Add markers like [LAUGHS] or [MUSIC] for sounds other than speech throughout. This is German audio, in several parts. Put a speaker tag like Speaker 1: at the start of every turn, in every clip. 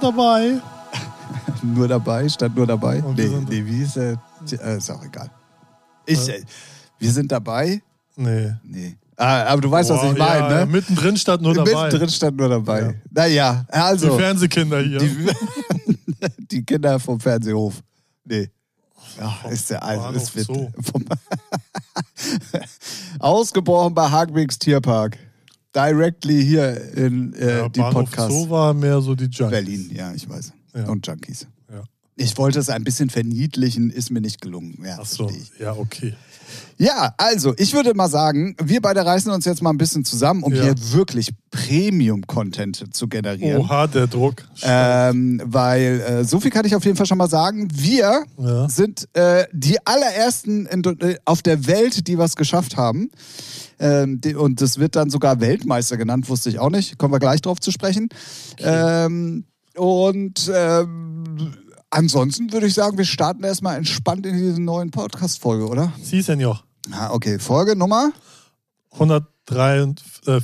Speaker 1: dabei.
Speaker 2: nur dabei, statt nur dabei.
Speaker 1: Und wir
Speaker 2: Nee,
Speaker 1: sind-
Speaker 2: nee, wie ist der? Äh, ist auch egal. Ich, äh, wir sind dabei?
Speaker 1: Nee.
Speaker 2: Nee. Ah, aber du weißt, was
Speaker 1: Boah,
Speaker 2: ich meine,
Speaker 1: ja, ja,
Speaker 2: ne?
Speaker 1: Mittendrin statt nur dabei.
Speaker 2: Mittendrin stand nur dabei.
Speaker 1: Ja.
Speaker 2: Naja,
Speaker 1: Die
Speaker 2: also.
Speaker 1: Fernsehkinder hier.
Speaker 2: Die, [LAUGHS] die Kinder vom Fernsehhof. Nee. Ja, ist der also,
Speaker 1: Bahnhof
Speaker 2: es wird
Speaker 1: Zoo.
Speaker 2: vom [LAUGHS] Ausgebrochen bei Hagbecks Tierpark. Directly hier in äh,
Speaker 1: ja,
Speaker 2: die
Speaker 1: Bahnhof
Speaker 2: Podcast
Speaker 1: Zoo war mehr so die Junkies.
Speaker 2: Berlin, ja, ich weiß.
Speaker 1: Ja.
Speaker 2: Und Junkies.
Speaker 1: Ja.
Speaker 2: Ich wollte es ein bisschen verniedlichen, ist mir nicht gelungen. Ja,
Speaker 1: Ach so,
Speaker 2: verstehe ich.
Speaker 1: ja, okay.
Speaker 2: Ja, also ich würde mal sagen, wir beide reißen uns jetzt mal ein bisschen zusammen, um
Speaker 1: Ja.
Speaker 2: hier wirklich Premium-Content zu generieren.
Speaker 1: Oha, der Druck.
Speaker 2: Ähm, weil äh, so viel kann ich auf jeden Fall schon mal sagen. Wir
Speaker 1: Ja.
Speaker 2: sind äh, die allerersten in, äh, auf der Welt, die was geschafft haben. Ähm, die, und das wird dann sogar Weltmeister genannt, wusste ich auch nicht. Kommen wir gleich drauf zu sprechen. Ähm, und ähm, ansonsten würde ich sagen, wir starten erstmal entspannt in diese neuen Podcast-Folge, oder?
Speaker 1: Sie, Senior.
Speaker 2: Ah, okay, Folge Nummer. [LAUGHS]
Speaker 1: 134. äh,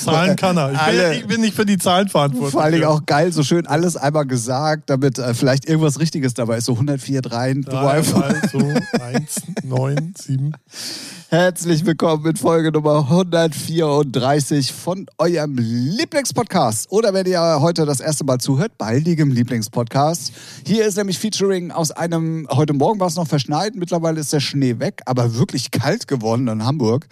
Speaker 1: Zahlen kann er. Ich bin,
Speaker 2: Alle-
Speaker 1: ich bin nicht für die Zahlen verantwortlich.
Speaker 2: Vor allen Dingen auch geil, so schön alles einmal gesagt, damit äh, vielleicht irgendwas Richtiges dabei ist. So 104, 3, du
Speaker 1: 3,
Speaker 2: einfach
Speaker 1: 3, 2, 1, 9, 7.
Speaker 2: Herzlich willkommen mit Folge Nummer 134 von eurem Lieblingspodcast. Oder wenn ihr heute das erste Mal zuhört, baldigem Lieblingspodcast. Hier ist nämlich Featuring aus einem, heute Morgen war es noch verschneit, mittlerweile ist der Schnee weg, aber wirklich kalt geworden in Hamburg.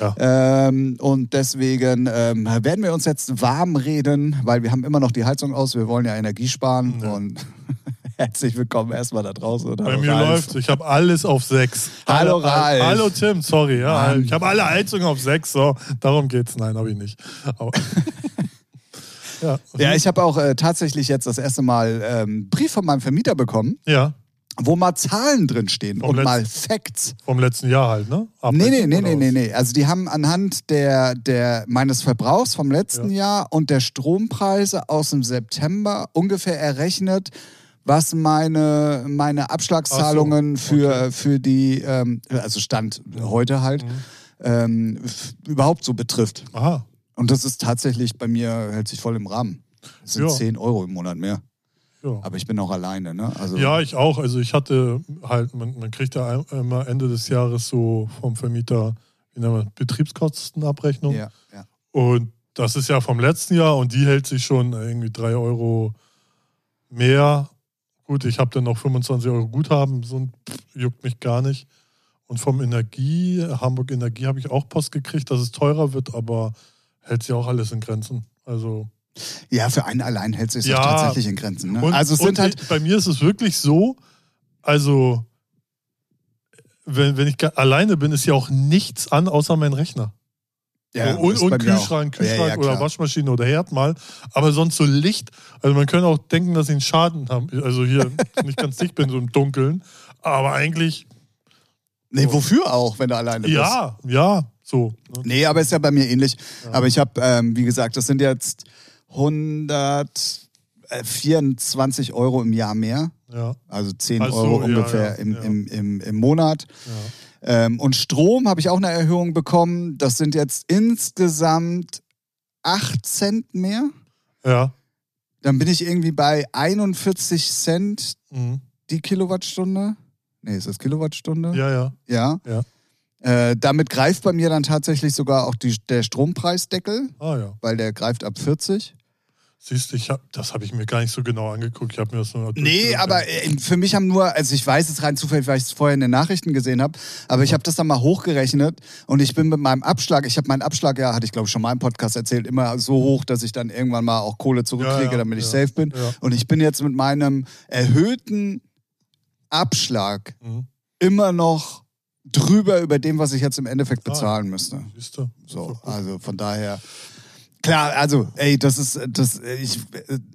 Speaker 1: Ja.
Speaker 2: Ähm, und deswegen ähm, werden wir uns jetzt warm reden, weil wir haben immer noch die Heizung aus, wir wollen ja Energie sparen und [LAUGHS] herzlich willkommen erstmal da draußen. Und
Speaker 1: Bei
Speaker 2: hallo,
Speaker 1: mir
Speaker 2: Ralf.
Speaker 1: läuft Ich habe alles auf 6.
Speaker 2: Hallo, Ralf.
Speaker 1: Hallo, Tim. Sorry. Ja,
Speaker 2: Mann.
Speaker 1: ich habe alle Heizungen auf 6. So, darum geht's. Nein, habe ich nicht. Aber,
Speaker 2: [LAUGHS]
Speaker 1: ja.
Speaker 2: Ja, ich habe auch äh, tatsächlich jetzt das erste Mal ähm, Brief von meinem Vermieter bekommen,
Speaker 1: ja,
Speaker 2: wo mal Zahlen drin stehen
Speaker 1: Vom
Speaker 2: und
Speaker 1: letzten-
Speaker 2: mal Facts.
Speaker 1: vom letzten Jahr halt, ne?
Speaker 2: Nee, nee, nee,
Speaker 1: Oder
Speaker 2: nee,
Speaker 1: was?
Speaker 2: nee, nee. Also die haben anhand der, der meines Verbrauchs vom letzten Jahr und der Strompreise aus dem September ungefähr errechnet, was meine, meine Abschlagszahlungen
Speaker 1: Ach so,
Speaker 2: für, für die, ähm, also Stand heute
Speaker 1: Mhm.
Speaker 2: halt, ähm, f- überhaupt so betrifft.
Speaker 1: Aha.
Speaker 2: Und das ist tatsächlich bei mir, hält sich voll im Rahmen. Das sind
Speaker 1: Ja.
Speaker 2: 10 Euro im Monat mehr.
Speaker 1: Ja.
Speaker 2: Aber ich bin auch alleine, ne? Also,
Speaker 1: Ja, ich auch. Also ich hatte halt, man, man kriegt ja ein- immer Ende des Jahres so vom Vermieter, wie nennt man, das, Betriebskostenabrechnung.
Speaker 2: ja, ja.
Speaker 1: Und das ist ja vom letzten Jahr und die hält sich schon irgendwie 3 Euro mehr. Gut, ich habe dann noch 25 Euro Guthaben, so ein Pff, juckt mich gar nicht. Und vom Energie, Hamburg Energie, habe ich auch Post gekriegt, dass es teurer wird, aber hält sich auch alles in Grenzen. Also
Speaker 2: ja, für einen allein hält sich
Speaker 1: Ja.
Speaker 2: doch tatsächlich in Grenzen. Ne?
Speaker 1: Und,
Speaker 2: also es
Speaker 1: und
Speaker 2: sind halt.
Speaker 1: ich- bei mir ist es wirklich so, also wenn, wenn ich ge- alleine bin, ist ja auch nichts an, außer mein Rechner. Oh, und
Speaker 2: ist
Speaker 1: und
Speaker 2: bei mir auch.
Speaker 1: Kühlschrank,
Speaker 2: Ja, ja,
Speaker 1: Kühlschrank
Speaker 2: klar.
Speaker 1: oder Waschmaschine oder Herd mal. Aber sonst so Licht, also man könnte auch denken, dass ich einen Schaden habe. Also hier [LAUGHS] nicht ganz dicht bin, so im Dunkeln. Aber eigentlich,
Speaker 2: Nee, wofür auch, wenn du alleine bist?
Speaker 1: ja, ja, so. ne?
Speaker 2: Nee, aber ist ja bei mir ähnlich. Aber ich habe, ähm, wie gesagt, das sind jetzt 124 Euro im Jahr mehr.
Speaker 1: Ja,
Speaker 2: Also 10
Speaker 1: Ach so,
Speaker 2: Euro
Speaker 1: ja,
Speaker 2: ungefähr
Speaker 1: ja,
Speaker 2: Im,
Speaker 1: ja.
Speaker 2: Im, im, im Monat.
Speaker 1: ja.
Speaker 2: Ähm, und Strom habe ich auch eine Erhöhung bekommen. Das sind jetzt insgesamt 8 Cent mehr.
Speaker 1: Ja.
Speaker 2: Dann bin ich irgendwie bei 41 Cent
Speaker 1: Mhm.
Speaker 2: die Kilowattstunde. Nee, ist das Kilowattstunde?
Speaker 1: Ja, ja.
Speaker 2: Ja.
Speaker 1: Ja.
Speaker 2: Äh, damit greift bei mir dann tatsächlich sogar auch die, der Strompreisdeckel,
Speaker 1: Ah ja.
Speaker 2: weil der greift ab 40.
Speaker 1: Siehst du, ich hab, das habe ich mir gar nicht so genau angeguckt. Ich habe mir das nur
Speaker 2: Nee, aber äh, für mich haben nur, also ich weiß es rein zufällig, weil ich es vorher in den Nachrichten gesehen habe, aber ich habe das dann mal hochgerechnet und ich bin mit meinem Abschlag, ich habe meinen Abschlag, ja, hatte ich glaube ich schon mal im Podcast erzählt, immer so hoch, dass ich dann irgendwann mal auch Kohle zurückkriege,
Speaker 1: Ja, ja,
Speaker 2: damit ich
Speaker 1: ja,
Speaker 2: safe bin.
Speaker 1: ja.
Speaker 2: Und ich bin jetzt mit meinem erhöhten Abschlag
Speaker 1: Mhm.
Speaker 2: immer noch drüber über dem, was ich jetzt im Endeffekt
Speaker 1: Ah.
Speaker 2: bezahlen müsste.
Speaker 1: Siehst du?
Speaker 2: So, also von daher. Klar, also, ey, das ist, das, ich,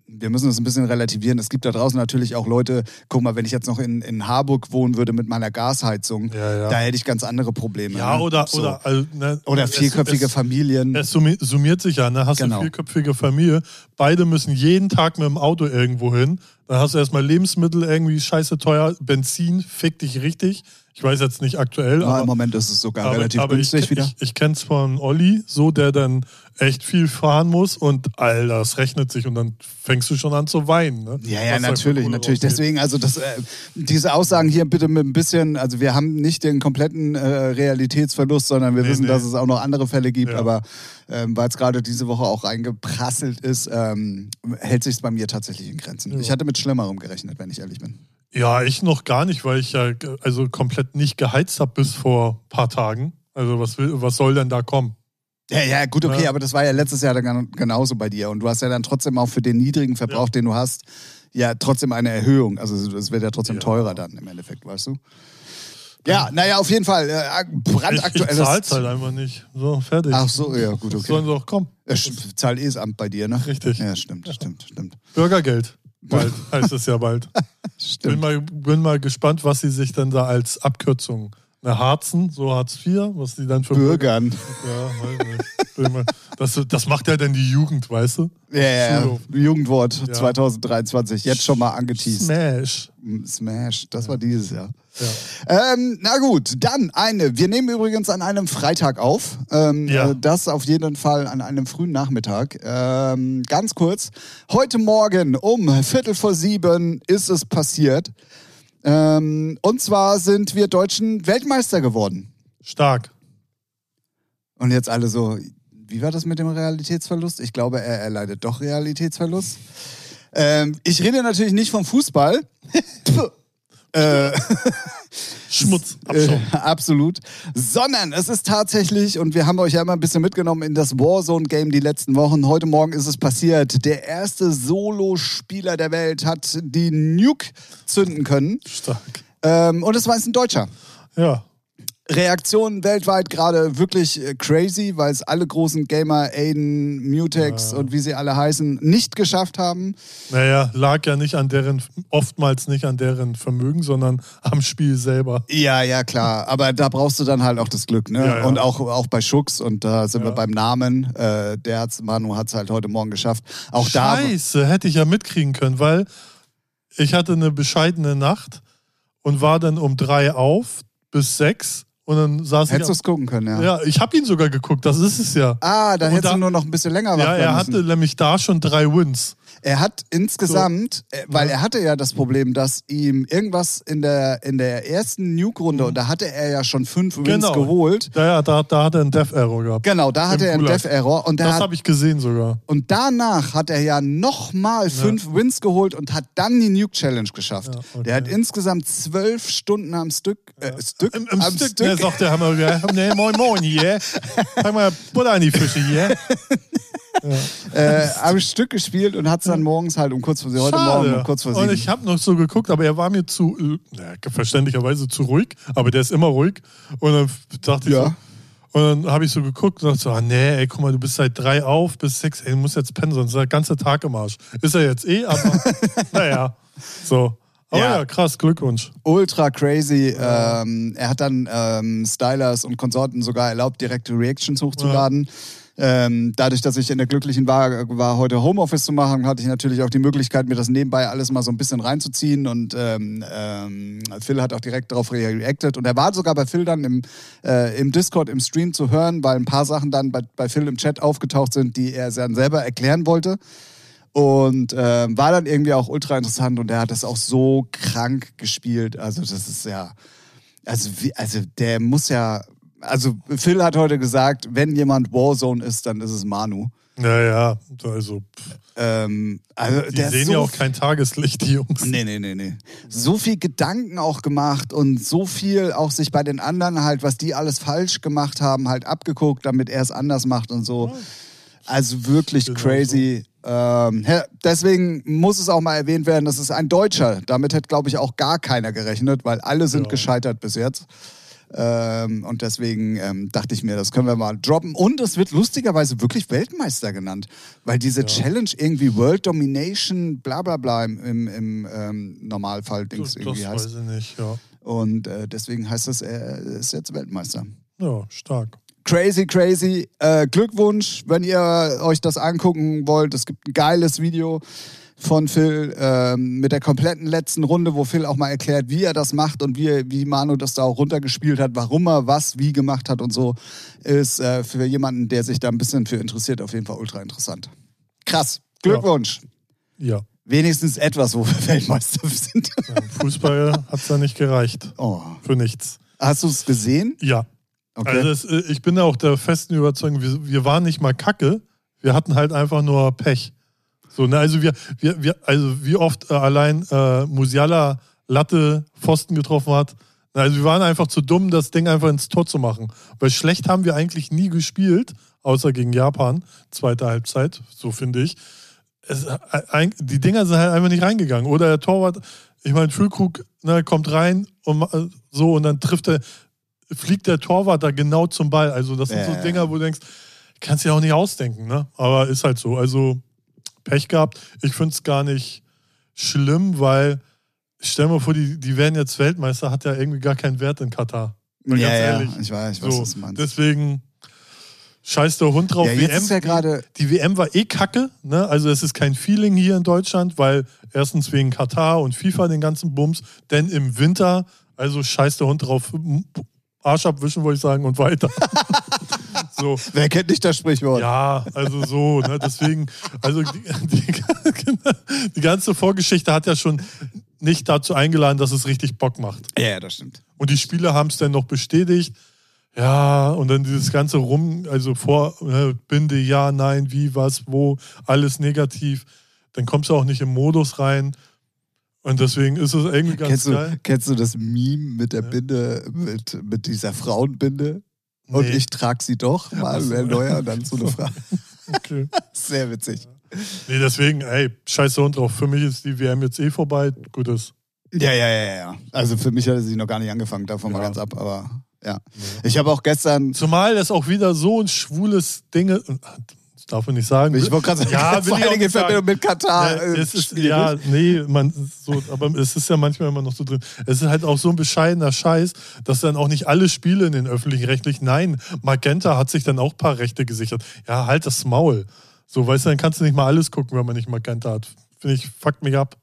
Speaker 2: wir müssen das ein bisschen relativieren. Es gibt da draußen natürlich auch Leute, guck mal, wenn ich jetzt noch in, in Harburg wohnen würde mit meiner Gasheizung,
Speaker 1: Ja, ja.
Speaker 2: da hätte ich ganz andere Probleme.
Speaker 1: Ja,
Speaker 2: ne?
Speaker 1: oder,
Speaker 2: So.
Speaker 1: oder, also, ne,
Speaker 2: Oder
Speaker 1: es-
Speaker 2: vierköpfige
Speaker 1: es,
Speaker 2: Familien.
Speaker 1: es summi- summiert sich ja, ne? Hast
Speaker 2: Hm. Genau.
Speaker 1: du vierköpfige Familie, beide müssen jeden Tag mit dem Auto irgendwo hin. Dann hast du erstmal Lebensmittel irgendwie scheiße teuer, Benzin, fick dich richtig. Ich weiß jetzt nicht aktuell,
Speaker 2: Ja,
Speaker 1: aber,
Speaker 2: Im Moment ist es sogar
Speaker 1: aber,
Speaker 2: relativ
Speaker 1: aber ich,
Speaker 2: günstig
Speaker 1: ich,
Speaker 2: wieder.
Speaker 1: ich kenne es von Olli, so der dann echt viel fahren muss und all das rechnet sich und dann fängst du schon an zu weinen. Ne?
Speaker 2: Ja,
Speaker 1: Was da
Speaker 2: ja,
Speaker 1: für
Speaker 2: natürlich,
Speaker 1: Kohle
Speaker 2: natürlich.
Speaker 1: rausgeht.
Speaker 2: Deswegen, also das, äh, diese Aussagen hier bitte mit ein bisschen, also wir haben nicht den kompletten äh, Realitätsverlust, sondern wir
Speaker 1: Nee,
Speaker 2: wissen,
Speaker 1: nee.
Speaker 2: dass es auch noch andere Fälle gibt,
Speaker 1: Ja.
Speaker 2: aber ähm, weil es gerade diese Woche auch reingeprasselt ist, ähm, hält sich bei mir tatsächlich in Grenzen.
Speaker 1: Ja.
Speaker 2: Ich hatte mit Schlimmerem gerechnet, wenn ich ehrlich bin.
Speaker 1: Ja, ich noch gar nicht, weil ich ja ge- also komplett nicht geheizt habe bis vor ein paar Tagen. Also was, will, was soll denn da kommen?
Speaker 2: Ja, ja, gut, okay,
Speaker 1: Ja.
Speaker 2: aber das war ja letztes Jahr dann gen- genauso bei dir. Und du hast ja dann trotzdem auch für den niedrigen Verbrauch, den du hast, ja trotzdem eine Erhöhung. Also es wird ja trotzdem
Speaker 1: Ja.
Speaker 2: teurer dann im Endeffekt, weißt du? Ja, naja, auf jeden Fall. Äh, ak-
Speaker 1: Ich, ich
Speaker 2: brandaktuelles.
Speaker 1: zahl's halt einfach nicht. So, fertig.
Speaker 2: Ach so, ja, gut, okay.
Speaker 1: Sollen sie auch kommen.
Speaker 2: Äh, sch- Zahl eh das Amt bei dir, ne?
Speaker 1: Richtig.
Speaker 2: Ja, stimmt, stimmt, stimmt.
Speaker 1: Bürgergeld. Bald heißt es ja
Speaker 2: [LAUGHS]
Speaker 1: bald. Bin
Speaker 2: Stimmt.
Speaker 1: mal, bin mal gespannt, was sie sich dann da als Abkürzung. Na, Harzen, so Hartz IV, was die dann für
Speaker 2: Bürgern.
Speaker 1: Ja, weiß nicht. Bin mal- das, das macht ja dann die Jugend, weißt du?
Speaker 2: Ja, ja, ja.
Speaker 1: Schulhof.
Speaker 2: Jugendwort
Speaker 1: Ja.
Speaker 2: 2023. Jetzt schon mal angeteased.
Speaker 1: Smash.
Speaker 2: Smash, das war dieses Jahr.
Speaker 1: Ja.
Speaker 2: Ähm, na gut, dann eine. Wir nehmen übrigens an einem Freitag auf. Ähm,
Speaker 1: Ja.
Speaker 2: äh, Das auf jeden Fall an einem frühen Nachmittag. Ähm, ganz kurz. Heute Morgen um Viertel vor sieben ist es passiert. Ähm, und zwar sind wir Deutschen Weltmeister geworden.
Speaker 1: Stark.
Speaker 2: Und jetzt alle so, wie war das mit dem Realitätsverlust? Ich glaube, er erleidet doch Realitätsverlust. Ähm, ich rede natürlich nicht vom Fußball. äh,
Speaker 1: Schmutz.
Speaker 2: Äh,
Speaker 1: Abschauen.
Speaker 2: [LAUGHS] absolut. Sondern es ist tatsächlich, und wir haben euch ja immer ein bisschen mitgenommen in das Warzone-Game die letzten Wochen. Heute Morgen ist es passiert. Der erste Solo-Spieler der Welt hat die Nuke zünden können.
Speaker 1: Stark.
Speaker 2: Ähm, und es war jetzt ein Deutscher.
Speaker 1: Ja.
Speaker 2: Reaktionen weltweit gerade wirklich äh, crazy, weil es alle großen Gamer, Aiden, Mutex und wie sie alle heißen, nicht geschafft haben.
Speaker 1: Naja, lag ja nicht an deren, oftmals nicht an deren Vermögen, sondern am Spiel selber.
Speaker 2: Ja, ja, klar. Aber da brauchst du dann halt auch das Glück, ne?
Speaker 1: Ja, ja.
Speaker 2: Und auch, auch bei Schucks, und da sind
Speaker 1: Ja.
Speaker 2: wir beim Namen. Äh, der hat's, Manu hat's halt heute Morgen geschafft. Auch da.
Speaker 1: Scheiße, hätte ich ja mitkriegen können, weil ich hatte eine bescheidene Nacht und war dann um drei auf bis sechs und dann saß
Speaker 2: Hättest du
Speaker 1: ich.
Speaker 2: es gucken können, ja.
Speaker 1: Am, ja, ich habe ihn sogar geguckt, das ist es ja.
Speaker 2: Ah, dann
Speaker 1: Und
Speaker 2: hättest
Speaker 1: da-
Speaker 2: du nur noch ein bisschen
Speaker 1: Ja,
Speaker 2: länger wach
Speaker 1: er
Speaker 2: bleiben
Speaker 1: hatte
Speaker 2: müssen.
Speaker 1: nämlich da schon drei Wins.
Speaker 2: Er hat insgesamt, äh, weil er hatte ja das Problem, dass ihm irgendwas in der, in der ersten Nuke-Runde, und da hatte er ja schon fünf Wins
Speaker 1: Mhm. Genau.
Speaker 2: geholt.
Speaker 1: Ja, ja, da, da hat er einen Death Error gehabt.
Speaker 2: Genau, da hatte
Speaker 1: Im
Speaker 2: er einen
Speaker 1: Gulag.
Speaker 2: Dev-Error und, der
Speaker 1: Das
Speaker 2: hat,
Speaker 1: habe ich gesehen sogar.
Speaker 2: und danach hat er ja nochmal fünf Wins geholt und hat dann die Nuke-Challenge geschafft.
Speaker 1: Ja, okay.
Speaker 2: Der hat insgesamt zwölf Stunden am Stück, äh, Stück,
Speaker 1: Im, im
Speaker 2: am
Speaker 1: Stück, ne, sagt der Hammer, ja, ne, moin moin hier. Sag mal Butter an die Fische hier.
Speaker 2: äh, am Stück gespielt und hat es dann morgens halt um kurz vor sie heute Morgen um kurz vor
Speaker 1: Und
Speaker 2: sieben.
Speaker 1: ich habe noch so geguckt, aber er war mir zu, äh, na, verständlicherweise zu ruhig, aber der ist immer ruhig. Und dann f- dachte ich
Speaker 2: Ja.
Speaker 1: so, und dann habe ich so geguckt und dachte so, ah, nee, ey, guck mal, du bist seit drei auf bis sechs, ey, du musst jetzt pennen, sonst ist der ganze Tag im Arsch. Ist er jetzt eh, aber
Speaker 2: [LAUGHS]
Speaker 1: naja, so. Aber
Speaker 2: Ja.
Speaker 1: ja, krass, Glückwunsch.
Speaker 2: Ultra crazy. Ähm, er hat dann ähm, Stylers und Konsorten sogar erlaubt, direkte Reactions hochzuladen. Ähm, dadurch, dass ich in der glücklichen war, war, heute Homeoffice zu machen, hatte ich natürlich auch die Möglichkeit, mir das nebenbei alles mal so ein bisschen reinzuziehen. Und ähm, ähm, Phil hat auch direkt darauf reacted. Und er war sogar bei Phil dann im, äh, im Discord, im Stream zu hören, weil ein paar Sachen dann bei, bei Phil im Chat aufgetaucht sind, die er dann selber erklären wollte. Und ähm, war dann irgendwie auch ultra interessant und der hat das auch so krank gespielt. Also, das ist ja. Also, wie, also der muss ja. Also, Phil hat heute gesagt, wenn jemand Warzone ist, dann ist es Manu.
Speaker 1: Naja, also, pff,
Speaker 2: Ähm, also
Speaker 1: die
Speaker 2: der ist
Speaker 1: sehen
Speaker 2: so
Speaker 1: ja auch kein Tageslicht, die Jungs.
Speaker 2: Nee, nee, nee, nee. So viel Gedanken auch gemacht und so viel auch sich bei den anderen halt, was die alles falsch gemacht haben, halt abgeguckt, damit er es anders macht und so. Also wirklich
Speaker 1: Genau
Speaker 2: crazy. Ähm, hä, deswegen muss es auch mal erwähnt werden, das ist ein Deutscher. Damit hätte, glaube ich, auch gar keiner gerechnet, weil alle sind
Speaker 1: Ja.
Speaker 2: gescheitert bis jetzt. Ähm, und deswegen ähm, dachte ich mir, das können wir mal droppen. Und es wird lustigerweise wirklich Weltmeister genannt, weil diese Challenge irgendwie World Domination, bla bla bla im, im, im ähm, Normalfall
Speaker 1: Das,
Speaker 2: Dings
Speaker 1: das
Speaker 2: irgendwie heißt.
Speaker 1: weiß ich nicht, ja.
Speaker 2: Und äh, deswegen heißt es, er ist jetzt Weltmeister.
Speaker 1: Ja, stark.
Speaker 2: Crazy, crazy. Äh, Glückwunsch, wenn ihr euch das angucken wollt. Es gibt ein geiles Video. von Phil ähm, mit der kompletten letzten Runde, wo Phil auch mal erklärt, wie er das macht und wie, wie Manu das da auch runtergespielt hat, warum er was wie gemacht hat und so, ist äh, für jemanden, der sich da ein bisschen für interessiert, auf jeden Fall ultra interessant. Krass. Glückwunsch.
Speaker 1: Ja.
Speaker 2: Wenigstens etwas, wo wir [LAUGHS] Weltmeister sind.
Speaker 1: Im Fußball [LAUGHS] hat es da nicht gereicht.
Speaker 2: Oh.
Speaker 1: Für nichts.
Speaker 2: Hast du es gesehen?
Speaker 1: Ja. Also
Speaker 2: Okay.
Speaker 1: es, äh, ich bin da auch der festen Überzeugung, wir, wir waren nicht mal kacke, wir hatten halt einfach nur Pech. So, ne, also wir, wir, wir, also wie oft äh, allein äh, Musiala Latte Pfosten getroffen hat. Na, also wir waren einfach zu dumm, das Ding einfach ins Tor zu machen. Weil schlecht haben wir eigentlich nie gespielt, außer gegen Japan, zweite Halbzeit, so finde ich. Es, äh, ein- die Dinger sind halt einfach nicht reingegangen. Oder der Torwart, ich meine, Füllkrug ne, kommt rein und ma- äh, so und dann trifft er, fliegt der Torwart da genau zum Ball. Also das sind
Speaker 2: Ja,
Speaker 1: so
Speaker 2: ja.
Speaker 1: Dinger, wo du denkst, kannst du ja auch nicht ausdenken, ne? Aber ist halt so. Also Pech gehabt. Ich finde es gar nicht schlimm, weil stell mal vor, die, die werden jetzt Weltmeister, hat ja irgendwie gar keinen Wert in Katar. Mal
Speaker 2: ja,
Speaker 1: ganz
Speaker 2: ja.
Speaker 1: ehrlich.
Speaker 2: Ich weiß, ich weiß,
Speaker 1: So,
Speaker 2: was du meinst.
Speaker 1: deswegen scheiß der Hund drauf.
Speaker 2: ja, jetzt
Speaker 1: WM,
Speaker 2: ist ja gerade
Speaker 1: die WM war eh kacke, ne? Also es ist kein Feeling hier in Deutschland, weil erstens wegen Katar und FIFA den ganzen Bums, denn im Winter, also scheiß der Hund drauf, m- Arsch abwischen, wollte ich sagen, und weiter. [LAUGHS] so.
Speaker 2: Wer kennt nicht das Sprichwort?
Speaker 1: Ja, also so, ne? deswegen, also die, [LAUGHS] die, die ganze Vorgeschichte hat ja schon nicht dazu eingeladen, dass es richtig Bock macht.
Speaker 2: Ja, ja, das stimmt.
Speaker 1: Und die Spieler haben es dann noch bestätigt. Ja, und dann dieses ganze Rum, also vor ne, Binde, ja, nein, wie, was, wo, alles negativ. Dann kommst du auch nicht im Modus rein. Und deswegen ist es irgendwie ganz
Speaker 2: Kennst du,
Speaker 1: geil.
Speaker 2: kennst du das Meme mit der
Speaker 1: Ja.
Speaker 2: Binde, mit, mit dieser Frauenbinde? [LAUGHS] Und
Speaker 1: Nee,
Speaker 2: ich trag sie doch, mal
Speaker 1: so.
Speaker 2: so. neuer, dann so eine Frage.
Speaker 1: okay.
Speaker 2: [LAUGHS] Sehr witzig.
Speaker 1: nee, deswegen, ey, scheiß der Hund drauf. Für mich ist die WM jetzt eh vorbei. Gutes.
Speaker 2: Ja, ja, ja, ja. Also für mich hatte sie noch gar nicht angefangen, davon mal
Speaker 1: Ja.
Speaker 2: ganz ab, aber ja. Ich habe auch gestern,
Speaker 1: Zumal das auch wieder so ein schwules Ding ist. Das darf man nicht sagen.
Speaker 2: ich wollte gerade sagen, [LAUGHS]
Speaker 1: Ja, will
Speaker 2: vor
Speaker 1: ich auch
Speaker 2: allen Dingen in
Speaker 1: nicht sagen.
Speaker 2: Verbindung mit Katar.
Speaker 1: Ja,
Speaker 2: äh,
Speaker 1: Ne, es ist,
Speaker 2: schwierig.
Speaker 1: ja, nee, man, so, aber es ist ja manchmal immer noch so drin. Es ist halt auch so ein bescheidener Scheiß, dass dann auch nicht alle Spiele in den öffentlichen rechtlichen. Nein, Magenta hat sich dann auch ein paar Rechte gesichert. Ja, halt das Maul. So, weißt du, dann kannst du nicht mal alles gucken, wenn man nicht Magenta hat. Finde ich, fuck mich ab.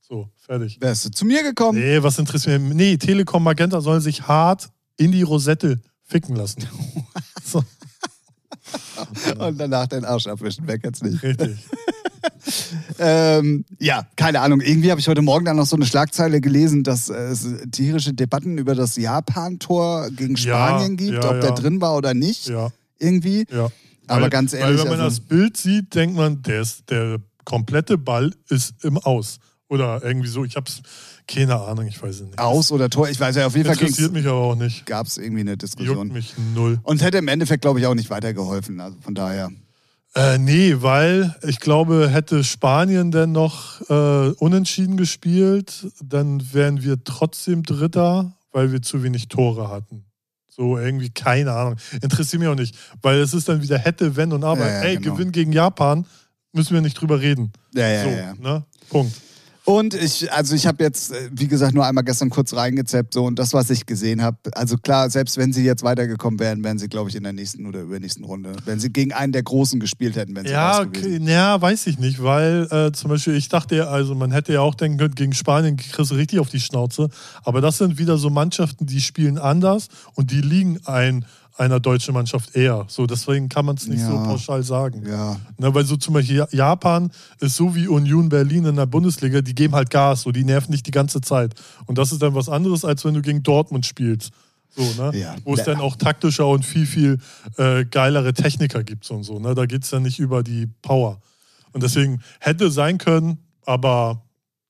Speaker 1: So, fertig.
Speaker 2: Wärst du zu mir gekommen?
Speaker 1: Nee, was interessiert mich? Nee, Telekom Magenta soll sich hart in die Rosette ficken lassen. So,
Speaker 2: Und danach den Arsch abwischen, wer kennt's nicht.
Speaker 1: richtig.
Speaker 2: Ähm, ja, keine Ahnung. Irgendwie habe ich heute Morgen dann noch so eine Schlagzeile gelesen, dass äh, es tierische Debatten über das Japan-Tor gegen
Speaker 1: Ja,
Speaker 2: Spanien gibt,
Speaker 1: ja,
Speaker 2: ob der
Speaker 1: ja.
Speaker 2: drin war oder nicht.
Speaker 1: Ja,
Speaker 2: Irgendwie.
Speaker 1: ja.
Speaker 2: Aber
Speaker 1: weil,
Speaker 2: ganz
Speaker 1: Weil
Speaker 2: ehrlich,
Speaker 1: wenn man
Speaker 2: also-
Speaker 1: das Bild sieht, denkt man, der, ist, der komplette Ball ist im Aus. Oder irgendwie so. Ich habe keine Ahnung, ich weiß es nicht.
Speaker 2: Aus oder Tor, ich weiß ja, auf jeden
Speaker 1: Interessiert
Speaker 2: Fall
Speaker 1: mich aber auch nicht.
Speaker 2: gab es irgendwie eine
Speaker 1: Juckt
Speaker 2: Diskussion.
Speaker 1: mich null.
Speaker 2: Und es hätte im Endeffekt, glaube ich, auch nicht weitergeholfen. Also von daher.
Speaker 1: Äh, nee, weil ich glaube, hätte Spanien denn noch äh, unentschieden gespielt, dann wären wir trotzdem Dritter, weil wir zu wenig Tore hatten. So irgendwie, keine Ahnung. Interessiert mich auch nicht, weil es ist dann wieder hätte, wenn und aber.
Speaker 2: Ja, ja,
Speaker 1: Ey,
Speaker 2: genau.
Speaker 1: Gewinn gegen Japan, müssen wir nicht drüber reden.
Speaker 2: Ja, ja,
Speaker 1: so,
Speaker 2: ja.
Speaker 1: ne? Punkt.
Speaker 2: Und ich, also ich habe jetzt, äh, wie gesagt, nur einmal gestern kurz reingezappt so und das, was ich gesehen habe. Also klar, selbst wenn sie jetzt weitergekommen wären, wären sie, glaube ich, in der nächsten oder übernächsten Runde. Wenn sie gegen einen der Großen gespielt hätten, wären sie
Speaker 1: Ja,
Speaker 2: raus gewesen.
Speaker 1: okay, ja, weiß ich nicht, weil äh, zum Beispiel, ich dachte ja, also man hätte ja auch denken können, gegen Spanien kriegst du richtig auf die Schnauze. Aber das sind wieder so Mannschaften, die spielen anders und die liegen ein, einer deutschen Mannschaft eher. So, deswegen kann man es nicht
Speaker 2: Ja.
Speaker 1: so pauschal sagen.
Speaker 2: Ja,
Speaker 1: Ne, weil so zum Beispiel Ja- Japan ist so wie Union Berlin in der Bundesliga, die geben halt Gas, so die nerven nicht die ganze Zeit. Und das ist dann was anderes, als wenn du gegen Dortmund spielst. So, ne?
Speaker 2: Ja.
Speaker 1: Wo es dann auch taktischer und viel, viel äh, geilere Techniker gibt und so. Ne? Da geht es dann nicht über die Power. Und deswegen hätte sein können, aber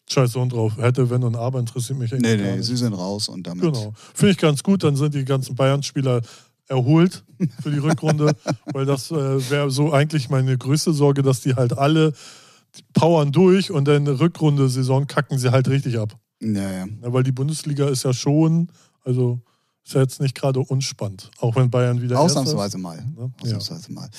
Speaker 1: scheiß Sohn drauf. Hätte, wenn und aber interessiert mich eigentlich
Speaker 2: Nee,
Speaker 1: gar
Speaker 2: nee,
Speaker 1: nicht.
Speaker 2: sie sind raus und damit.
Speaker 1: Genau. Finde ich ganz gut, dann sind die ganzen Bayern-Spieler erholt für die Rückrunde,
Speaker 2: [LAUGHS]
Speaker 1: weil das äh, wäre so eigentlich meine größte Sorge, dass die halt alle powern durch und dann eine Rückrunde-Saison kacken sie halt richtig ab.
Speaker 2: Ja, ja.
Speaker 1: Ja, weil die Bundesliga ist ja schon, also ist ja jetzt nicht gerade unspannend, auch wenn Bayern wieder. Erster ist.
Speaker 2: Ausnahmsweise mal.
Speaker 1: Ne?
Speaker 2: Ausnahmsweise mal.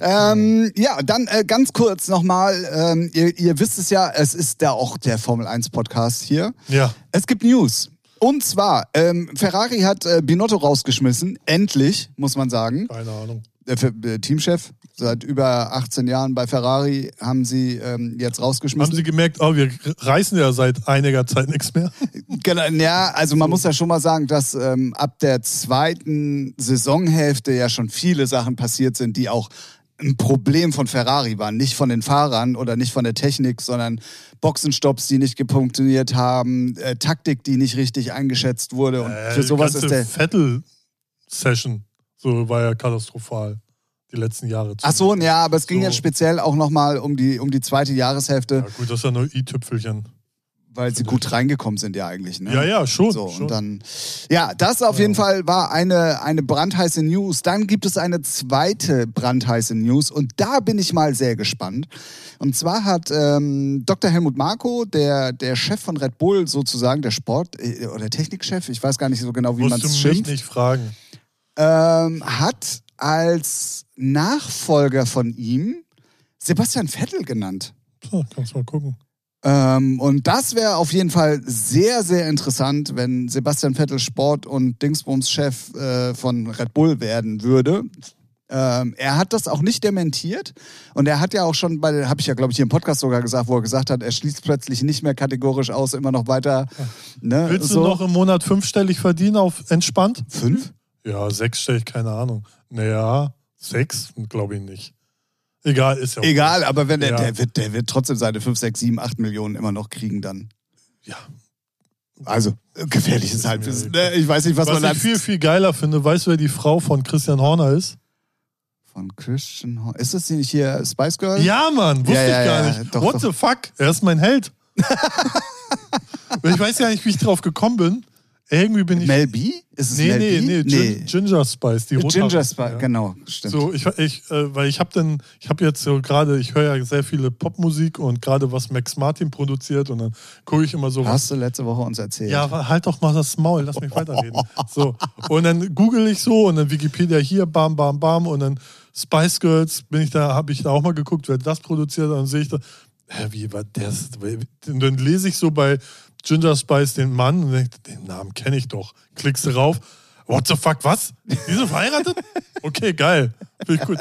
Speaker 2: Ähm, ja, dann äh, ganz kurz nochmal. Ähm, ihr, ihr wisst es ja, es ist da auch der Formel 1 Podcast hier.
Speaker 1: Ja.
Speaker 2: Es gibt News. Und zwar, ähm, Ferrari hat äh, Binotto rausgeschmissen. Endlich, muss man sagen.
Speaker 1: Keine Ahnung.
Speaker 2: Äh, Fe- äh, Teamchef. seit über 18 Jahren bei Ferrari haben sie ähm, jetzt rausgeschmissen.
Speaker 1: Haben Sie gemerkt, oh, wir reißen ja seit einiger Zeit nichts mehr?
Speaker 2: Genau, ja, also man muss ja schon mal sagen, dass ähm, ab der zweiten Saisonhälfte ja schon viele Sachen passiert sind, die auch ein Problem von Ferrari waren. Nicht von den Fahrern oder nicht von der Technik, sondern Boxenstopps, die nicht gepunktioniert haben, äh, Taktik, die nicht richtig eingeschätzt wurde. Und
Speaker 1: Äh,
Speaker 2: für sowas
Speaker 1: die
Speaker 2: ist
Speaker 1: ganze
Speaker 2: der.
Speaker 1: Vettel-Session so war ja katastrophal. Die letzten Jahre.
Speaker 2: Ach so, ja, aber es ging
Speaker 1: So.
Speaker 2: jetzt speziell auch nochmal um die, um die zweite Jahreshälfte,
Speaker 1: Ja, gut, das ist ja nur i-Tüpfelchen.
Speaker 2: weil sie gut reingekommen sind ja eigentlich. Ne?
Speaker 1: Ja, ja, schon.
Speaker 2: So,
Speaker 1: schon.
Speaker 2: und dann. Ja, das auf jeden Fall war eine, eine brandheiße News. Dann gibt es eine zweite brandheiße News und da bin ich mal sehr gespannt. Und zwar hat ähm, Dr. Helmut Marko, der, der Chef von Red Bull sozusagen, der Sport- äh, oder Technikchef, ich weiß gar nicht so genau, wie man
Speaker 1: Musst du
Speaker 2: es
Speaker 1: mich
Speaker 2: schimpft,
Speaker 1: nicht fragen.
Speaker 2: ähm, hat als Nachfolger von ihm Sebastian Vettel genannt.
Speaker 1: So, kannst mal gucken.
Speaker 2: Ähm, und das wäre auf jeden Fall sehr, sehr interessant, wenn Sebastian Vettel Sport- und Dingsbums-Chef äh, von Red Bull werden würde. Ähm, er hat das auch nicht dementiert und er hat ja auch schon bei, habe ich ja glaube ich hier im Podcast sogar gesagt, wo er gesagt hat, er schließt plötzlich nicht mehr kategorisch aus, immer noch weiter. Ne,
Speaker 1: Willst
Speaker 2: so.
Speaker 1: du noch im Monat fünfstellig verdienen auf entspannt?
Speaker 2: fünf?
Speaker 1: Ja, sechsstellig, keine Ahnung. Naja, sechs, glaube ich nicht. Egal, ist ja auch-
Speaker 2: Egal, aber wenn der,
Speaker 1: Ja.
Speaker 2: der, wird, der wird trotzdem seine 5, 6, 7, 8 Millionen immer noch kriegen dann.
Speaker 1: Ja.
Speaker 2: Also, äh, gefährliches
Speaker 1: Ist mir
Speaker 2: Halbwissen.
Speaker 1: egal.
Speaker 2: Ne, Ich weiß nicht, was,
Speaker 1: Was,
Speaker 2: man da
Speaker 1: ich viel, viel geiler finde, weißt du, wer die Frau von Christian Horner ist?
Speaker 2: Von Christian Hor- Ist das nicht hier Spice Girl?
Speaker 1: Ja, Mann, wusste
Speaker 2: Ja, ja,
Speaker 1: ich gar
Speaker 2: ja,
Speaker 1: nicht.
Speaker 2: doch,
Speaker 1: What
Speaker 2: doch.
Speaker 1: the fuck? Er ist mein Held. ich weiß gar nicht, wie ich drauf gekommen bin. Irgendwie bin ich.
Speaker 2: Mel B? Ist es
Speaker 1: nee,
Speaker 2: Mel
Speaker 1: nee,
Speaker 2: B?
Speaker 1: nee, Gin- Ginger Spice, die rote.
Speaker 2: Ginger Spice,
Speaker 1: Ja.
Speaker 2: genau, stimmt.
Speaker 1: So, ich, ich, äh, weil ich habe dann, ich habe jetzt so gerade, ich höre ja sehr viele Popmusik und gerade was Max Martin produziert und dann gucke ich immer so, was
Speaker 2: Hast du letzte Woche uns erzählt.
Speaker 1: Ja, wa- halt doch mal das Maul, lass mich weiterreden. So. Und dann google ich so und dann Wikipedia hier, bam, bam, bam. Und dann Spice Girls bin ich da, habe ich da auch mal geguckt, wer das produziert hat. Und sehe ich da, hä, wie war das? Und dann lese ich so bei Ginger Spice den Mann und denke, den Namen kenne ich doch. Klickst du rauf. What the fuck, was? Die sind verheiratet? Okay, geil. Finde ich gut.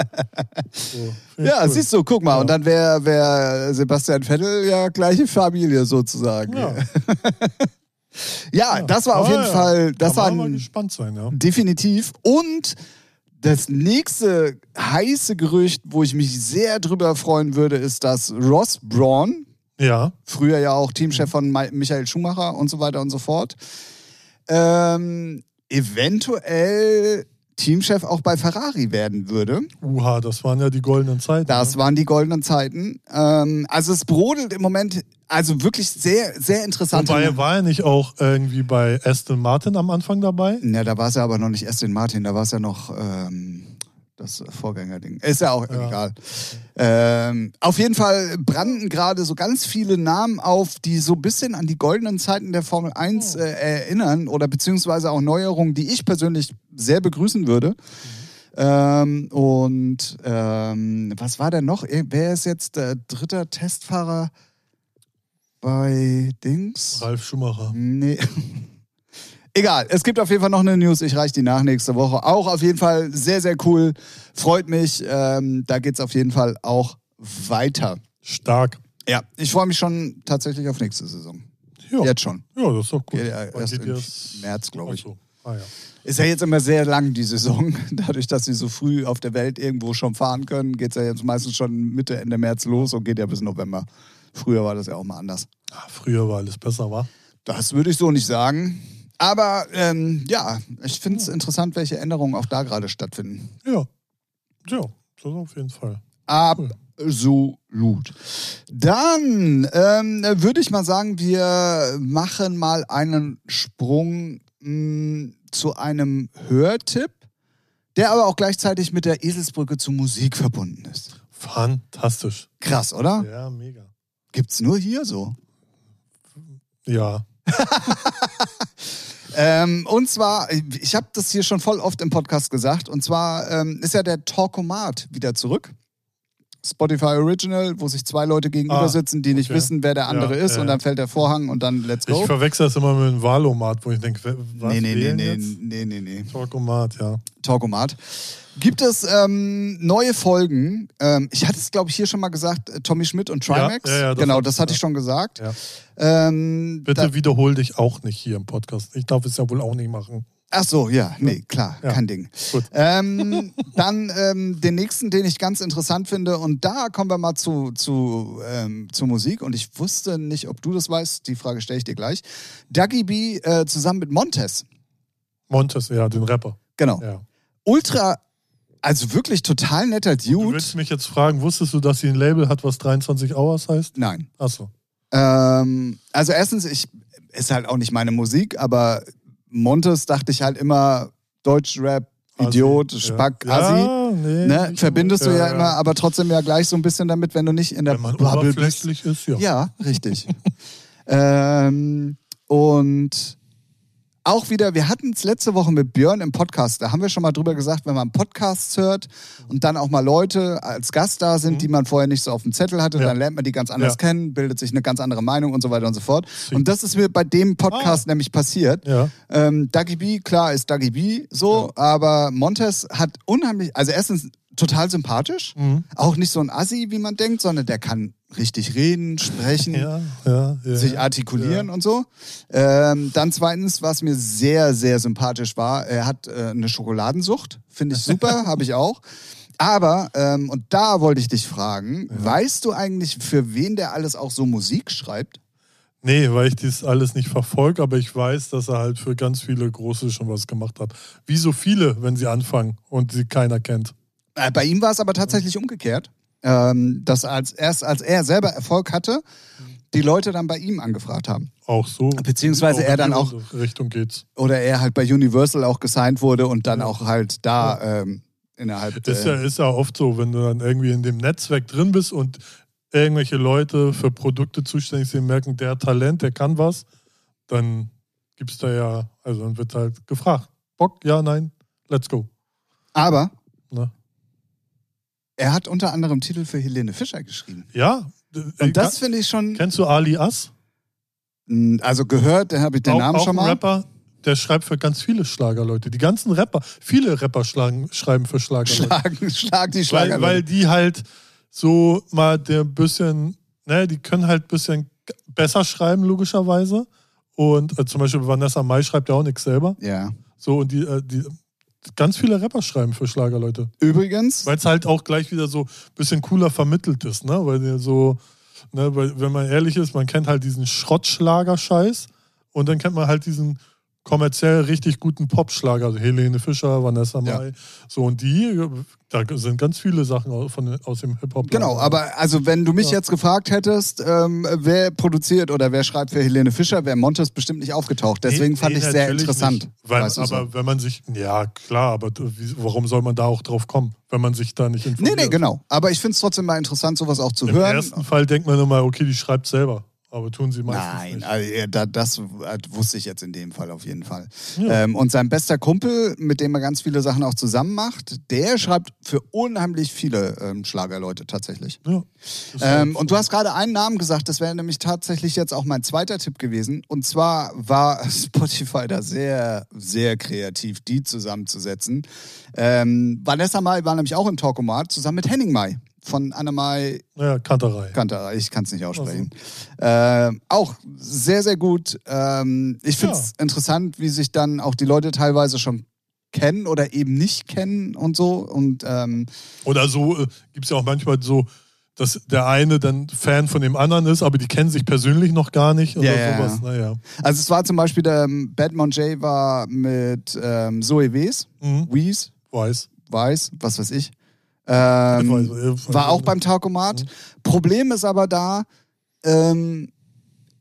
Speaker 1: So, find ich
Speaker 2: Ja,
Speaker 1: cool.
Speaker 2: siehst du, guck mal. Und dann wäre wär Sebastian Vettel ja gleiche Familie sozusagen.
Speaker 1: Ja.
Speaker 2: Ja, das war auf
Speaker 1: Ah,
Speaker 2: jeden
Speaker 1: ja.
Speaker 2: Fall, das
Speaker 1: Kann
Speaker 2: war
Speaker 1: man mal
Speaker 2: ein,
Speaker 1: gespannt sein, ja.
Speaker 2: definitiv. Und das nächste heiße Gerücht, wo ich mich sehr drüber freuen würde, ist, dass Ross Braun,
Speaker 1: Ja.
Speaker 2: früher ja auch Teamchef von Ma- Michael Schumacher und so weiter und so fort. Ähm, eventuell Teamchef auch bei Ferrari werden würde.
Speaker 1: Uha, das waren ja die goldenen Zeiten.
Speaker 2: Das waren die goldenen Zeiten. Ähm, also es brodelt im Moment, also wirklich sehr, sehr interessant.
Speaker 1: Wobei war er nicht auch irgendwie bei Aston Martin am Anfang dabei?
Speaker 2: Na, da war es ja aber noch nicht Aston Martin, da war es ja noch ähm, das Vorgängerding. Ist ja auch egal. Ähm, auf jeden Fall brannten gerade so ganz viele Namen auf, die so ein bisschen an die goldenen Zeiten der Formel 1 äh, erinnern oder beziehungsweise auch Neuerungen, die ich persönlich sehr begrüßen würde. Ähm, und ähm, was war denn noch? Eh, Wer ist jetzt der dritter Testfahrer bei Dings?
Speaker 1: Ralf Schumacher.
Speaker 2: Nee. Egal, es gibt auf jeden Fall noch eine News. Ich reiche die nach nächste Woche. Auch auf jeden Fall sehr, sehr cool. Freut mich. Ähm, da geht es auf jeden Fall auch weiter.
Speaker 1: Stark.
Speaker 2: Ja, ich freue mich schon tatsächlich auf nächste Saison.
Speaker 1: Ja,
Speaker 2: Jetzt schon.
Speaker 1: ja das ist doch gut.
Speaker 2: Ja, ja,
Speaker 1: Wann
Speaker 2: erst
Speaker 1: geht
Speaker 2: im
Speaker 1: ihr das-
Speaker 2: März, glaube ich.
Speaker 1: Ach so. Ah, ja.
Speaker 2: Ist ja jetzt immer sehr lang, die Saison. [LAUGHS] Dadurch, dass sie so früh auf der Welt irgendwo schon fahren können, geht es ja jetzt meistens schon Mitte, Ende März los und geht ja bis November. Früher war das ja auch mal anders.
Speaker 1: Ah, früher war alles besser, war?
Speaker 2: Das würde ich so nicht sagen. Aber ähm, ja, ich finde es interessant, welche Änderungen auch da gerade stattfinden.
Speaker 1: Ja. Ja, das auf jeden Fall.
Speaker 2: Absolut. Dann ähm, würde ich mal sagen, wir machen mal einen Sprung mh, zu einem Hörtipp, der aber auch gleichzeitig mit der Eselsbrücke zu Musik verbunden ist.
Speaker 1: Fantastisch.
Speaker 2: Krass, oder?
Speaker 1: Ja, mega.
Speaker 2: Gibt's nur hier so.
Speaker 1: Ja.
Speaker 2: Ähm, und zwar, ich habe das hier schon voll oft im Podcast gesagt, und zwar ähm, ist ja der Talkomat wieder zurück. Spotify Original, wo sich zwei Leute gegenüber
Speaker 1: Ah,
Speaker 2: sitzen, die nicht
Speaker 1: okay.
Speaker 2: wissen, wer der andere
Speaker 1: Ja,
Speaker 2: ist
Speaker 1: ja.
Speaker 2: und dann fällt der Vorhang und dann let's
Speaker 1: Ich
Speaker 2: go.
Speaker 1: verwechsel das immer mit einem Wahlomat, wo ich denke, wer- was
Speaker 2: Nee, nee, nee,
Speaker 1: wählen
Speaker 2: nee,
Speaker 1: jetzt?
Speaker 2: nee, nee, nee.
Speaker 1: Talkomat, ja.
Speaker 2: Talkomat. Gibt es ähm, neue Folgen? Ähm, ich hatte es, glaube ich, hier schon mal gesagt, äh, Tommy Schmidt und Trimax.
Speaker 1: ja, ja, das
Speaker 2: genau,
Speaker 1: hat-
Speaker 2: das hatte
Speaker 1: ja.
Speaker 2: ich schon gesagt.
Speaker 1: Ja.
Speaker 2: Ähm,
Speaker 1: Bitte
Speaker 2: da-
Speaker 1: wiederhol dich auch nicht hier im Podcast. Ich darf es ja wohl auch nicht machen.
Speaker 2: Ach so, ja, nee, klar,
Speaker 1: Ja.
Speaker 2: kein Ding.
Speaker 1: Gut.
Speaker 2: Ähm,
Speaker 1: [LAUGHS]
Speaker 2: dann ähm, den nächsten, den ich ganz interessant finde, und da kommen wir mal zu, zu, ähm, zu Musik. Und ich wusste nicht, ob du das weißt, die Frage stelle ich dir gleich. Dougie B äh, zusammen mit Montez,
Speaker 1: Montes, ja, den Rapper.
Speaker 2: genau.
Speaker 1: Ja.
Speaker 2: Ultra, also wirklich total netter
Speaker 1: Du
Speaker 2: Dude.
Speaker 1: willst mich jetzt fragen, wusstest du, dass sie ein Label hat, was 23 Hours heißt?
Speaker 2: Nein.
Speaker 1: Achso.
Speaker 2: Ähm, also erstens, ich ist halt auch nicht meine Musik, aber Montes dachte ich halt immer Deutschrap,
Speaker 1: Assi,
Speaker 2: Idiot,
Speaker 1: ja.
Speaker 2: Spack,
Speaker 1: ja,
Speaker 2: Assi.
Speaker 1: Nee,
Speaker 2: ne,
Speaker 1: ich-
Speaker 2: verbindest du ja immer, aber trotzdem ja gleich so ein bisschen damit, wenn du nicht in der
Speaker 1: Wenn man
Speaker 2: Bubble bist.
Speaker 1: oberflächlich ist, ja.
Speaker 2: Ja, richtig. [LAUGHS] ähm, und auch wieder, wir hatten es letzte Woche mit Björn im Podcast, da haben wir schon mal drüber gesagt, wenn man Podcasts hört und dann auch mal Leute als Gast da sind, die man vorher nicht so auf dem Zettel hatte,
Speaker 1: Mhm. Ja.
Speaker 2: dann lernt man die ganz anders
Speaker 1: Ja.
Speaker 2: kennen, bildet sich eine ganz andere Meinung und so weiter und so fort. Und das ist mir bei dem Podcast nämlich passiert.
Speaker 1: Ja.
Speaker 2: Ähm, Dougie B, klar ist Dougie B so, aber Montes hat unheimlich, also erstens total sympathisch,
Speaker 1: Mhm.
Speaker 2: auch nicht so ein Assi, wie man denkt, sondern der kann richtig reden,
Speaker 1: [LAUGHS]
Speaker 2: sprechen,
Speaker 1: Ja, ja, ja.
Speaker 2: sich artikulieren und so. Ähm, dann zweitens, was mir sehr, sehr sympathisch war, er hat äh, eine Schokoladensucht, finde ich
Speaker 1: [LAUGHS]
Speaker 2: super, habe ich auch. Aber, ähm, und da wollte ich dich fragen, weißt du eigentlich, für wen der alles auch so Musik schreibt?
Speaker 1: Nee, weil ich das alles nicht verfolge, aber ich weiß, dass er halt für ganz viele Große schon was gemacht hat. Wie so viele, wenn sie anfangen und sie keiner kennt.
Speaker 2: Äh, Bei ihm war es aber tatsächlich umgekehrt, ähm, dass als, erst als er selber Erfolg hatte, die Leute dann bei ihm angefragt haben. Oh,
Speaker 1: Auch so.
Speaker 2: Beziehungsweise
Speaker 1: in
Speaker 2: er dann
Speaker 1: die
Speaker 2: auch-
Speaker 1: Richtung geht's.
Speaker 2: Oder er halt bei Universal auch gesigned wurde und dann auch halt da ähm, innerhalb
Speaker 1: Ist ja,
Speaker 2: äh,
Speaker 1: ist ja oft so, wenn du dann irgendwie in dem Netzwerk drin bist und irgendwelche Leute für Produkte zuständig sind, merken, der hat Talent, der kann was, dann gibt's da ja, also dann wird halt gefragt. Bock, ja, nein, let's go.
Speaker 2: Aber
Speaker 1: Ne?
Speaker 2: er hat unter anderem Titel für Helene Fischer geschrieben.
Speaker 1: Ja, äh,
Speaker 2: Und das finde ich schon,
Speaker 1: kennst du Ali Ass?
Speaker 2: mh, also gehört, da habe ich den
Speaker 1: auch,
Speaker 2: Namen
Speaker 1: auch
Speaker 2: schon
Speaker 1: Ein
Speaker 2: mal.
Speaker 1: Rapper, der schreibt für ganz viele Schlagerleute. Die ganzen Rapper, viele Rapper schlagen, schreiben für Schlagerleute.
Speaker 2: Schlagen, [LAUGHS] schlag die Schlager.
Speaker 1: weil, weil die halt so mal der bisschen, ne, die können halt ein bisschen g- besser schreiben, logischerweise. Und äh, zum Beispiel Vanessa Mai schreibt ja auch nichts selber.
Speaker 2: ja.
Speaker 1: So, und die, äh, die ganz viele Rapper schreiben für Schlagerleute.
Speaker 2: Übrigens,
Speaker 1: Weil es halt auch gleich wieder so ein bisschen cooler vermittelt ist, ne? Weil die so, ne, weil, wenn man ehrlich ist, man kennt halt diesen Schrottschlager-Scheiß und dann kennt man halt diesen kommerziell richtig guten Popschlager, also Helene Fischer, Vanessa
Speaker 2: Ja.
Speaker 1: Mai, so und die, da sind ganz viele Sachen aus- von, aus dem Hip-Hop.
Speaker 2: genau, aber also wenn du mich
Speaker 1: Ja.
Speaker 2: jetzt gefragt hättest, ähm, wer produziert oder wer schreibt für Helene Fischer, wäre Montes bestimmt nicht aufgetaucht. Deswegen
Speaker 1: Nee,
Speaker 2: fand
Speaker 1: nee,
Speaker 2: ich es sehr
Speaker 1: natürlich
Speaker 2: interessant.
Speaker 1: Nicht, weil,
Speaker 2: weißt du
Speaker 1: aber
Speaker 2: so.
Speaker 1: wenn man sich, ja klar, aber d- wie, warum soll man da auch drauf kommen, wenn man sich da nicht
Speaker 2: Nee,
Speaker 1: informiert?
Speaker 2: nee, genau. Aber ich finde es trotzdem mal interessant, sowas auch zu
Speaker 1: Im
Speaker 2: hören.
Speaker 1: ersten Fall denkt man immer, okay, die schreibt selber, aber tun sie meistens
Speaker 2: Nein,
Speaker 1: nicht.
Speaker 2: also, äh, da, das äh, wusste ich jetzt in dem Fall auf jeden Fall.
Speaker 1: Ja.
Speaker 2: Ähm, und sein bester Kumpel, mit dem er ganz viele Sachen auch zusammen macht, der schreibt für unheimlich viele ähm, Schlagerleute tatsächlich.
Speaker 1: Ja, ist
Speaker 2: Ähm,
Speaker 1: so.
Speaker 2: und du hast gerade einen Namen gesagt, das wäre nämlich tatsächlich jetzt auch mein zweiter Tipp gewesen. Und zwar war [LAUGHS] Spotify da sehr, sehr kreativ, die zusammenzusetzen. Ähm, Vanessa Mai war nämlich auch im Talkomat zusammen mit Henning Mai von Annemai
Speaker 1: Ja, Kanterei.
Speaker 2: Kanter, ich kann es nicht aussprechen. Ähm, auch sehr, sehr gut. Ähm, ich finde es interessant, wie sich dann auch die Leute teilweise schon kennen oder eben nicht kennen und so. Und ähm,
Speaker 1: Oder so äh, gibt es ja auch manchmal so, dass der eine dann Fan von dem anderen ist, aber die kennen sich persönlich noch gar nicht oder
Speaker 2: Ja, ja,
Speaker 1: sowas.
Speaker 2: ja.
Speaker 1: Naja.
Speaker 2: also es war zum Beispiel der ähm, Batman J war mit ähm, Zoe Wees,
Speaker 1: Mhm.
Speaker 2: Wees,
Speaker 1: Weiß.
Speaker 2: Weiß, was weiß ich. Ähm,
Speaker 1: Ich weiß, äh, weiß Mhm.
Speaker 2: war auch
Speaker 1: nicht.
Speaker 2: beim Taukomat. Problem ist aber da, ähm,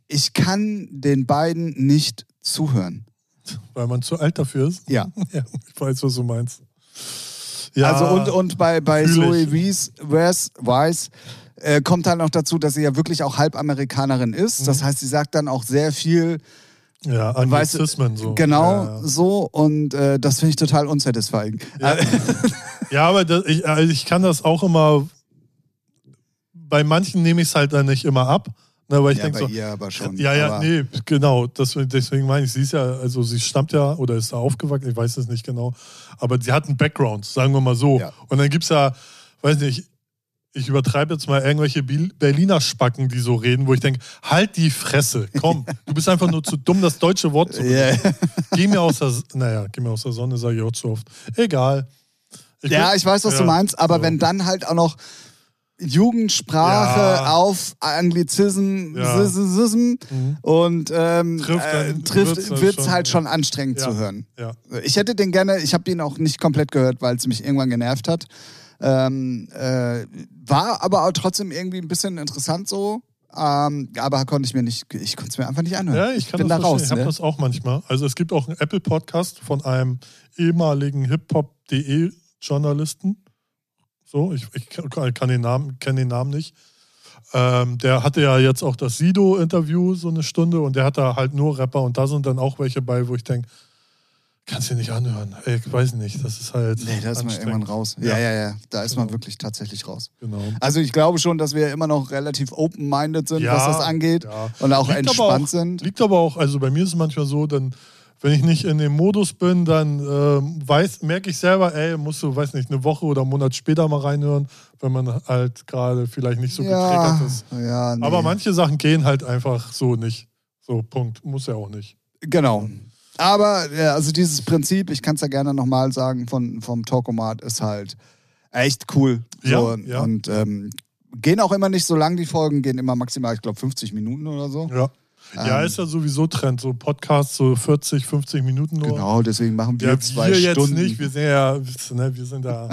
Speaker 2: ich kann den beiden nicht zuhören.
Speaker 1: Weil man zu alt dafür ist. [LAUGHS]
Speaker 2: Ja.
Speaker 1: Ja, ich weiß, was du meinst. Ja,
Speaker 2: Also und, und bei, bei
Speaker 1: fühl ich.
Speaker 2: Zoe Wies, Wes, Weiss äh, kommt dann noch dazu, dass sie ja wirklich auch Halbamerikanerin ist.
Speaker 1: Mhm.
Speaker 2: Das heißt, sie sagt dann auch sehr viel,
Speaker 1: ja
Speaker 2: weißt du,
Speaker 1: Anglizismen so.
Speaker 2: genau
Speaker 1: Ja, ja.
Speaker 2: so. Und äh, das finde ich total unsatisfying.
Speaker 1: Ja, aber das, ich, also ich kann das auch immer bei manchen nehme ich es halt dann nicht immer ab, ne, weil ich
Speaker 2: ja,
Speaker 1: denke
Speaker 2: bei
Speaker 1: so,
Speaker 2: ihr aber schon.
Speaker 1: ja, ja,
Speaker 2: aber
Speaker 1: nee, genau. Das, deswegen meine ich, sie ist ja, also sie stammt ja oder ist da aufgewachsen, ich weiß es nicht genau. Aber sie hat einen Background, sagen wir mal so.
Speaker 2: Ja.
Speaker 1: Und dann gibt es ja, weiß nicht, ich übertreibe jetzt mal irgendwelche Bil- Berliner Spacken, die so reden, wo ich denke, halt die Fresse,
Speaker 2: [LAUGHS]
Speaker 1: komm, du bist einfach nur zu dumm, das deutsche Wort zu
Speaker 2: Ja,
Speaker 1: Geh mir aus der, S- naja, geh mir aus der Sonne, sage ich auch zu oft. Egal. [LAUGHS] Ich
Speaker 2: ja,
Speaker 1: bin-
Speaker 2: ich weiß, was du
Speaker 1: Ja,
Speaker 2: meinst, aber
Speaker 1: so.
Speaker 2: wenn dann halt auch noch Jugendsprache
Speaker 1: Ja.
Speaker 2: auf Anglizism
Speaker 1: Ja.
Speaker 2: Sism-
Speaker 1: Mhm.
Speaker 2: und ähm,
Speaker 1: Trifft,
Speaker 2: äh,
Speaker 1: dann
Speaker 2: trifft,
Speaker 1: wird's dann
Speaker 2: wird's
Speaker 1: schon,
Speaker 2: halt
Speaker 1: ja.
Speaker 2: schon anstrengend
Speaker 1: Ja.
Speaker 2: zu hören.
Speaker 1: Ja.
Speaker 2: Ich hätte den gerne, ich habe den auch nicht komplett gehört, weil es mich irgendwann genervt hat. Ähm, äh, war aber auch trotzdem irgendwie ein bisschen interessant so. Ähm, aber konnte ich mir nicht, ich konnte es mir einfach nicht anhören.
Speaker 1: Ja, ich kann
Speaker 2: bin
Speaker 1: das
Speaker 2: da
Speaker 1: verstehen.
Speaker 2: raus.
Speaker 1: ich habe
Speaker 2: Ne?
Speaker 1: das auch manchmal. Also es gibt auch einen Apple-Podcast von einem ehemaligen Hip-Hop.de-Journalisten. So, ich, ich kann kann den Namen, kenne den Namen nicht. Ähm, der hatte ja jetzt auch das Sido-Interview so eine Stunde und der hat da halt nur Rapper und da sind dann auch welche bei, wo ich denke, kannst du nicht anhören. Ey, ich weiß nicht, das ist halt.
Speaker 2: Nee, da ist man
Speaker 1: anstrengend.
Speaker 2: irgendwann raus.
Speaker 1: Ja.
Speaker 2: Ja, ja, ja. Da ist man
Speaker 1: Genau.
Speaker 2: wirklich tatsächlich raus.
Speaker 1: Genau.
Speaker 2: Also ich glaube schon, dass wir immer noch relativ open-minded sind,
Speaker 1: Ja,
Speaker 2: was das angeht.
Speaker 1: ja.
Speaker 2: Und auch
Speaker 1: Liegt aber
Speaker 2: entspannt
Speaker 1: auch-
Speaker 2: sind.
Speaker 1: Liegt aber auch, also bei mir ist es manchmal so, dann, wenn ich nicht in dem Modus bin, dann ähm, weiß, merke ich selber, ey, musst du, weiß nicht, eine Woche oder einen Monat später mal reinhören, wenn man halt gerade vielleicht nicht so
Speaker 2: ja,
Speaker 1: getriggert ist.
Speaker 2: ja nee.
Speaker 1: Aber manche Sachen gehen halt einfach so nicht. So, Punkt. Muss ja auch nicht.
Speaker 2: Genau. Aber ja, also dieses Prinzip, ich kann es ja gerne nochmal sagen, von, vom Talkomat ist halt echt cool. So,
Speaker 1: Ja, ja.
Speaker 2: Und ähm, gehen auch immer nicht so lang, die Folgen gehen immer maximal, ich glaube, 50 Minuten oder so.
Speaker 1: Ja. ja,
Speaker 2: Ähm.
Speaker 1: ist ja sowieso Trend. So Podcasts, so 40, 50 Minuten nur.
Speaker 2: Genau, deswegen machen wir
Speaker 1: Ja,
Speaker 2: zwei
Speaker 1: wir jetzt
Speaker 2: Stunden.
Speaker 1: nicht. Wir sind ja, ne, wir sind da.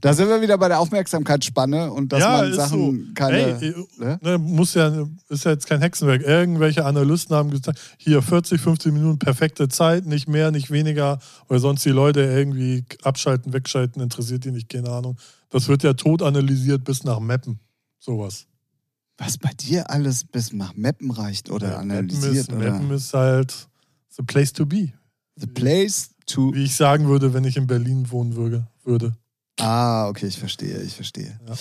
Speaker 2: Da sind wir wieder bei der Aufmerksamkeitsspanne und dass
Speaker 1: Ja,
Speaker 2: man
Speaker 1: ist
Speaker 2: Sachen
Speaker 1: so.
Speaker 2: keine.
Speaker 1: Ey,
Speaker 2: ne?
Speaker 1: ne, muss ja, ist ja jetzt kein Hexenwerk. Irgendwelche Analysten haben gesagt, hier 40, 15 Minuten perfekte Zeit, nicht mehr, nicht weniger, weil sonst die Leute irgendwie abschalten, wegschalten, interessiert die nicht, keine Ahnung. Das wird ja tot analysiert bis nach Mappen. Sowas.
Speaker 2: Was bei dir alles bis nach Mappen reicht oder
Speaker 1: Ja,
Speaker 2: analysiert
Speaker 1: Mappen ist,
Speaker 2: oder
Speaker 1: Mappen ist halt the place to be.
Speaker 2: The place to.
Speaker 1: Wie ich sagen würde, wenn ich in Berlin wohnen würde. würde.
Speaker 2: Ah, okay, ich verstehe, ich verstehe.
Speaker 1: Ja.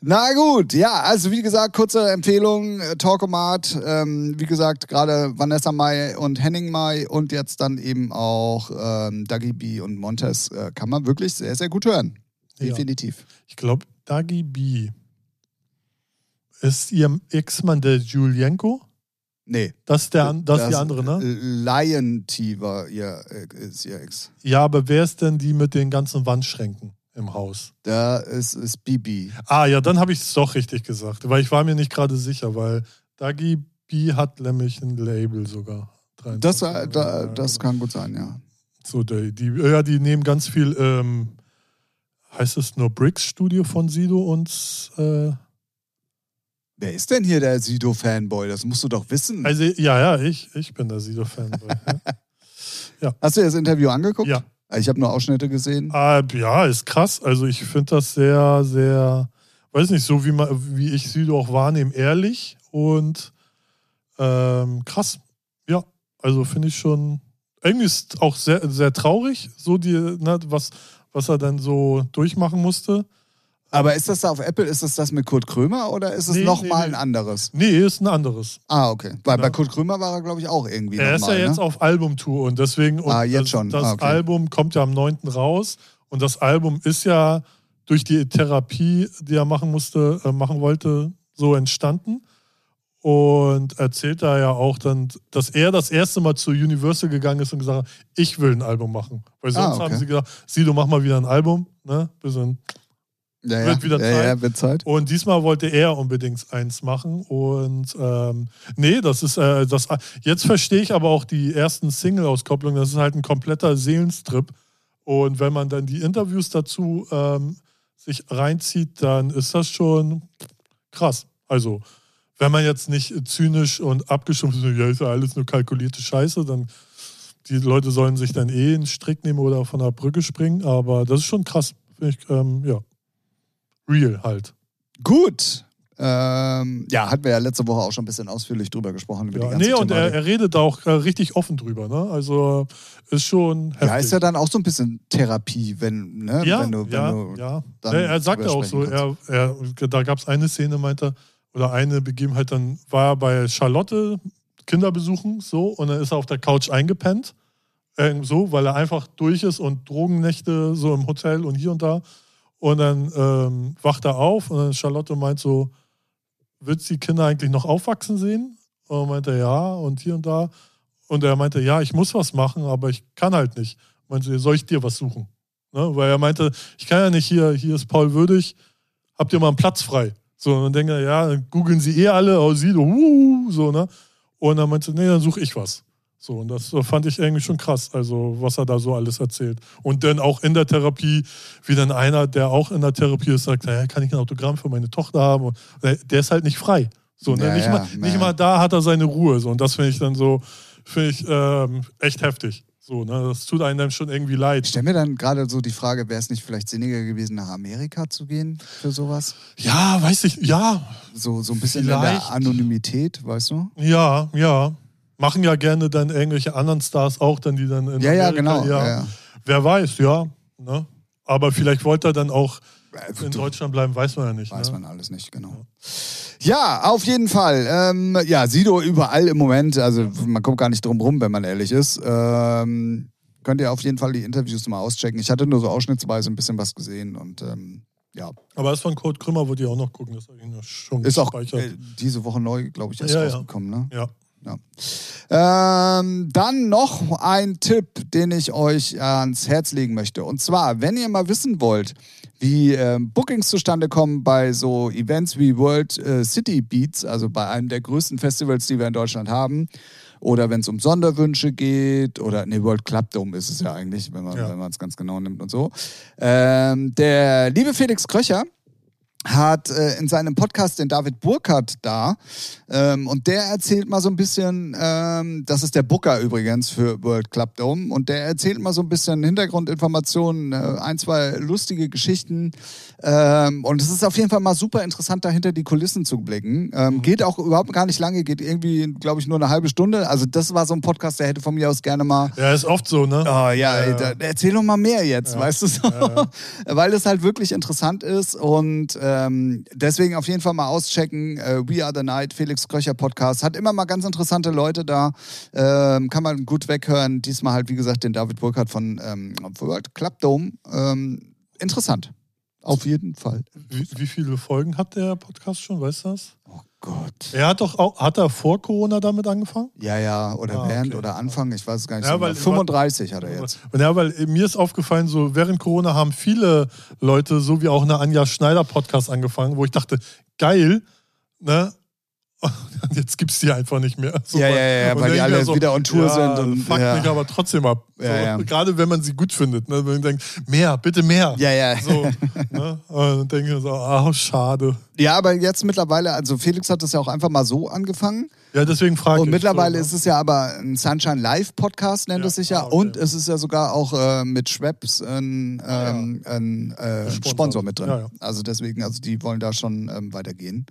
Speaker 2: Na gut, ja, also wie gesagt, kurze Empfehlung, äh, Talkomat, ähm, wie gesagt, gerade Vanessa Mai und Henning Mai und jetzt dann eben auch ähm, Dagi B und Montes äh, kann man wirklich sehr, sehr gut hören.
Speaker 1: Ja.
Speaker 2: Definitiv.
Speaker 1: Ich glaube, Dagi B. Ist ihr Ex-Mann der Julienko?
Speaker 2: Nee.
Speaker 1: Das ist, der, an- das ist die andere, ne?
Speaker 2: äh, Lion T war ihr, äh, ist ihr Ex.
Speaker 1: Ja, aber wer ist denn die mit den ganzen Wandschränken im Haus?
Speaker 2: Da ist, ist Bibi.
Speaker 1: Ah, ja, dann habe ich es doch richtig gesagt, weil ich war mir nicht gerade sicher, weil Dagi B hat nämlich ein Label sogar. 23.
Speaker 2: Das, äh, da,
Speaker 1: Ja,
Speaker 2: das
Speaker 1: genau.
Speaker 2: kann gut sein, ja.
Speaker 1: So, die, die, ja, die nehmen ganz viel, ähm, heißt es nur Bricks Studio von Sido und, äh,
Speaker 2: Wer ist denn hier der Sido-Fanboy? Das musst du doch wissen.
Speaker 1: also, ja, ja, ich, ich bin der Sido-Fan.
Speaker 2: Hast du dir das Interview angeguckt? Ah,
Speaker 1: ja.
Speaker 2: Ich habe nur Ausschnitte gesehen.
Speaker 1: Ah, ja, ist krass. Also ich finde das sehr, sehr, weiß nicht, so wie, man, wie ich Südo auch wahrnehme, ehrlich und ähm, krass. Ja, also finde ich schon, irgendwie ist auch sehr, sehr traurig, so die, ne, was, was er dann so durchmachen musste.
Speaker 2: Aber ist das da auf Apple? Ist das das mit Kurt Krömer oder ist es
Speaker 1: Nee,
Speaker 2: noch
Speaker 1: nee,
Speaker 2: nochmal
Speaker 1: nee.
Speaker 2: ein anderes?
Speaker 1: Nee, ist ein anderes.
Speaker 2: Ah, okay. Weil
Speaker 1: Ja.
Speaker 2: bei Kurt Krömer war er, glaube ich, auch irgendwie.
Speaker 1: Er ist
Speaker 2: nochmal,
Speaker 1: ja jetzt
Speaker 2: ne?
Speaker 1: auf Albumtour und deswegen und
Speaker 2: Ah, jetzt
Speaker 1: das,
Speaker 2: schon.
Speaker 1: das
Speaker 2: Ah, okay.
Speaker 1: Album kommt ja am 9. raus und das Album ist ja durch die Therapie, die er machen musste, äh, machen wollte, so entstanden. Und erzählt da ja auch dann, dass er das erste Mal zu Universal gegangen ist und gesagt hat, ich will ein Album machen. Weil
Speaker 2: Ah,
Speaker 1: sonst
Speaker 2: okay.
Speaker 1: haben sie gesagt, Sido, mach mal wieder ein Album. Ne? Bisschen.
Speaker 2: ja, ja.
Speaker 1: wird wieder
Speaker 2: ja,
Speaker 1: Zeit.
Speaker 2: Ja, wird Zeit.
Speaker 1: Und diesmal wollte er unbedingt eins machen. Und ähm, nee, das ist äh, das. Jetzt verstehe ich aber auch die ersten Single-Auskopplungen. Das ist halt ein kompletter Seelenstrip. Und wenn man dann die Interviews dazu ähm, sich reinzieht, dann ist das schon krass. Also, wenn man jetzt nicht zynisch und abgeschimpft ist, ja, ist ja alles nur kalkulierte Scheiße, dann die Leute sollen sich dann eh einen Strick nehmen oder von der Brücke springen. Aber das ist schon krass. Finde ich, ähm, ja. Real halt.
Speaker 2: Gut. Ähm, ja, hatten wir ja letzte Woche auch schon ein bisschen ausführlich drüber gesprochen. Über die
Speaker 1: Ja,
Speaker 2: ganze
Speaker 1: nee, und er,
Speaker 2: Thematik.
Speaker 1: er redet da auch äh, richtig offen drüber, ne? Also ist schon äh, heftig.
Speaker 2: ja, ist ja dann auch so ein bisschen Therapie, wenn, ne?
Speaker 1: ja,
Speaker 2: wenn du, wenn
Speaker 1: ja,
Speaker 2: du
Speaker 1: ja.
Speaker 2: dann
Speaker 1: Ja, er sagt
Speaker 2: drüber
Speaker 1: auch so,
Speaker 2: sprechen
Speaker 1: er, er, da gab es eine Szene, meinte er, oder eine Begebenheit, dann war er bei Charlotte Kinder besuchen, so, und dann ist er auf der Couch eingepennt, ähm, so, weil er einfach durch ist und Drogennächte so im Hotel und hier und da. Und dann ähm, wacht er auf und dann Charlotte meint so, willst du die Kinder eigentlich noch aufwachsen sehen? Und meinte er, ja, und hier und da. Und er meinte, ja, ich muss was machen, aber ich kann halt nicht. Meinte, sie, soll ich dir was suchen? Ne? Weil er meinte, ich kann ja nicht hier, hier ist Paul Würdig, habt ihr mal einen Platz frei? So, und dann denke er, ja, dann googeln sie eh alle, oh, sie, uh, so, ne? Und dann meinte, nee, dann suche ich was. So, und das äh, fand ich irgendwie schon krass, also was er da so alles erzählt. Und dann auch in der Therapie, wie dann einer, der auch in der Therapie ist, sagt, naja, kann ich ein Autogramm für meine Tochter haben? Und, äh, der ist halt nicht frei. So, ne?
Speaker 2: Ja,
Speaker 1: nicht,
Speaker 2: ja,
Speaker 1: mal,
Speaker 2: ja.
Speaker 1: nicht mal da hat er seine Ruhe. So, und das finde ich dann so, finde ich ähm, echt heftig. So, ne? Das tut einem dann schon irgendwie leid.
Speaker 2: Ich stelle mir dann gerade so die Frage, wäre es nicht vielleicht sinniger gewesen, nach Amerika zu gehen für sowas?
Speaker 1: Ja, weiß ich, ja,
Speaker 2: So, so ein bisschen in
Speaker 1: Vielleicht.
Speaker 2: der Anonymität, weißt du?
Speaker 1: ja, ja. Machen ja gerne dann irgendwelche anderen Stars auch, dann die dann in
Speaker 2: Ja, ja,
Speaker 1: Amerika-
Speaker 2: genau. Ja. Ja,
Speaker 1: Wer weiß, ja. Ne? Aber vielleicht wollte er dann auch
Speaker 2: Äh,
Speaker 1: in
Speaker 2: du-
Speaker 1: Deutschland bleiben, weiß man ja nicht.
Speaker 2: Weiß
Speaker 1: ne?
Speaker 2: man alles nicht, genau. Ja, auf jeden Fall. Ähm, ja, Sido überall im Moment. Also man kommt gar nicht drum rum, wenn man ehrlich ist. Ähm, könnt ihr auf jeden Fall die Interviews mal auschecken. Ich hatte nur so ausschnittsweise ein bisschen was gesehen und ähm, ja,
Speaker 1: Aber das von Kurt Krümmer würde ich auch noch gucken, das habe ich noch schon
Speaker 2: ist auch
Speaker 1: gespeichert.
Speaker 2: äh, diese Woche neu, glaube ich, erst
Speaker 1: Ja, ja.
Speaker 2: rausgekommen. Ne?
Speaker 1: ja.
Speaker 2: Ähm, dann noch ein Tipp, den ich euch ans Herz legen möchte. Und zwar, wenn ihr mal wissen wollt, wie ähm, Bookings zustande kommen bei so Events wie World äh, City Beats, also bei einem der größten Festivals, die wir in Deutschland haben, oder wenn es um Sonderwünsche geht, oder nee, World Club Dome ist es ja eigentlich, wenn man
Speaker 1: Ja.
Speaker 2: es ganz genau nimmt und so. Ähm, der liebe Felix Kröcher, hat äh, in seinem Podcast den David Burkhardt da ähm, und der erzählt mal so ein bisschen, ähm, das ist der Booker übrigens für World Club Dome und der erzählt mal so ein bisschen Hintergrundinformationen, äh, ein, zwei lustige Geschichten ähm, und es ist auf jeden Fall mal super interessant, dahinter die Kulissen zu blicken. Ähm, Geht auch überhaupt gar nicht lange, geht irgendwie, glaube ich, nur eine halbe Stunde. Also das war so ein Podcast, der hätte von mir aus gerne mal
Speaker 1: ja, ist oft so, ne?
Speaker 2: Oh ja, ey,
Speaker 1: Ja.
Speaker 2: da, erzähl doch mal mehr jetzt, weißt du so. [LAUGHS] Weil es halt wirklich interessant ist und ähm, deswegen auf jeden Fall mal auschecken. Äh, We Are the Night, Felix Kröcher Podcast. Hat immer mal ganz interessante Leute da. Ähm, kann man gut weghören. Diesmal halt, wie gesagt, den David Burkhardt von ähm, World Club Dome. Ähm, interessant. Auf jeden Fall.
Speaker 1: Wie, wie viele Folgen hat der Podcast schon, weißt du das?
Speaker 2: Oh Gott.
Speaker 1: Er hat doch auch, hat er vor Corona damit angefangen?
Speaker 2: Ja, ja, oder
Speaker 1: Ah,
Speaker 2: während
Speaker 1: okay.
Speaker 2: oder Anfang, ich weiß es gar nicht.
Speaker 1: Ja,
Speaker 2: so genau.
Speaker 1: weil-
Speaker 2: 35 hat er jetzt.
Speaker 1: Und ja, weil äh, mir ist aufgefallen, so während Corona haben viele Leute, so wie auch eine Anja Schneider Podcast angefangen, wo ich dachte, geil, ne? [LAUGHS] Und jetzt gibt's die einfach nicht mehr. So,
Speaker 2: Ja, ja, ja, ja,
Speaker 1: und
Speaker 2: weil die
Speaker 1: denke
Speaker 2: alle
Speaker 1: mir
Speaker 2: wieder on Tour
Speaker 1: ja,
Speaker 2: sind und-
Speaker 1: Fuck
Speaker 2: ja.
Speaker 1: mich aber trotzdem ab. So,
Speaker 2: Ja, ja.
Speaker 1: Gerade wenn man sie gut findet. Ne? Wenn man denkt, mehr, bitte mehr.
Speaker 2: Ja, ja.
Speaker 1: So, ne?
Speaker 2: [LAUGHS]
Speaker 1: Und dann denke ich mir so, ah, schade.
Speaker 2: Ja, aber jetzt mittlerweile, also Felix hat das ja auch einfach mal so angefangen.
Speaker 1: Ja, deswegen frage ich.
Speaker 2: Und mittlerweile
Speaker 1: so, ne?
Speaker 2: ist es ja aber ein Sunshine Live Podcast, nennt
Speaker 1: Ja,
Speaker 2: es sich ja.
Speaker 1: ah, okay. Ah,
Speaker 2: Und es ist ja sogar auch äh, mit Schweppes ein, ähm, ein äh,
Speaker 1: Sponsor.
Speaker 2: Sponsor mit drin.
Speaker 1: Ja, ja.
Speaker 2: Also deswegen, also die wollen da schon ähm, weitergehen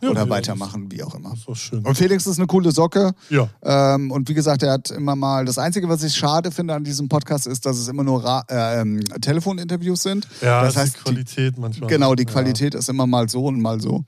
Speaker 1: Ja,
Speaker 2: oder
Speaker 1: nee,
Speaker 2: weitermachen, wie auch immer.
Speaker 1: Das ist doch schön.
Speaker 2: Und Felix ist eine coole Socke.
Speaker 1: Ja.
Speaker 2: Ähm, und wie gesagt, er hat immer mal. Das Einzige, was ich schade finde an diesem Podcast, ist, dass es immer nur Ra äh, ähm, Telefoninterviews sind.
Speaker 1: Ja,
Speaker 2: das
Speaker 1: ist
Speaker 2: heißt,
Speaker 1: die Qualität manchmal.
Speaker 2: die, genau, die
Speaker 1: Ja.
Speaker 2: Qualität ist immer mal so und mal so.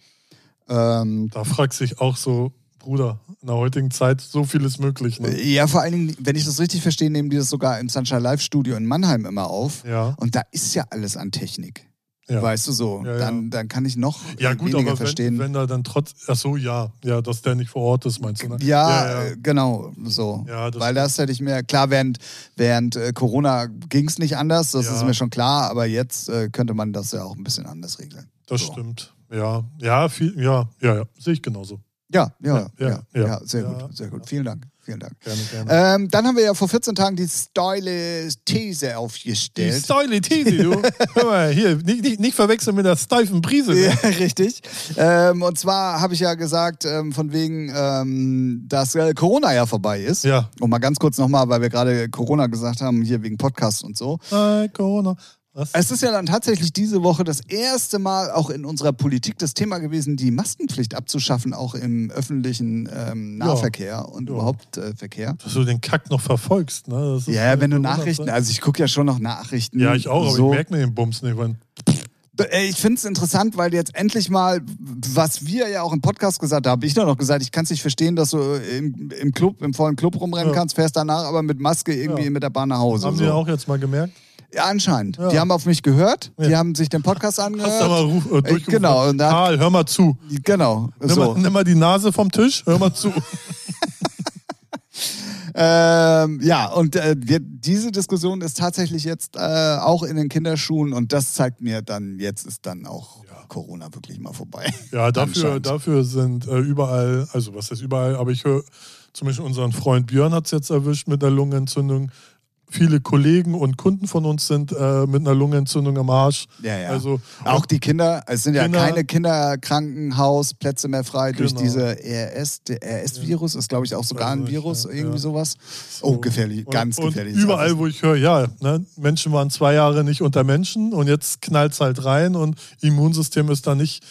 Speaker 2: Ähm,
Speaker 1: Da fragst du dich auch so, Bruder, in der heutigen Zeit so viel ist möglich. Ne?
Speaker 2: Äh, Ja, vor allen Dingen, wenn ich das richtig verstehe, nehmen die das sogar im Sunshine Live Studio in Mannheim immer auf.
Speaker 1: Ja.
Speaker 2: Und da ist ja alles an Technik.
Speaker 1: Ja.
Speaker 2: Weißt du so?
Speaker 1: Ja, ja.
Speaker 2: Dann, dann kann ich noch
Speaker 1: Ja, gut,
Speaker 2: weniger
Speaker 1: aber wenn,
Speaker 2: verstehen.
Speaker 1: wenn er dann trotz. Ach so, ja. Ja, dass der nicht vor Ort ist, meinst du, ne?
Speaker 2: ja,
Speaker 1: ja, ja.
Speaker 2: äh, genau, so.
Speaker 1: Ja, das
Speaker 2: Weil das hätte ich mir, klar, während, während äh, Corona ging es nicht anders, das
Speaker 1: Ja.
Speaker 2: ist mir schon klar, aber jetzt äh, könnte man das ja auch ein bisschen anders regeln.
Speaker 1: das
Speaker 2: so.
Speaker 1: stimmt. Ja, ja, viel, ja, ja, ja. Sehe ich genauso.
Speaker 2: Ja, ja, ja,
Speaker 1: Ja,
Speaker 2: ja,
Speaker 1: ja,
Speaker 2: sehr
Speaker 1: ja.
Speaker 2: gut, sehr gut. Vielen Dank, vielen Dank.
Speaker 1: Gerne, gerne.
Speaker 2: Ähm, dann haben wir ja vor 14 Tagen die steile These
Speaker 1: die
Speaker 2: aufgestellt.
Speaker 1: Steile Titi,
Speaker 2: [LAUGHS]
Speaker 1: du. Hör mal, hier, nicht, nicht, nicht verwechseln mit der steifen Brise. Ne?
Speaker 2: Ja, [LAUGHS] richtig. Ähm, und zwar habe ich ja gesagt, ähm, von wegen, ähm, dass äh, Corona ja vorbei ist.
Speaker 1: Ja.
Speaker 2: Und mal ganz kurz nochmal, weil wir gerade Corona gesagt haben, hier wegen Podcast und so.
Speaker 1: Hi, Äh, Corona. Was?
Speaker 2: Es ist ja dann tatsächlich diese Woche das erste Mal auch in unserer Politik das Thema gewesen, die Maskenpflicht abzuschaffen, auch im öffentlichen ähm,
Speaker 1: Ja.
Speaker 2: Nahverkehr und
Speaker 1: Ja.
Speaker 2: überhaupt äh, Verkehr.
Speaker 1: Dass du den Kack noch verfolgst, ne? Das ist
Speaker 2: Ja, wenn du
Speaker 1: Corona-Zeit.
Speaker 2: Nachrichten, also ich gucke ja schon noch Nachrichten.
Speaker 1: Ja, ich auch, aber
Speaker 2: so.
Speaker 1: ich merke mir den Bums nicht. Weil,
Speaker 2: Ey, äh, Ich finde es interessant, weil jetzt endlich mal, was wir ja auch im Podcast gesagt haben, habe ich doch noch gesagt, ich kann es nicht verstehen, dass du äh, im, im Club, im vollen Club rumrennen
Speaker 1: Ja.
Speaker 2: kannst, fährst danach aber mit Maske irgendwie
Speaker 1: Ja.
Speaker 2: mit der Bahn nach Hause.
Speaker 1: haben
Speaker 2: so.
Speaker 1: die auch jetzt mal gemerkt?
Speaker 2: Ja, anscheinend.
Speaker 1: Ja.
Speaker 2: Die haben auf mich gehört, die
Speaker 1: Ja.
Speaker 2: haben sich den Podcast angehört.
Speaker 1: Hast du mal ruf, äh, durchgerufen?
Speaker 2: genau, und da-
Speaker 1: Karl, hör mal zu.
Speaker 2: Genau.
Speaker 1: Nimm,
Speaker 2: So.
Speaker 1: mal, nimm mal die Nase vom Tisch, hör mal zu.
Speaker 2: Ähm, ja, und äh, wir, diese Diskussion ist tatsächlich jetzt äh, auch in den Kinderschuhen und das zeigt mir dann, jetzt ist dann auch Corona wirklich mal vorbei.
Speaker 1: [LAUGHS] Ja, dafür,
Speaker 2: Anscheinend.
Speaker 1: dafür sind äh, überall, also was heißt überall, aber ich höre, zum Beispiel unseren Freund Björn hat es jetzt erwischt mit einer Lungenentzündung. Viele Kollegen und Kunden von uns sind äh, mit einer Lungenentzündung am Arsch.
Speaker 2: Ja, ja.
Speaker 1: Also
Speaker 2: Auch die Kinder, es sind
Speaker 1: Kinder-
Speaker 2: ja keine Kinderkrankenhausplätze mehr frei durch
Speaker 1: Genau.
Speaker 2: diese RS. Der RS-Virus ist, glaube ich, auch sogar ein
Speaker 1: Also,
Speaker 2: Virus,
Speaker 1: ja,
Speaker 2: irgendwie
Speaker 1: ja.
Speaker 2: sowas.
Speaker 1: So.
Speaker 2: Oh, gefährlich,
Speaker 1: Und-
Speaker 2: ganz
Speaker 1: und
Speaker 2: gefährlich.
Speaker 1: Überall, wo ich höre, ja, ne, Menschen waren zwei Jahre nicht unter Menschen und jetzt knallt es halt rein und Immunsystem ist da nicht.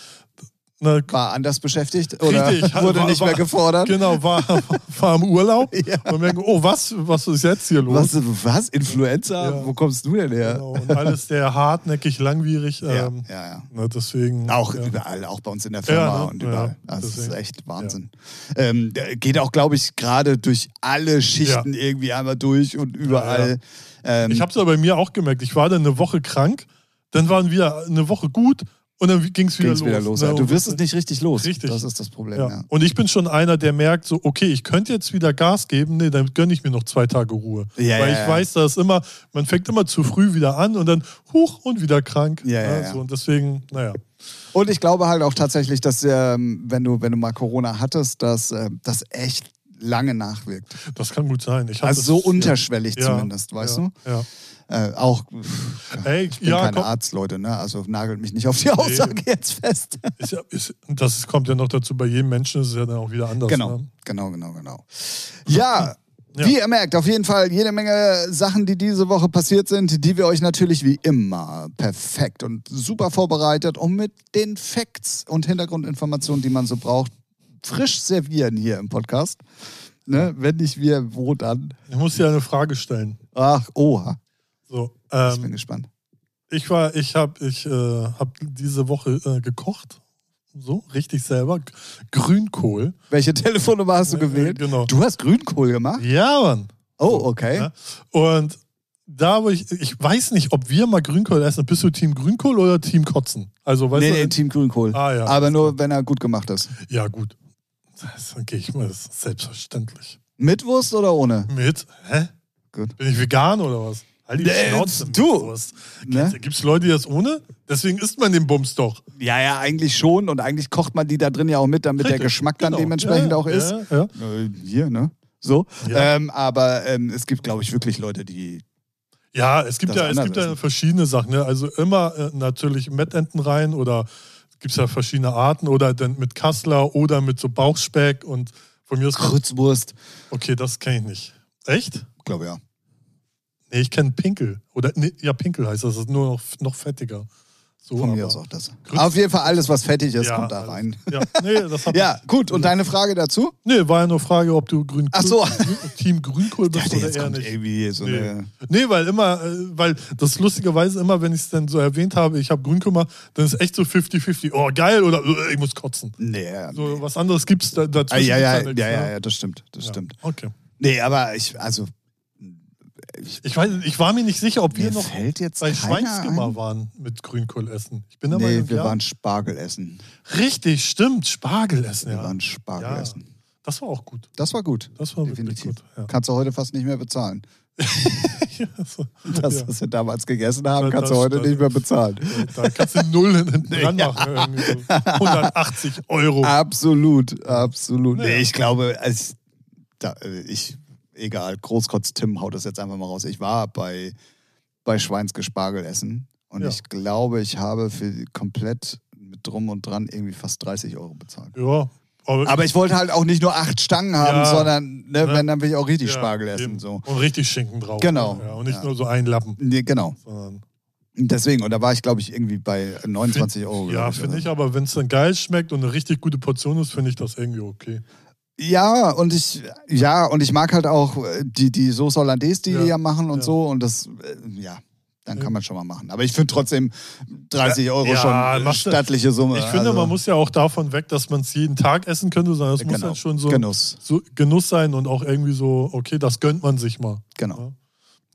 Speaker 1: Ne,
Speaker 2: War anders beschäftigt oder
Speaker 1: richtig, hat-
Speaker 2: [LAUGHS] wurde
Speaker 1: war-
Speaker 2: nicht mehr
Speaker 1: war-
Speaker 2: gefordert.
Speaker 1: Genau, war, [LAUGHS] war im Urlaub
Speaker 2: Ja.
Speaker 1: und merken, oh, was, was ist jetzt hier los?
Speaker 2: Was, was? Influenza?
Speaker 1: Ja.
Speaker 2: Wo kommst du denn her?
Speaker 1: Genau, und alles sehr hartnäckig, langwierig.
Speaker 2: Ja,
Speaker 1: Ähm,
Speaker 2: ja, ja.
Speaker 1: Ne, deswegen.
Speaker 2: Auch
Speaker 1: ja.
Speaker 2: überall, auch bei uns in der Firma
Speaker 1: Ja, ne?
Speaker 2: und überall.
Speaker 1: Ja,
Speaker 2: also das ist
Speaker 1: deswegen.
Speaker 2: echt Wahnsinn. Ähm, der geht auch, glaube ich, gerade durch alle Schichten irgendwie einmal durch und überall. Ähm,
Speaker 1: Ich habe es aber bei mir auch gemerkt. Ich war dann eine Woche krank, dann waren wir eine Woche gut und dann ging es wieder
Speaker 2: ging's
Speaker 1: los.
Speaker 2: wieder los.
Speaker 1: ne,
Speaker 2: ja. Du
Speaker 1: und-
Speaker 2: wirst es nicht richtig los.
Speaker 1: Richtig.
Speaker 2: Das ist das Problem.
Speaker 1: Ja.
Speaker 2: Ja. Ja.
Speaker 1: Und ich bin schon einer, der merkt, so, okay, ich könnte jetzt wieder Gas geben, nee, dann gönne ich mir noch zwei Tage Ruhe.
Speaker 2: Ja,
Speaker 1: Weil
Speaker 2: ja,
Speaker 1: ich
Speaker 2: ja.
Speaker 1: weiß, dass immer, man fängt immer zu früh wieder an und dann, huch, und wieder krank. ne,
Speaker 2: Ja, ja, ja.
Speaker 1: so, und deswegen, naja.
Speaker 2: Und ich glaube halt auch tatsächlich, dass ähm, wenn du wenn du mal Corona hattest, dass ähm, das echt lange nachwirkt.
Speaker 1: Das kann gut sein. Ich hab
Speaker 2: Also
Speaker 1: das-
Speaker 2: so unterschwellig
Speaker 1: Ja,
Speaker 2: zumindest, weißt
Speaker 1: ja,
Speaker 2: du?
Speaker 1: Ja.
Speaker 2: Äh, auch
Speaker 1: Ey,
Speaker 2: ich bin
Speaker 1: ja,
Speaker 2: keine
Speaker 1: komm,
Speaker 2: Arzt, Leute, ne? Also nagelt mich nicht auf die Aussage jetzt fest.
Speaker 1: ist, ja- ist, das ist- kommt ja noch dazu, bei jedem Menschen ist es ja dann auch wieder anders.
Speaker 2: Genau,
Speaker 1: Ne?
Speaker 2: genau, genau, genau. Ja,
Speaker 1: Ja.
Speaker 2: wie ihr merkt, auf jeden Fall jede Menge Sachen, die diese Woche passiert sind, die wir euch natürlich wie immer perfekt und super vorbereitet und mit den Facts und Hintergrundinformationen, die man so braucht, frisch servieren hier im Podcast. Ne? Wenn nicht wir, wo dann?
Speaker 1: Ich muss dir eine Frage stellen.
Speaker 2: Ach, oha.
Speaker 1: So,
Speaker 2: Ich bin
Speaker 1: ähm,
Speaker 2: gespannt.
Speaker 1: ich war, ich habe, ich äh, habe diese Woche äh, gekocht, so richtig selber G- Grünkohl.
Speaker 2: Welche Telefonnummer hast du
Speaker 1: äh,
Speaker 2: gewählt?
Speaker 1: genau.
Speaker 2: Du hast Grünkohl gemacht?
Speaker 1: Ja, Mann.
Speaker 2: Oh, okay.
Speaker 1: Ja. Und da, wo ich, ich weiß nicht, ob wir mal Grünkohl essen. Bist du Team Grünkohl oder Team Kotzen? Also, weißt
Speaker 2: Nee,
Speaker 1: du,
Speaker 2: nee, Team Grünkohl.
Speaker 1: Ah, ja.
Speaker 2: Aber nur, wenn er gut gemacht ist.
Speaker 1: ja, gut. Das gehe ich mal, das ist selbstverständlich.
Speaker 2: Mit Wurst oder ohne?
Speaker 1: Mit? Hä?
Speaker 2: Gut.
Speaker 1: Bin ich vegan oder was? Halt die
Speaker 2: Nee,
Speaker 1: Schnauze. mit
Speaker 2: du.
Speaker 1: Wurst.
Speaker 2: Ne?
Speaker 1: Gibt's Leute, die das ohne? Deswegen isst man den Bums doch.
Speaker 2: Ja, ja, eigentlich schon. Und eigentlich kocht man die da drin ja auch mit, damit der
Speaker 1: Richtig,
Speaker 2: Geschmack dann
Speaker 1: genau.
Speaker 2: dementsprechend
Speaker 1: ja,
Speaker 2: auch ist.
Speaker 1: Ja, ja.
Speaker 2: Äh, hier, ne? So.
Speaker 1: Ja.
Speaker 2: Ähm, aber ähm, es gibt, glaube ich, wirklich Leute, die.
Speaker 1: Ja, es gibt
Speaker 2: Das
Speaker 1: ja, es
Speaker 2: anders
Speaker 1: gibt ja
Speaker 2: essen.
Speaker 1: verschiedene Sachen. Ne? Also immer äh, natürlich Mettenten rein oder gibt es ja verschiedene Arten oder dann mit Kassler oder mit so Bauchspeck und von mir ist
Speaker 2: Krützwurst.
Speaker 1: Okay, das kenne ich nicht. Echt?
Speaker 2: Glaube ja.
Speaker 1: Nee, ich kenne Pinkel. Oder nee, ja, Pinkel heißt das, das ist nur noch, noch fettiger. So,
Speaker 2: Von mir
Speaker 1: aber-
Speaker 2: aus auch das.
Speaker 1: Grütz-
Speaker 2: Auf jeden Fall alles, was fettig ist,
Speaker 1: Ja,
Speaker 2: kommt da
Speaker 1: alles-
Speaker 2: rein.
Speaker 1: Ja, nee, das
Speaker 2: [LAUGHS]
Speaker 1: hab
Speaker 2: Ja,
Speaker 1: ich-
Speaker 2: gut. Und deine Frage dazu?
Speaker 1: Nee, war ja nur Frage, ob du Grünkohl,
Speaker 2: Ach so.
Speaker 1: Team Grünkohl
Speaker 2: Ja,
Speaker 1: bist oder
Speaker 2: jetzt
Speaker 1: eher
Speaker 2: kommt
Speaker 1: nicht.
Speaker 2: irgendwie so
Speaker 1: Nee.
Speaker 2: eine.
Speaker 1: nee, weil immer, äh, weil das lustigerweise immer, wenn ich es dann so erwähnt habe, ich habe Grünkümmer, dann ist echt so 50-50. Oh, geil oder äh, ich muss kotzen.
Speaker 2: Nee. ja.
Speaker 1: So was anderes gibt es da,
Speaker 2: Ah,
Speaker 1: dazwischen.
Speaker 2: ja, ja,
Speaker 1: gibt's da
Speaker 2: ja,
Speaker 1: nichts, ne?
Speaker 2: ja, ja, das stimmt. Das stimmt.
Speaker 1: Okay.
Speaker 2: Nee, aber ich, also,
Speaker 1: Ich, weiß, ich war mir nicht sicher, ob wir
Speaker 2: mir
Speaker 1: noch
Speaker 2: fällt jetzt
Speaker 1: bei ne,
Speaker 2: keiner
Speaker 1: Schweinsgimmer
Speaker 2: ein.
Speaker 1: waren mit Grünkohl essen. Ich bin da
Speaker 2: Nee,
Speaker 1: mal
Speaker 2: wir waren Spargel essen.
Speaker 1: Richtig, stimmt. Spargel essen,
Speaker 2: Wir
Speaker 1: ja.
Speaker 2: waren Spargel
Speaker 1: Ja.
Speaker 2: essen.
Speaker 1: Das war auch gut. [LAUGHS]
Speaker 2: Das war gut.
Speaker 1: Das war wirklich
Speaker 2: Definitiv.
Speaker 1: gut. Ja.
Speaker 2: Kannst du heute fast nicht mehr bezahlen. [LAUGHS]
Speaker 1: Ja, so.
Speaker 2: Das,
Speaker 1: ja.
Speaker 2: was wir damals gegessen haben,
Speaker 1: Ja,
Speaker 2: kannst du
Speaker 1: das
Speaker 2: heute
Speaker 1: stimmt.
Speaker 2: nicht mehr bezahlen.
Speaker 1: Da kannst du Null
Speaker 2: [LAUGHS]
Speaker 1: hinten dran machen. irgendwie So. 180 Euro.
Speaker 2: Ah. Absolut, absolut.
Speaker 1: Oh. Ja.
Speaker 2: Nee, ich glaube, also, da, äh, ich, egal, Großkotz Tim haut das jetzt einfach mal raus. Ich war bei, bei Schweinske Spargel essen und
Speaker 1: Ja.
Speaker 2: ich glaube, ich habe für komplett mit drum und dran irgendwie fast 30 Euro bezahlt.
Speaker 1: Ja, aber,
Speaker 2: Aber ich wollte halt auch nicht nur acht Stangen haben,
Speaker 1: Ja.
Speaker 2: sondern ne,
Speaker 1: Ne?
Speaker 2: wenn, dann will ich auch richtig
Speaker 1: Ja,
Speaker 2: Spargel essen.
Speaker 1: eben.
Speaker 2: So.
Speaker 1: Und richtig Schinken drauf.
Speaker 2: Genau.
Speaker 1: Ja, und nicht
Speaker 2: Ja.
Speaker 1: nur so einen Lappen,
Speaker 2: Nee, genau.
Speaker 1: sondern
Speaker 2: Deswegen, und da war ich, glaube ich, irgendwie bei 29 Euro. glaub
Speaker 1: ja,
Speaker 2: ich,
Speaker 1: finde
Speaker 2: oder
Speaker 1: ich, aber wenn es dann geil schmeckt und eine richtig gute Portion ist, finde ich das irgendwie okay.
Speaker 2: Ja, und ich, ja, und ich mag halt auch äh, die, die Soße Hollandaise, die
Speaker 1: Ja,
Speaker 2: die ja machen und
Speaker 1: ja.
Speaker 2: so. Und das, äh, ja, dann
Speaker 1: Ja.
Speaker 2: kann man schon mal machen. Aber ich finde trotzdem 30 Euro
Speaker 1: ja,
Speaker 2: schon äh,
Speaker 1: machst du-
Speaker 2: stattliche Summe.
Speaker 1: Ich finde,
Speaker 2: Also,
Speaker 1: man muss ja auch davon weg, dass man es jeden Tag essen könnte, sondern es muss
Speaker 2: genau,
Speaker 1: halt schon so,
Speaker 2: Genuss,
Speaker 1: so Genuss sein und auch irgendwie so, okay, das gönnt man sich mal.
Speaker 2: genau.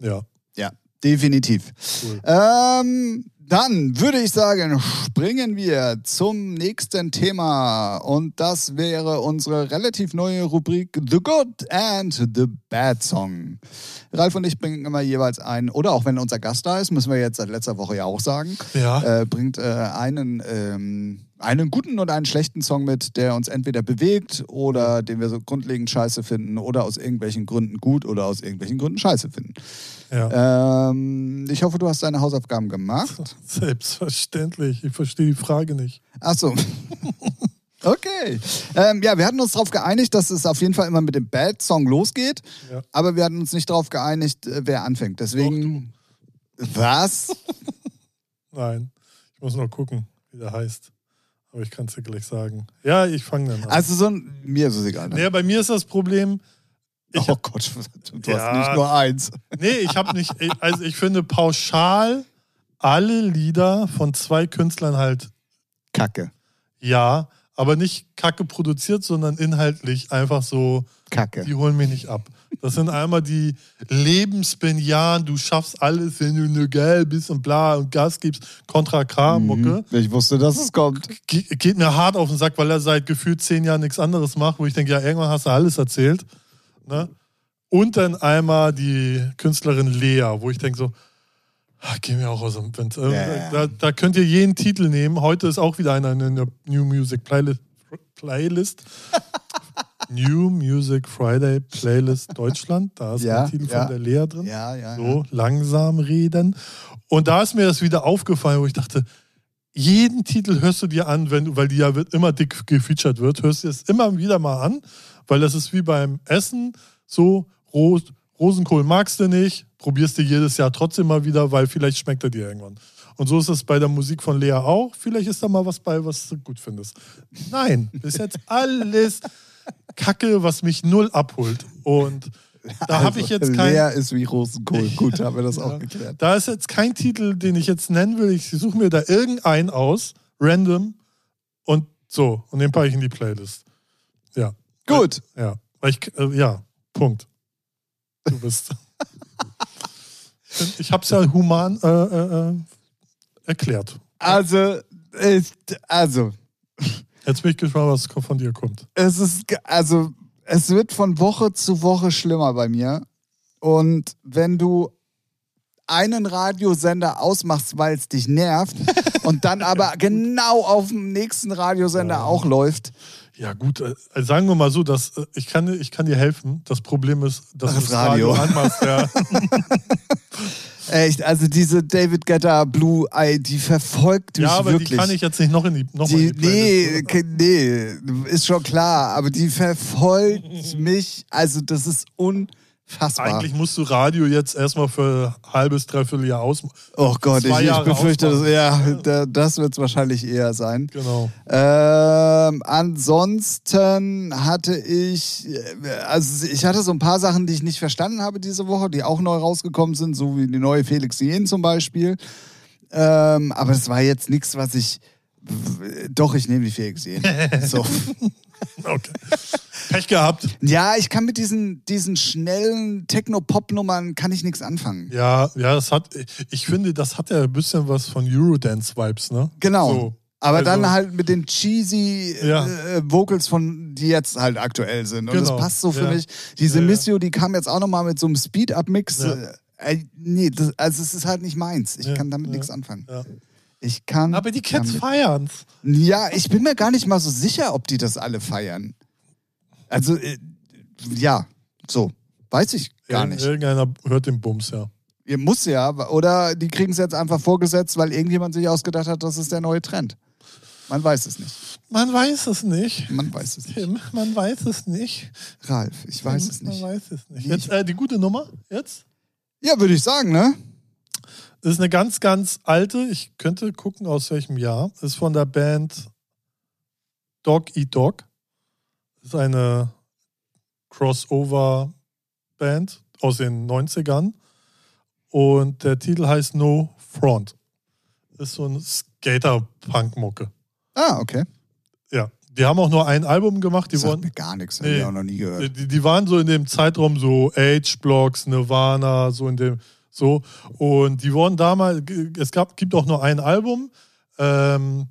Speaker 1: Ja,
Speaker 2: Ja, definitiv.
Speaker 1: cool.
Speaker 2: Ähm, dann würde ich sagen, springen wir zum nächsten Thema. Und das wäre unsere relativ neue Rubrik The Good and the Bad Song. Ralf und ich bringen immer jeweils einen, oder auch wenn unser Gast da ist, müssen wir jetzt seit letzter Woche ja auch sagen,
Speaker 1: Ja,
Speaker 2: äh, bringt äh, einen, ähm, einen guten und einen schlechten Song mit, der uns entweder bewegt oder den wir so grundlegend scheiße finden oder aus irgendwelchen Gründen gut oder aus irgendwelchen Gründen scheiße finden.
Speaker 1: ja.
Speaker 2: äh. Ähm, ich hoffe, du hast deine Hausaufgaben gemacht.
Speaker 1: Selbstverständlich. Ich verstehe die Frage nicht.
Speaker 2: Achso. [LAUGHS] Okay. Ähm, ja, wir hatten uns darauf geeinigt, dass es auf jeden Fall immer mit dem Bad Song losgeht,
Speaker 1: Ja.
Speaker 2: aber wir hatten uns nicht darauf geeinigt, äh, wer anfängt. Deswegen. Was?
Speaker 1: Nein. Ich muss noch gucken, wie der heißt. Aber ich kann es dir gleich sagen. Ja, ich fange dann an.
Speaker 2: Also so ein. Mir ist es egal. Ne?
Speaker 1: naja, bei mir ist das Problem, ich-
Speaker 2: oh Gott, du
Speaker 1: Ja.
Speaker 2: hast nicht nur eins.
Speaker 1: Nee, ich habe nicht. Also ich finde pauschal alle Lieder von zwei Künstlern halt
Speaker 2: Kacke.
Speaker 1: ja, aber nicht kacke produziert, sondern inhaltlich einfach so,
Speaker 2: Kacke.
Speaker 1: die holen mich nicht ab. Das sind einmal die Lebensbenjahren, du schaffst alles, wenn du nur geil bist und bla und Gas gibst, Kontra K-Mucke.
Speaker 2: Mhm. Ich wusste, dass es kommt.
Speaker 1: Ge geht mir hart auf den Sack, weil er seit gefühlt zehn Jahren nichts anderes macht, wo ich denke, ja, irgendwann hast du alles erzählt. Ne? Und dann einmal die Künstlerin Lea, wo ich denke so, ach, geh mir auch aus dem Wind. Ähm,
Speaker 2: Ja, ja, ja.
Speaker 1: Da, da könnt ihr jeden Titel nehmen. Heute ist auch wieder einer in der New Music Playlist.
Speaker 2: [LAUGHS]
Speaker 1: Playlist. New Music Friday Playlist Deutschland. Da ist
Speaker 2: Ja,
Speaker 1: der Titel
Speaker 2: ja.
Speaker 1: von der Lea drin.
Speaker 2: Ja, ja. ja.
Speaker 1: So, langsam reden. Und da ist mir das wieder aufgefallen, wo ich dachte, jeden Titel hörst du dir an, wenn du, weil die ja wird immer dick gefeatured wird, hörst du es immer wieder mal an, weil das ist wie beim Essen, so Ros Rosenkohl magst du nicht, probierst du jedes Jahr trotzdem mal wieder, weil vielleicht schmeckt er dir irgendwann. Und so ist es bei der Musik von Lea auch. Vielleicht ist da mal was bei, was du gut findest. Nein, bis jetzt alles Kacke, was mich null abholt. Und da habe ich jetzt kein
Speaker 2: Also, Lea ist wie Rosenkohl. Gut, haben wir das auch geklärt.
Speaker 1: da ist jetzt kein Titel, den ich jetzt nennen will. Ich suche mir da irgendeinen aus, random, und so. Und den packe ich in die Playlist. Ja,
Speaker 2: Gut.
Speaker 1: ja. Weil ich, äh, ja, Punkt. Du bist. [LAUGHS] ich habe es ja human äh, äh, äh, erklärt.
Speaker 2: Also, ich, also,
Speaker 1: Jetzt bin ich gespannt, was von dir kommt.
Speaker 2: es ist, ge- also, es wird von Woche zu Woche schlimmer bei mir. Und wenn du einen Radiosender ausmachst, weil es
Speaker 1: [LAUGHS]
Speaker 2: dich nervt, und dann aber genau auf dem nächsten Radiosender
Speaker 1: Ja.
Speaker 2: auch läuft,
Speaker 1: Ja, gut, äh, sagen wir mal so, dass, äh, ich, kann, ich kann dir helfen. Das Problem ist, dass
Speaker 2: Das
Speaker 1: du das Radio,
Speaker 2: Radio.
Speaker 1: anmachst. [LAUGHS] Ja.
Speaker 2: echt, also diese David Guetta Blue Eye, die verfolgt mich
Speaker 1: ja, aber
Speaker 2: wirklich.
Speaker 1: die kann ich jetzt nicht noch in die, noch mal
Speaker 2: Die,
Speaker 1: in die Playlist.
Speaker 2: nee, ke- nee, ist schon klar, aber die verfolgt
Speaker 1: [LAUGHS]
Speaker 2: mich, also das ist unfassbar.
Speaker 1: Eigentlich musst du Radio jetzt erstmal für ein halbes, dreiviertel Jahr aus.
Speaker 2: Oh Gott, ich,
Speaker 1: Zwei
Speaker 2: ich
Speaker 1: Jahre
Speaker 2: befürchte, das,
Speaker 1: ausbauen.
Speaker 2: ja, da, das wird es wahrscheinlich eher sein.
Speaker 1: Genau.
Speaker 2: Ähm, ansonsten hatte ich, äh, also ich hatte so ein paar Sachen, die ich nicht verstanden habe diese Woche, die auch neu rausgekommen sind, so wie die neue Felix Jen zum Beispiel. Ähm, aber es war jetzt nichts, was ich. Doch, ich nehme die
Speaker 1: [LAUGHS]
Speaker 2: Felix Jen. so.
Speaker 1: Okay. Pech gehabt.
Speaker 2: Ja, ich kann mit diesen, diesen schnellen Techno-Pop-Nummern kann ich nichts anfangen.
Speaker 1: Ja, ja, das hat, ich finde, das hat ja ein bisschen was von Eurodance-Vibes, ne?
Speaker 2: Genau.
Speaker 1: So.
Speaker 2: Aber
Speaker 1: Also-
Speaker 2: dann halt mit den cheesy
Speaker 1: Ja.
Speaker 2: äh, Vocals von, die jetzt halt aktuell sind. Und
Speaker 1: Genau.
Speaker 2: das passt so für
Speaker 1: Ja.
Speaker 2: mich. Diese
Speaker 1: Ja, ja.
Speaker 2: Missio, die kam jetzt auch nochmal mit so einem Speed-Up-Mix.
Speaker 1: Ja.
Speaker 2: Äh, äh, nee, das, also es ist halt nicht meins. Ich
Speaker 1: Ja,
Speaker 2: kann damit
Speaker 1: ja,
Speaker 2: nichts anfangen.
Speaker 1: Ja.
Speaker 2: Ich kann.
Speaker 1: Aber die Kids
Speaker 2: damit-
Speaker 1: feiern's.
Speaker 2: Ja, ich bin mir gar nicht mal so sicher, ob die das alle feiern. Also, äh, ja, so. Weiß ich gar
Speaker 1: Irgend-
Speaker 2: nicht.
Speaker 1: Irgendeiner hört den Bums, ja.
Speaker 2: Ihr muss ja, oder die kriegen es jetzt einfach vorgesetzt, weil irgendjemand sich ausgedacht hat, das ist der neue Trend. Man weiß es nicht.
Speaker 1: Man weiß es nicht.
Speaker 2: Man weiß es nicht.
Speaker 1: Tim, man weiß es nicht.
Speaker 2: Ralf, ich weiß
Speaker 1: Tim,
Speaker 2: es nicht.
Speaker 1: Man weiß es nicht.
Speaker 2: Nee,
Speaker 1: Jetzt, äh, die gute Nummer, jetzt?
Speaker 2: Ja, würde ich sagen, ne?
Speaker 1: Das ist eine ganz, ganz alte. Ich könnte gucken, aus welchem Jahr. Ist von der Band Dog Eat Dog. Ist eine Crossover-Band aus den 90ern. Und der Titel heißt No Front. Ist so eine Skater-Punk-Mucke.
Speaker 2: Ah, okay.
Speaker 1: Ja. Die haben auch nur ein Album gemacht. Die
Speaker 2: Sagt
Speaker 1: wurden
Speaker 2: mir gar nichts, habe
Speaker 1: Nee.
Speaker 2: ich auch noch nie gehört.
Speaker 1: Äh, die, die waren so in dem Zeitraum so Age-Blocks, Nirvana, so in dem, so. Und die wurden damals, es gab, gibt auch nur ein Album. Ähm,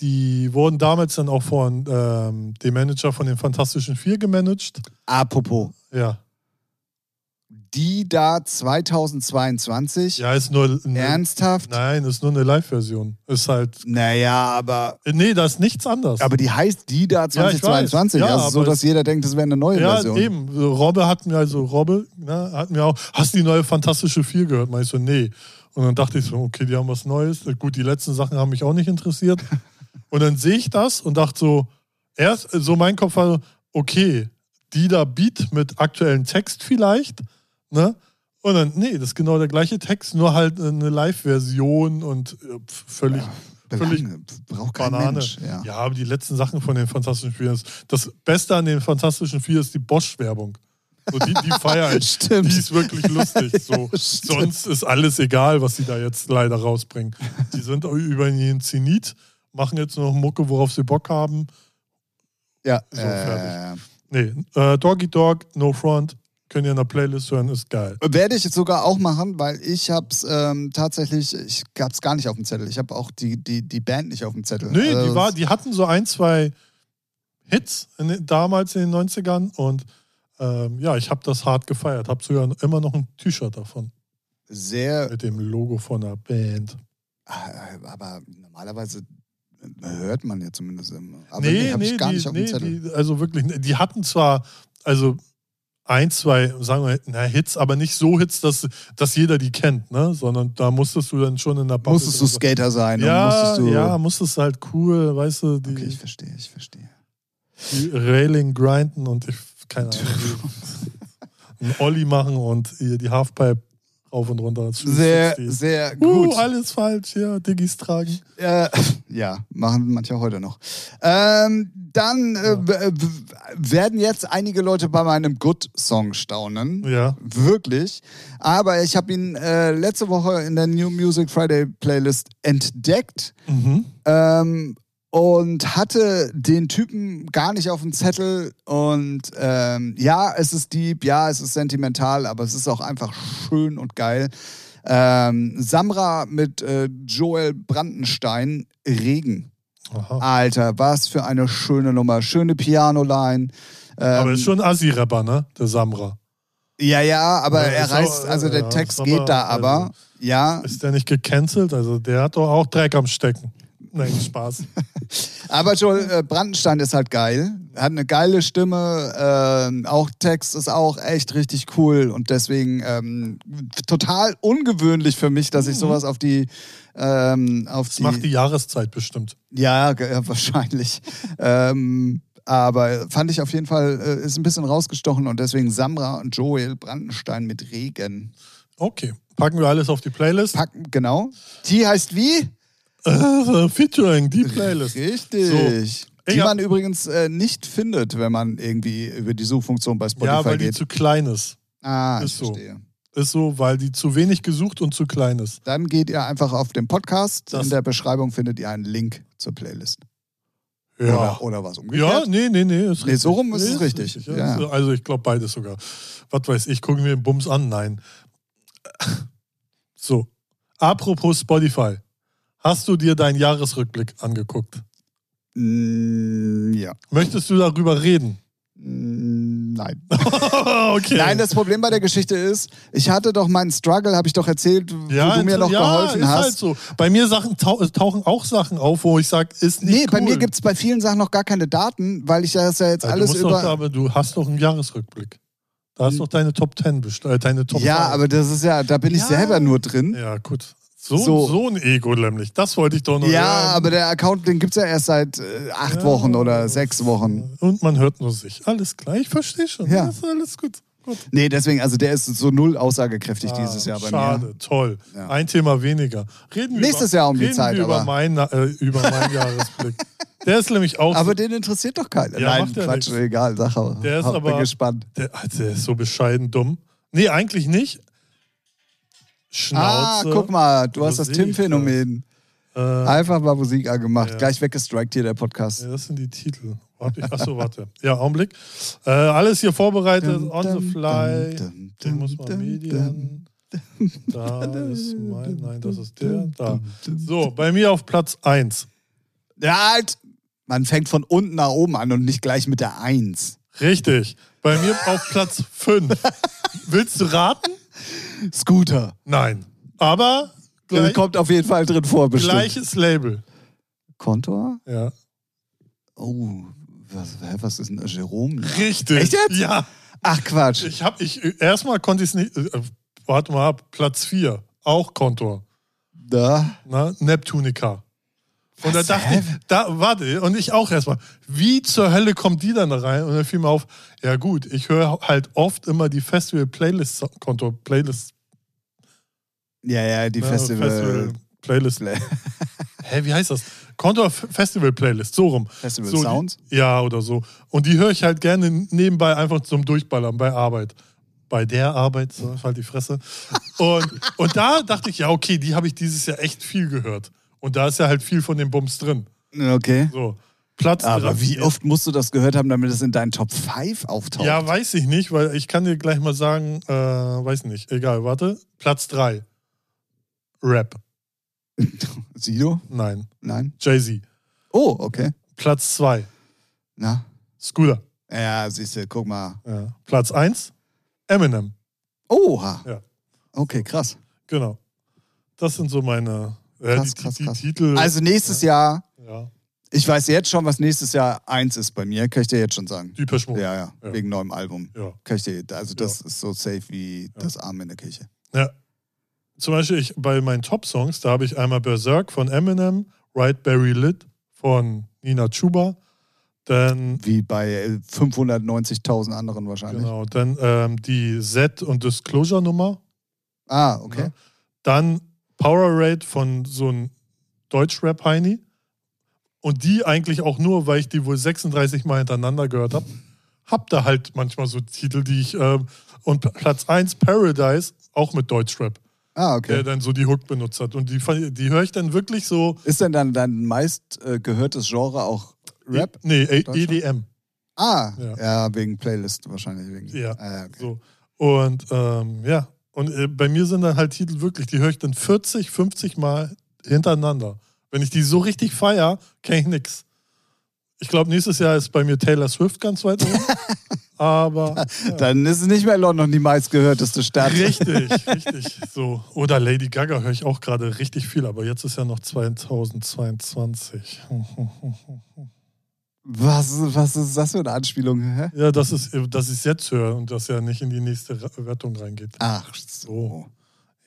Speaker 1: die wurden damals dann auch von ähm, dem Manager von den Fantastischen Vier gemanagt.
Speaker 2: Apropos,
Speaker 1: Ja.
Speaker 2: die da 2022,
Speaker 1: Ja, ist nur.
Speaker 2: ernsthaft?
Speaker 1: Nein, ist nur eine Live-Version. Ist halt.
Speaker 2: Naja, aber,
Speaker 1: Nee, da ist nichts anders.
Speaker 2: aber die heißt die da
Speaker 1: Ja, ich weiß.
Speaker 2: 2022,
Speaker 1: Ja,
Speaker 2: also so,
Speaker 1: aber-
Speaker 2: dass jeder denkt, das wäre eine neue
Speaker 1: ja,
Speaker 2: Version.
Speaker 1: eben. So, Robbe hat mir, also Robbe, ne, hat mir auch, hast du die neue Fantastische Vier gehört? Meinst du, nee. Und dann dachte ich so, okay, die haben was Neues. Gut, die letzten Sachen haben mich auch nicht
Speaker 2: [LAUGHS]
Speaker 1: interessiert. Und dann sehe ich das und dachte so, erst, so mein Kopf war so, okay, die da Beat mit aktuellem Text vielleicht, ne? Und dann, nee, das ist genau der gleiche Text, nur halt eine Live-Version und äh, pf, völlig völlig
Speaker 2: Belange, braucht kein
Speaker 1: Banane.
Speaker 2: Mensch. Ja.
Speaker 1: Ja, aber die letzten Sachen von den Fantastischen Vier ist. Das Beste an den Fantastischen Vier ist die Bosch-Werbung. So, die, die feier
Speaker 2: [LAUGHS]
Speaker 1: ich. Die
Speaker 2: Stimmt.
Speaker 1: ist wirklich lustig. So.
Speaker 2: [LAUGHS] Stimmt.
Speaker 1: Sonst ist alles egal, was sie da jetzt leider rausbringen. Die sind über den Zenit, machen jetzt nur noch Mucke, worauf sie Bock haben.
Speaker 2: ja,
Speaker 1: so
Speaker 2: äh,
Speaker 1: fertig. Nee, äh, Doggy Dog, No Front, könnt ihr in der Playlist hören, ist geil.
Speaker 2: äh, werde ich jetzt sogar auch machen, weil ich hab's ähm, tatsächlich, ich gab's gar nicht auf dem Zettel. Ich habe auch die, die, die Band nicht auf dem Zettel.
Speaker 1: Nee,
Speaker 2: Also,
Speaker 1: die, war, die hatten so ein, zwei Hits in, den- damals in den 90ern und ähm, ja, ich habe das hart gefeiert. Habe sogar immer noch ein T-Shirt davon
Speaker 2: sehr
Speaker 1: mit Äh, dem Logo von der Band.
Speaker 2: Äh, Aber normalerweise äh, hört man ja zumindest immer. Aber
Speaker 1: nee,
Speaker 2: nee, habe ich gar nicht auf dem Zettel.
Speaker 1: die, also wirklich, die hatten zwar, also ein, zwei, sagen wir, na, Hits, aber nicht so Hits, dass, dass jeder die kennt, ne? sondern da musstest du dann schon in der Bubble
Speaker 2: musstest du
Speaker 1: drin sein.
Speaker 2: Skater sein?
Speaker 1: ja,
Speaker 2: und musstest du
Speaker 1: ja, musstest halt cool, weißt du, die,
Speaker 2: Okay, ich verstehe, ich verstehe.
Speaker 1: die Railing grinden und ich, keine Ahnung,
Speaker 2: [LAUGHS]
Speaker 1: die- einen Olli machen und hier die Halfpipe rauf und runter.
Speaker 2: Sehr,
Speaker 1: 360.
Speaker 2: sehr
Speaker 1: uh,
Speaker 2: gut.
Speaker 1: alles falsch, ja, Diggis tragen.
Speaker 2: äh, ja, machen manche heute noch. Ähm, dann äh,
Speaker 1: Ja.
Speaker 2: w- w- werden jetzt einige Leute bei meinem Good-Song staunen.
Speaker 1: Ja,
Speaker 2: Wirklich. Aber ich habe ihn äh, letzte Woche in der New Music Friday Playlist entdeckt.
Speaker 1: mhm.
Speaker 2: Ähm, und hatte den Typen gar nicht auf dem Zettel. Und ähm, ja, es ist deep, ja, es ist sentimental, aber es ist auch einfach schön und geil. Ähm, Samra mit äh, Joel Brandenstein, Regen.
Speaker 1: Aha.
Speaker 2: Alter, was für eine schöne Nummer. Schöne Piano-Line. Ähm,
Speaker 1: Aber ist schon Assi-Rapper, ne? Der Samra.
Speaker 2: ja, ja, aber
Speaker 1: Ja,
Speaker 2: er
Speaker 1: ist
Speaker 2: reißt,
Speaker 1: auch-
Speaker 2: also der
Speaker 1: ja,
Speaker 2: Text
Speaker 1: ist
Speaker 2: geht
Speaker 1: aber-
Speaker 2: da aber.
Speaker 1: also-
Speaker 2: ja,
Speaker 1: Ist der nicht gecancelt? Also der hat doch auch Dreck am Stecken. Nein, Spaß.
Speaker 2: Aber Joel äh, Brandenstein ist halt geil. Hat eine geile Stimme. ähm, auch Text ist auch echt richtig cool. Und deswegen ähm, total ungewöhnlich für mich, dass ich sowas auf die. Ähm, auf
Speaker 1: Mhm. Das macht die Jahreszeit bestimmt.
Speaker 2: Ja, ge- ja, wahrscheinlich. ähm, aber fand ich auf jeden Fall, äh, ist ein bisschen rausgestochen. Und deswegen Samra und Joel Brandenstein mit Regen.
Speaker 1: Okay, packen wir alles auf die Playlist.
Speaker 2: Packen, genau. Die heißt wie?
Speaker 1: Äh, Featuring, die Playlist.
Speaker 2: Richtig.
Speaker 1: So.
Speaker 2: Die
Speaker 1: Ja.
Speaker 2: man übrigens äh, nicht findet, wenn man irgendwie über die Suchfunktion bei Spotify
Speaker 1: Ja, weil die
Speaker 2: geht.
Speaker 1: zu klein ist.
Speaker 2: ah, ich
Speaker 1: ist so.
Speaker 2: verstehe.
Speaker 1: Ist so, weil die zu wenig gesucht und zu klein ist.
Speaker 2: Dann geht ihr einfach auf den Podcast.
Speaker 1: Das-
Speaker 2: In der Beschreibung findet ihr einen Link zur Playlist.
Speaker 1: Ja.
Speaker 2: Oder, oder was
Speaker 1: Ja,
Speaker 2: umgekehrt.
Speaker 1: nee, nee, nee. Ist
Speaker 2: Nee, so rum ist es richtig, ja.
Speaker 1: ist- Also ich glaube beides sogar. Was weiß ich, gucken wir den Bums an. Nein. So. Apropos Spotify. Hast du dir deinen Jahresrückblick angeguckt?
Speaker 2: Mm, ja.
Speaker 1: Möchtest du darüber reden? [LAUGHS]
Speaker 2: Mm, Nein.
Speaker 1: okay.
Speaker 2: Nein, das Problem bei der Geschichte ist, ich hatte doch meinen Struggle, habe ich doch erzählt, wo du mir noch
Speaker 1: ja,
Speaker 2: geholfen
Speaker 1: ist
Speaker 2: hast.
Speaker 1: Halt so. Bei mir Sachen tau tauchen auch Sachen auf, wo ich sage, ist nicht
Speaker 2: Nee, bei
Speaker 1: cool.
Speaker 2: mir gibt es bei vielen Sachen noch gar keine Daten, weil ich das ja jetzt
Speaker 1: ja,
Speaker 2: alles
Speaker 1: du musst doch,
Speaker 2: über.
Speaker 1: aber du hast doch einen Jahresrückblick. Da hast doch deine Top 10 bestellt, äh, deine Top
Speaker 2: Ja,
Speaker 1: 5.
Speaker 2: aber das ist ja, da bin ich
Speaker 1: Ja.
Speaker 2: selber nur drin.
Speaker 1: Ja, gut. So,
Speaker 2: So.
Speaker 1: so. ein Ego nämlich. Das wollte ich doch noch
Speaker 2: Ja,
Speaker 1: hören.
Speaker 2: aber der Account, den gibt es ja erst seit äh, acht
Speaker 1: Ja.
Speaker 2: Wochen oder sechs Wochen.
Speaker 1: Und man hört nur sich. Alles klar, ich verstehe schon.
Speaker 2: Ja.
Speaker 1: Das ist alles gut.
Speaker 2: Nee, deswegen, also der ist so null aussagekräftig
Speaker 1: Ah,
Speaker 2: dieses Jahr bei
Speaker 1: Schade,
Speaker 2: mir.
Speaker 1: toll.
Speaker 2: Ja.
Speaker 1: Ein Thema weniger. Reden wir
Speaker 2: Nächstes
Speaker 1: über,
Speaker 2: Jahr um die
Speaker 1: reden
Speaker 2: Zeit,
Speaker 1: Wir über
Speaker 2: aber-
Speaker 1: meinen äh, über
Speaker 2: [LAUGHS]
Speaker 1: meinen Jahresblick. Der ist nämlich auch.
Speaker 2: Aber
Speaker 1: so,
Speaker 2: den interessiert doch keiner.
Speaker 1: Ja,
Speaker 2: Nein,
Speaker 1: macht ja
Speaker 2: Quatsch,
Speaker 1: nichts.
Speaker 2: egal, Sache.
Speaker 1: Der ist
Speaker 2: bin
Speaker 1: aber-
Speaker 2: gespannt.
Speaker 1: der, also der ist so bescheiden dumm. Nee, eigentlich nicht.
Speaker 2: Ah,
Speaker 1: Schnauze.
Speaker 2: guck mal, Ah. du
Speaker 1: Wo
Speaker 2: hast das
Speaker 1: seh ich das?
Speaker 2: Tim-Phänomen.
Speaker 1: Äh,
Speaker 2: Einfach mal Musik angemacht.
Speaker 1: Ja.
Speaker 2: Gleich weggestrikt hier der Podcast.
Speaker 1: ja, das sind die Titel. Hab ich- Achso, warte. Ja, Augenblick. Äh, alles hier vorbereitet,
Speaker 2: Dum,
Speaker 1: on the
Speaker 2: dum,
Speaker 1: fly.
Speaker 2: dum, dum,
Speaker 1: Den muss
Speaker 2: dum,
Speaker 1: man
Speaker 2: dum,
Speaker 1: Medien. Da ist mein. Nein, das ist der. Da.
Speaker 2: dum, dum.
Speaker 1: So, bei mir auf Platz 1.
Speaker 2: Ja, halt. Man fängt von unten nach oben an und nicht gleich mit der Eins.
Speaker 1: Richtig. Bei mir auf Platz 5. Willst du raten?
Speaker 2: Scooter.
Speaker 1: Nein. Aber
Speaker 2: Der
Speaker 1: gleich,
Speaker 2: kommt auf jeden Fall drin vor, bestimmt.
Speaker 1: gleiches Label.
Speaker 2: Kontor?
Speaker 1: Ja.
Speaker 2: Oh, was, hä, was ist denn äh, Jerome?
Speaker 1: Richtig.
Speaker 2: Echt jetzt?
Speaker 1: Ja.
Speaker 2: Ach Quatsch.
Speaker 1: Ich hab, ich, erstmal konnte ich es nicht. Äh, warte mal ab. Platz 4. Auch Kontor.
Speaker 2: Da.
Speaker 1: Na, Neptunica. Und da
Speaker 2: Was,
Speaker 1: dachte
Speaker 2: hä?
Speaker 1: ich, da, warte, und ich auch erstmal, wie zur Hölle kommt die dann da rein? Und dann fiel mir auf, ja gut, ich höre halt oft immer die Festival-Playlist-Konto, Playlist,
Speaker 2: Ja, ja, die
Speaker 1: ne,
Speaker 2: Festival.
Speaker 1: Festival-Playlist. [LAUGHS] Hä, wie heißt das? Konto Festival-Playlist, so rum.
Speaker 2: Festival
Speaker 1: So,
Speaker 2: Sounds?
Speaker 1: Die, ja, oder so. Und die höre ich halt gerne nebenbei einfach zum Durchballern bei Arbeit. Bei der Arbeit, so halt die Fresse. Und, und da dachte ich, ja, okay, die habe ich dieses Jahr echt viel gehört. Und da ist ja halt viel von dem Bums drin.
Speaker 2: Okay.
Speaker 1: So, Platz
Speaker 2: Aber
Speaker 1: drei.
Speaker 2: wie oft musst du das gehört haben, damit es in deinen Top 5 auftaucht?
Speaker 1: Ja, weiß ich nicht, weil ich kann dir gleich mal sagen, äh, weiß nicht. Egal, warte. Platz 3. Rap.
Speaker 2: Sido?
Speaker 1: Nein.
Speaker 2: Nein.
Speaker 1: Jay-Z.
Speaker 2: Oh, okay.
Speaker 1: Platz 2.
Speaker 2: Na?
Speaker 1: Scooter.
Speaker 2: Ja, siehst du, guck mal.
Speaker 1: Ja. Platz 1. Eminem.
Speaker 2: Oha.
Speaker 1: Ja.
Speaker 2: Okay, krass.
Speaker 1: Genau. Das sind so meine äh,
Speaker 2: Krass,
Speaker 1: die,
Speaker 2: krass,
Speaker 1: die, die
Speaker 2: krass.
Speaker 1: Titel.
Speaker 2: Also nächstes Jahr,
Speaker 1: ja.
Speaker 2: ich weiß jetzt schon, was nächstes Jahr eins ist bei mir, kann ich dir jetzt schon sagen.
Speaker 1: Deeper Schmuck.
Speaker 2: Ja, ja,
Speaker 1: Oh. Ja.
Speaker 2: wegen neuem Album.
Speaker 1: ja.
Speaker 2: Kann ich dir, also das ist so safe wie das Arm in der Kirche.
Speaker 1: Ja. Zum Beispiel ich, bei meinen Top-Songs, da habe ich einmal Berserk von Eminem, Right Berry Lit von Nina Chuba, dann
Speaker 2: Wie bei äh, 590.000 anderen wahrscheinlich.
Speaker 1: Genau, dann ähm, die Set- und Disclosure-Nummer.
Speaker 2: Ah, okay.
Speaker 1: Ne? Dann Power Rate von so einem Deutschrap-Heini. Und die eigentlich auch nur, weil ich die wohl 36 Mal hintereinander gehört habe. Hab da halt manchmal so Titel, die ich. Ähm, und P- Platz 1 Paradise, auch mit Deutschrap,
Speaker 2: Ah,
Speaker 1: der
Speaker 2: okay.
Speaker 1: dann so die Hook benutzt hat. Und die, fand- die höre ich dann wirklich so.
Speaker 2: Ist denn dann dein meist äh, gehörtes Genre auch Rap?
Speaker 1: Nee, E-
Speaker 2: Deutschrap?
Speaker 1: EDM.
Speaker 2: Ah, ja.
Speaker 1: Ja.
Speaker 2: wegen Playlist wahrscheinlich. Wegen.
Speaker 1: Ja.
Speaker 2: Ah, okay.
Speaker 1: So. Und ähm, ja, und äh, bei mir sind dann halt Titel wirklich, die höre ich dann 40, 50 Mal hintereinander. Wenn ich die so richtig feier, kenne ich nix. Ich glaube, nächstes Jahr ist bei mir Taylor Swift ganz weit oben. Aber
Speaker 2: Dann ist es nicht mehr London die meistgehörteste Stadt.
Speaker 1: richtig, richtig. So. Oder Lady Gaga höre ich auch gerade richtig viel, aber jetzt ist ja noch 2022.
Speaker 2: Was, was ist das für eine Anspielung? Hä?
Speaker 1: [LAUGHS] Ja, das ist, äh, dass ich es jetzt höre und das ja nicht in die nächste Ra- Wertung reingeht.
Speaker 2: Ach so.
Speaker 1: Oh,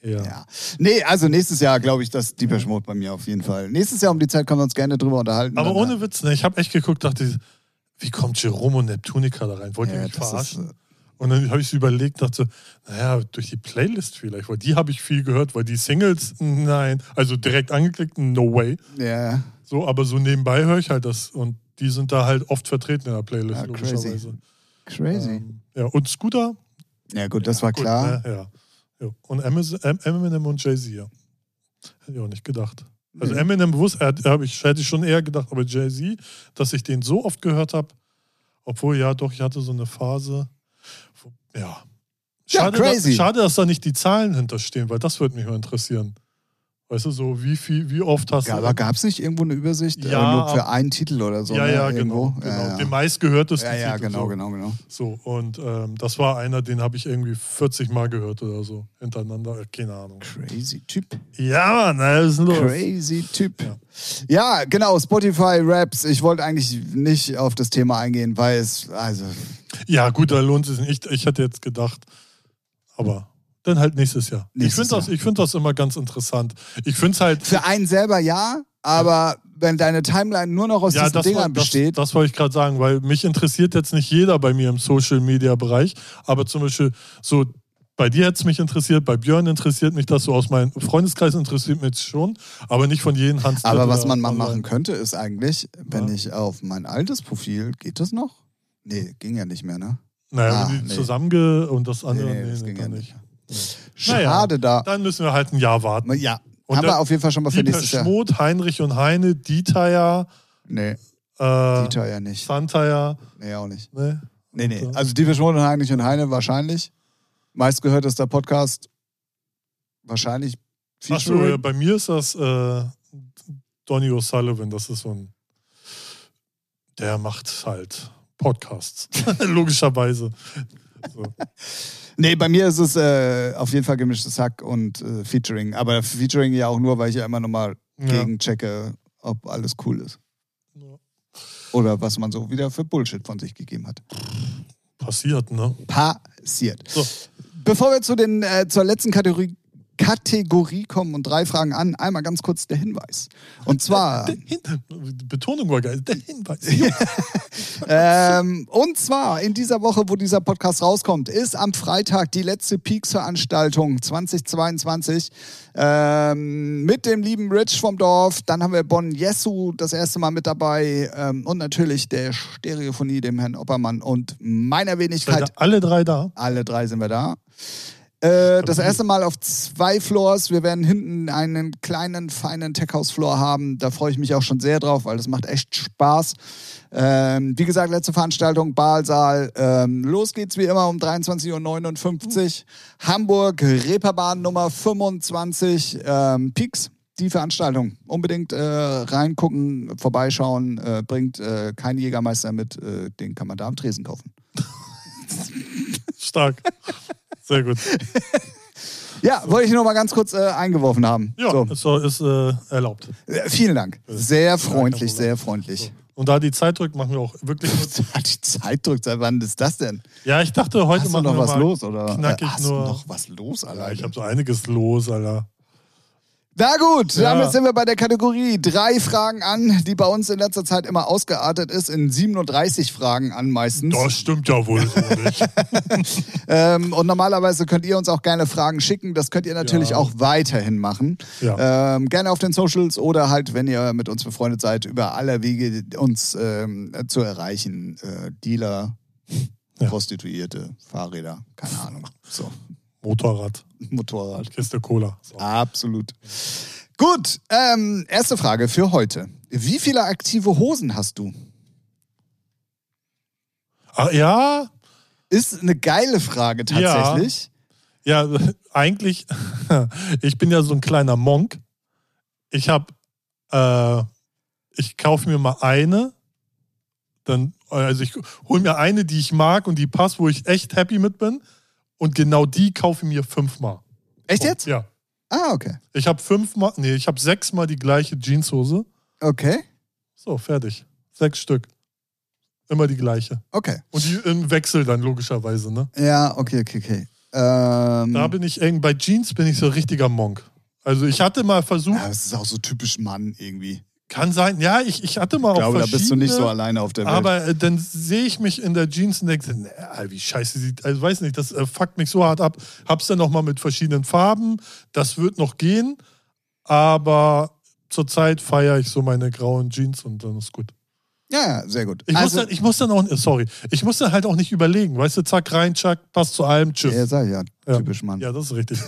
Speaker 1: Ja.
Speaker 2: Ah, Ja. Nee, also nächstes Jahr glaube ich, dass Deepesh Mode bei mir auf jeden Fall. Nächstes Jahr um die Zeit können wir uns gerne drüber unterhalten.
Speaker 1: Aber
Speaker 2: Dann- äh,
Speaker 1: ohne Witz, ne? ich habe echt geguckt, dachte, wie kommt Jerome und Neptunica da rein? Wollt ihr
Speaker 2: Ja,
Speaker 1: mich
Speaker 2: das
Speaker 1: verarschen?
Speaker 2: ist, äh,
Speaker 1: und dann habe ich es überlegt, dachte, naja, durch die Playlist vielleicht, weil die habe ich viel gehört, weil die Singles, nein, also direkt angeklickt, no way.
Speaker 2: äh, Ja,
Speaker 1: So, aber so nebenbei höre ich halt das und die sind da halt oft vertreten in der Playlist,
Speaker 2: Ja, crazy.
Speaker 1: logischerweise.
Speaker 2: crazy.
Speaker 1: Ähm, ja, und Scooter,
Speaker 2: Ja, gut, das war
Speaker 1: gut,
Speaker 2: klar.
Speaker 1: ne? ja. Ja. Und Emis- Em- Eminem und Jay-Z, ja. Hätte ich auch nicht gedacht. Also
Speaker 2: Nee.
Speaker 1: Eminem bewusst, er hat- hab ich, hätte ich schon eher gedacht, aber Jay-Z, dass ich den so oft gehört habe, obwohl ja doch, ich hatte so eine Phase, wo- ja.
Speaker 2: Ja,
Speaker 1: Schade,
Speaker 2: crazy.
Speaker 1: Dass, schade, dass da nicht die Zahlen hinterstehen, weil das würde mich mal interessieren. Weißt du, so wie viel, wie oft hast
Speaker 2: Ja,
Speaker 1: du.
Speaker 2: aber gab es nicht irgendwo eine Übersicht?
Speaker 1: Ja,
Speaker 2: aber nur für
Speaker 1: ab-
Speaker 2: einen Titel oder so?
Speaker 1: ja,
Speaker 2: ne?
Speaker 1: ja,
Speaker 2: Irgendwo?
Speaker 1: genau. genau.
Speaker 2: Ja,
Speaker 1: Den
Speaker 2: ja.
Speaker 1: meistgehörtesten.
Speaker 2: Ja, ja,
Speaker 1: Titel,
Speaker 2: genau,
Speaker 1: so.
Speaker 2: genau, genau.
Speaker 1: So, und ähm, das war einer, den habe ich irgendwie 40 Mal gehört oder so. Hintereinander, äh, keine Ahnung.
Speaker 2: Crazy Typ.
Speaker 1: Ja, Mann, na, was ist denn los?
Speaker 2: Crazy Typ.
Speaker 1: Ja.
Speaker 2: Ja. genau, Spotify Raps. Ich wollte eigentlich nicht auf das Thema eingehen, weil es, also,
Speaker 1: Ja, gut, da lohnt es nicht. Ich, ich hätte jetzt gedacht, aber dann halt nächstes Jahr.
Speaker 2: Nächstes
Speaker 1: ich finde das,
Speaker 2: Jahr.
Speaker 1: ich find das immer ganz interessant. Ich finde es halt,
Speaker 2: für einen selber ja, aber wenn deine Timeline nur noch aus
Speaker 1: Ja,
Speaker 2: diesen
Speaker 1: das,
Speaker 2: Dingern
Speaker 1: woll-
Speaker 2: besteht.
Speaker 1: das, das wollte ich gerade sagen, weil mich interessiert jetzt nicht jeder bei mir im Social-Media-Bereich, aber zum Beispiel so bei dir hätte es mich interessiert, bei Björn interessiert mich das so, aus meinem Freundeskreis interessiert mich schon, aber nicht von jedem Hans.
Speaker 2: aber
Speaker 1: Dritter
Speaker 2: was man mal
Speaker 1: online.
Speaker 2: machen könnte, ist eigentlich, wenn
Speaker 1: also Ja.
Speaker 2: ich auf mein altes Profil, geht das noch? Nee, ging ja nicht mehr, ne?
Speaker 1: Naja,
Speaker 2: Ah,
Speaker 1: wenn die
Speaker 2: nee.
Speaker 1: zusammenge und das andere,
Speaker 2: Nee,
Speaker 1: Ah, nee,
Speaker 2: nee, das
Speaker 1: nee,
Speaker 2: ging
Speaker 1: dann
Speaker 2: ja
Speaker 1: nicht. Naja.
Speaker 2: Schade da.
Speaker 1: Dann müssen wir halt ein Jahr warten.
Speaker 2: Ja,
Speaker 1: Und
Speaker 2: haben
Speaker 1: dann-
Speaker 2: wir auf jeden Fall schon mal für
Speaker 1: Dieter
Speaker 2: nächstes Jahr.
Speaker 1: Schmot, Heinrich und Heine, Dieter,
Speaker 2: Nee,
Speaker 1: äh,
Speaker 2: Dieter ja nicht.
Speaker 1: Santaya,
Speaker 2: Nee, auch nicht.
Speaker 1: ne?
Speaker 2: Nee, nee.
Speaker 1: Und, äh,
Speaker 2: Also Dieter Schmot und Heinrich und Heine wahrscheinlich. Meistgehörtester Podcast. Wahrscheinlich
Speaker 1: Ach so, ja,
Speaker 2: Featuring.
Speaker 1: bei mir ist das äh, Donny O'Sullivan, das ist so ein. Der macht halt Podcasts, [LAUGHS] logischerweise. So.
Speaker 2: Nee, bei mir ist es äh, auf jeden Fall gemischtes Hack und äh, Featuring. Aber Featuring ja auch nur, weil ich ja immer nochmal
Speaker 1: Ja.
Speaker 2: gegenchecke, ob alles cool ist. Oder was man so wieder für Bullshit von sich gegeben hat.
Speaker 1: Passiert, ne?
Speaker 2: Passiert.
Speaker 1: So.
Speaker 2: Bevor wir zu den, äh, zur letzten Kategorie, Kategorie kommen und drei Fragen an, einmal ganz kurz der Hinweis. Und
Speaker 1: [LAUGHS]
Speaker 2: zwar.
Speaker 1: Der Hin die Betonung war geil. Der Hinweis.
Speaker 2: Ähm, und zwar in dieser Woche, wo dieser Podcast rauskommt, ist am Freitag die letzte Peaks-Veranstaltung 2022 ähm, mit dem lieben Rich vom Dorf. Dann haben wir Bon Yesu das erste Mal mit dabei ähm, und natürlich der Stereophonie, dem Herrn Oppermann und meiner Wenigkeit.
Speaker 1: Seid ihr alle drei da?
Speaker 2: Alle drei sind wir da. Äh, das erste Mal auf zwei Floors. Wir werden hinten einen kleinen, feinen Tech-House-Floor haben. Da freue ich mich auch schon sehr drauf, weil das macht echt Spaß. Ähm, wie gesagt, letzte Veranstaltung, Baalsaal. Ähm, los geht's wie immer um 23.59 Uhr. Hamburg, Reeperbahn Nummer 25, ähm, Peaks. Die Veranstaltung. Unbedingt äh, reingucken, vorbeischauen. Äh, bringt äh, keinen Jägermeister mit, äh, den kann man da am Tresen kaufen. [LAUGHS]
Speaker 1: Stark. Sehr gut.
Speaker 2: Ja, wollte ich nur mal ganz kurz äh, eingeworfen haben.
Speaker 1: Ja,
Speaker 2: So.
Speaker 1: ist, ist äh, erlaubt.
Speaker 2: Äh, vielen Dank. Sehr freundlich, sehr
Speaker 1: So.
Speaker 2: freundlich.
Speaker 1: Und da die Zeit drückt, machen wir auch wirklich. kurz-
Speaker 2: [LAUGHS] Die Zeit drückt, seit wann ist das denn?
Speaker 1: Ja, ich dachte, heute
Speaker 2: Hast du
Speaker 1: machen
Speaker 2: noch
Speaker 1: wir
Speaker 2: was
Speaker 1: mal
Speaker 2: los? Oder?
Speaker 1: knackig
Speaker 2: Äh, hast
Speaker 1: nur-
Speaker 2: du noch was los,
Speaker 1: Ja,
Speaker 2: allein?
Speaker 1: ich habe so einiges los, Alter.
Speaker 2: Na gut,
Speaker 1: Ja.
Speaker 2: damit sind wir bei der Kategorie drei Fragen an, die bei uns in letzter Zeit immer ausgeartet ist, in 37 Fragen an meistens.
Speaker 1: Das stimmt ja wohl so nicht.
Speaker 2: [LAUGHS] Ähm, und normalerweise könnt ihr uns auch gerne Fragen schicken. Das könnt ihr natürlich
Speaker 1: Ja.
Speaker 2: auch weiterhin machen.
Speaker 1: Ja.
Speaker 2: Ähm, gerne auf den Socials oder halt, wenn ihr mit uns befreundet seid, über aller Wege uns ähm, zu erreichen. Äh, Dealer,
Speaker 1: Ja.
Speaker 2: Prostituierte, Fahrräder, keine Ahnung. So, [LAUGHS]
Speaker 1: Motorrad,
Speaker 2: Motorrad.
Speaker 1: Kiste Cola. So.
Speaker 2: Absolut. Gut, ähm, erste Frage für heute. Wie viele aktive Hosen hast du?
Speaker 1: Ach, Ah, ja,
Speaker 2: Ist eine geile Frage tatsächlich.
Speaker 1: ja, [LAUGHS] eigentlich, ich bin ja so ein kleiner Monk. Ich habe, äh, ich kaufe mir mal eine, dann, also ich hole mir eine, die ich mag und die passt, wo ich echt happy mit bin. Und genau die kaufe ich mir fünfmal.
Speaker 2: Echt jetzt?
Speaker 1: Ja.
Speaker 2: Ah, okay.
Speaker 1: Ich habe fünfmal, nee, ich habe sechsmal die gleiche Jeanshose.
Speaker 2: Okay,
Speaker 1: So, fertig. Sechs Stück. Immer die gleiche.
Speaker 2: okay.
Speaker 1: Und die im Wechsel dann logischerweise, ne?
Speaker 2: Ja, okay, okay, okay. Ähm,
Speaker 1: Da bin ich eng. Bei Jeans bin ich so ein richtiger Monk. Also ich hatte mal versucht,
Speaker 2: ja, das ist auch so typisch Mann irgendwie.
Speaker 1: kann sein, ja, ich, ich hatte mal
Speaker 2: Ich glaube,
Speaker 1: auch
Speaker 2: da bist du nicht so
Speaker 1: verschiedene,
Speaker 2: alleine auf der Welt.
Speaker 1: Aber äh, dann sehe ich mich in der Jeans und denke, nee, ah, wie scheiße sieht, also weiß nicht, das äh, fuckt mich so hart ab. Hab's dann nochmal mit verschiedenen Farben, das wird noch gehen, aber zurzeit feiere ich so meine grauen Jeans und dann ist gut.
Speaker 2: ja, ja, sehr gut.
Speaker 1: Ich,
Speaker 2: also,
Speaker 1: muss dann, ich muss dann auch, äh, sorry, ich muss dann halt auch nicht überlegen, weißt du, zack, rein, zack, passt zu allem, tschüss.
Speaker 2: ja, sag ich ja,
Speaker 1: Ja.
Speaker 2: typisch Mann. Ja,
Speaker 1: Ja, das ist
Speaker 2: [LAUGHS]
Speaker 1: richtig.